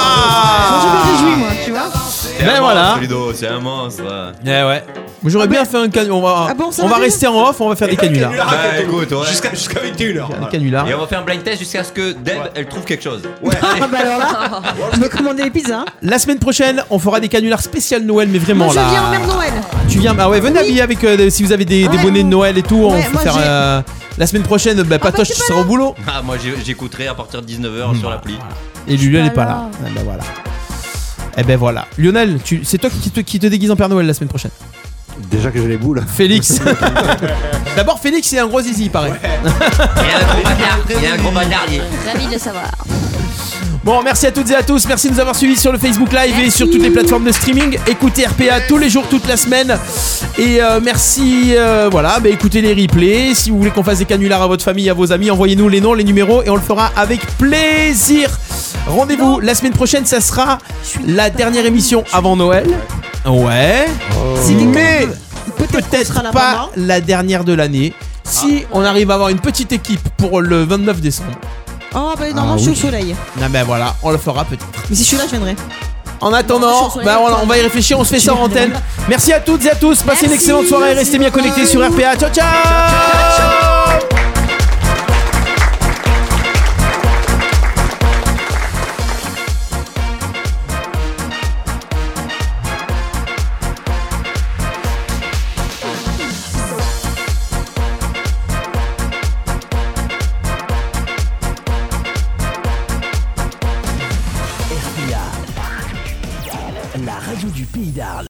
Ah
Je me réjouis, moi, tu vois.
C'est
Ben
un
voilà.
monstre, Ludo, c'est un monstre.
Eh ouais.
Ah
J'aurais bien fait un canular. On va,
Ah bon, ça
on
va
va
déjà
rester en off, on va faire des canulars.
Bah, écoute, ouais. Jusqu'à 21h.
canular.
Et on va faire un blind test jusqu'à ce que Deb, elle trouve quelque chose. Ouais.
Ah bah alors là, je me commander les pizzas. hein.
La semaine prochaine, on fera des canulars spécial Noël, mais vraiment
Moi, je
là.
viens en Mère Noël.
Tu viens Ah ouais, venez habiller avec euh, des- si vous avez des, des
Ouais.
bonnets de Noël et tout. on
Ouais,
va
moi,
faire
j'ai- Ah,
euh, la semaine prochaine. Bah, Patoche, tu seras au boulot. Hmm.
Ah, moi j'ai- j'écouterai à partir de 19h sur l'appli.
Et Julien n'est pas là. Ah bah voilà. Eh ben voilà. Lionel, tu- c'est toi qui te, qui te déguise en Père Noël la semaine prochaine.
Déjà que j'ai les boules.
Félix. D'abord, Félix, il a un gros zizi, il paraît.
Bah, Il y a un gros bagarrier.
Ravi de le savoir.
Bon, merci à toutes et à tous. Merci de nous avoir suivis sur le Facebook Live et sur toutes les plateformes de streaming. Écoutez RPA tous les jours, toute la semaine. Et euh, merci. euh, voilà, bah, écoutez les replays. Si vous voulez qu'on fasse des canulars à votre famille, à vos amis, envoyez-nous les noms, les numéros et on le fera avec plaisir. Rendez-vous la semaine prochaine, ça sera la dernière émission avant Noël. Ouais. Oh. Mais peut-être pas la Ah. dernière de l'année. Si on arrive à avoir une petite équipe pour le 29 décembre.
Oh, bah normalement, je suis au soleil.
Ah ben voilà, on le fera peut-être.
Mais si je suis là, je viendrai.
En attendant, bah voilà, on va y réfléchir, on se fait ça en antenne. Merci à toutes et à tous, passez une excellente soirée, restez bien connectés sur RPA. Ciao ciao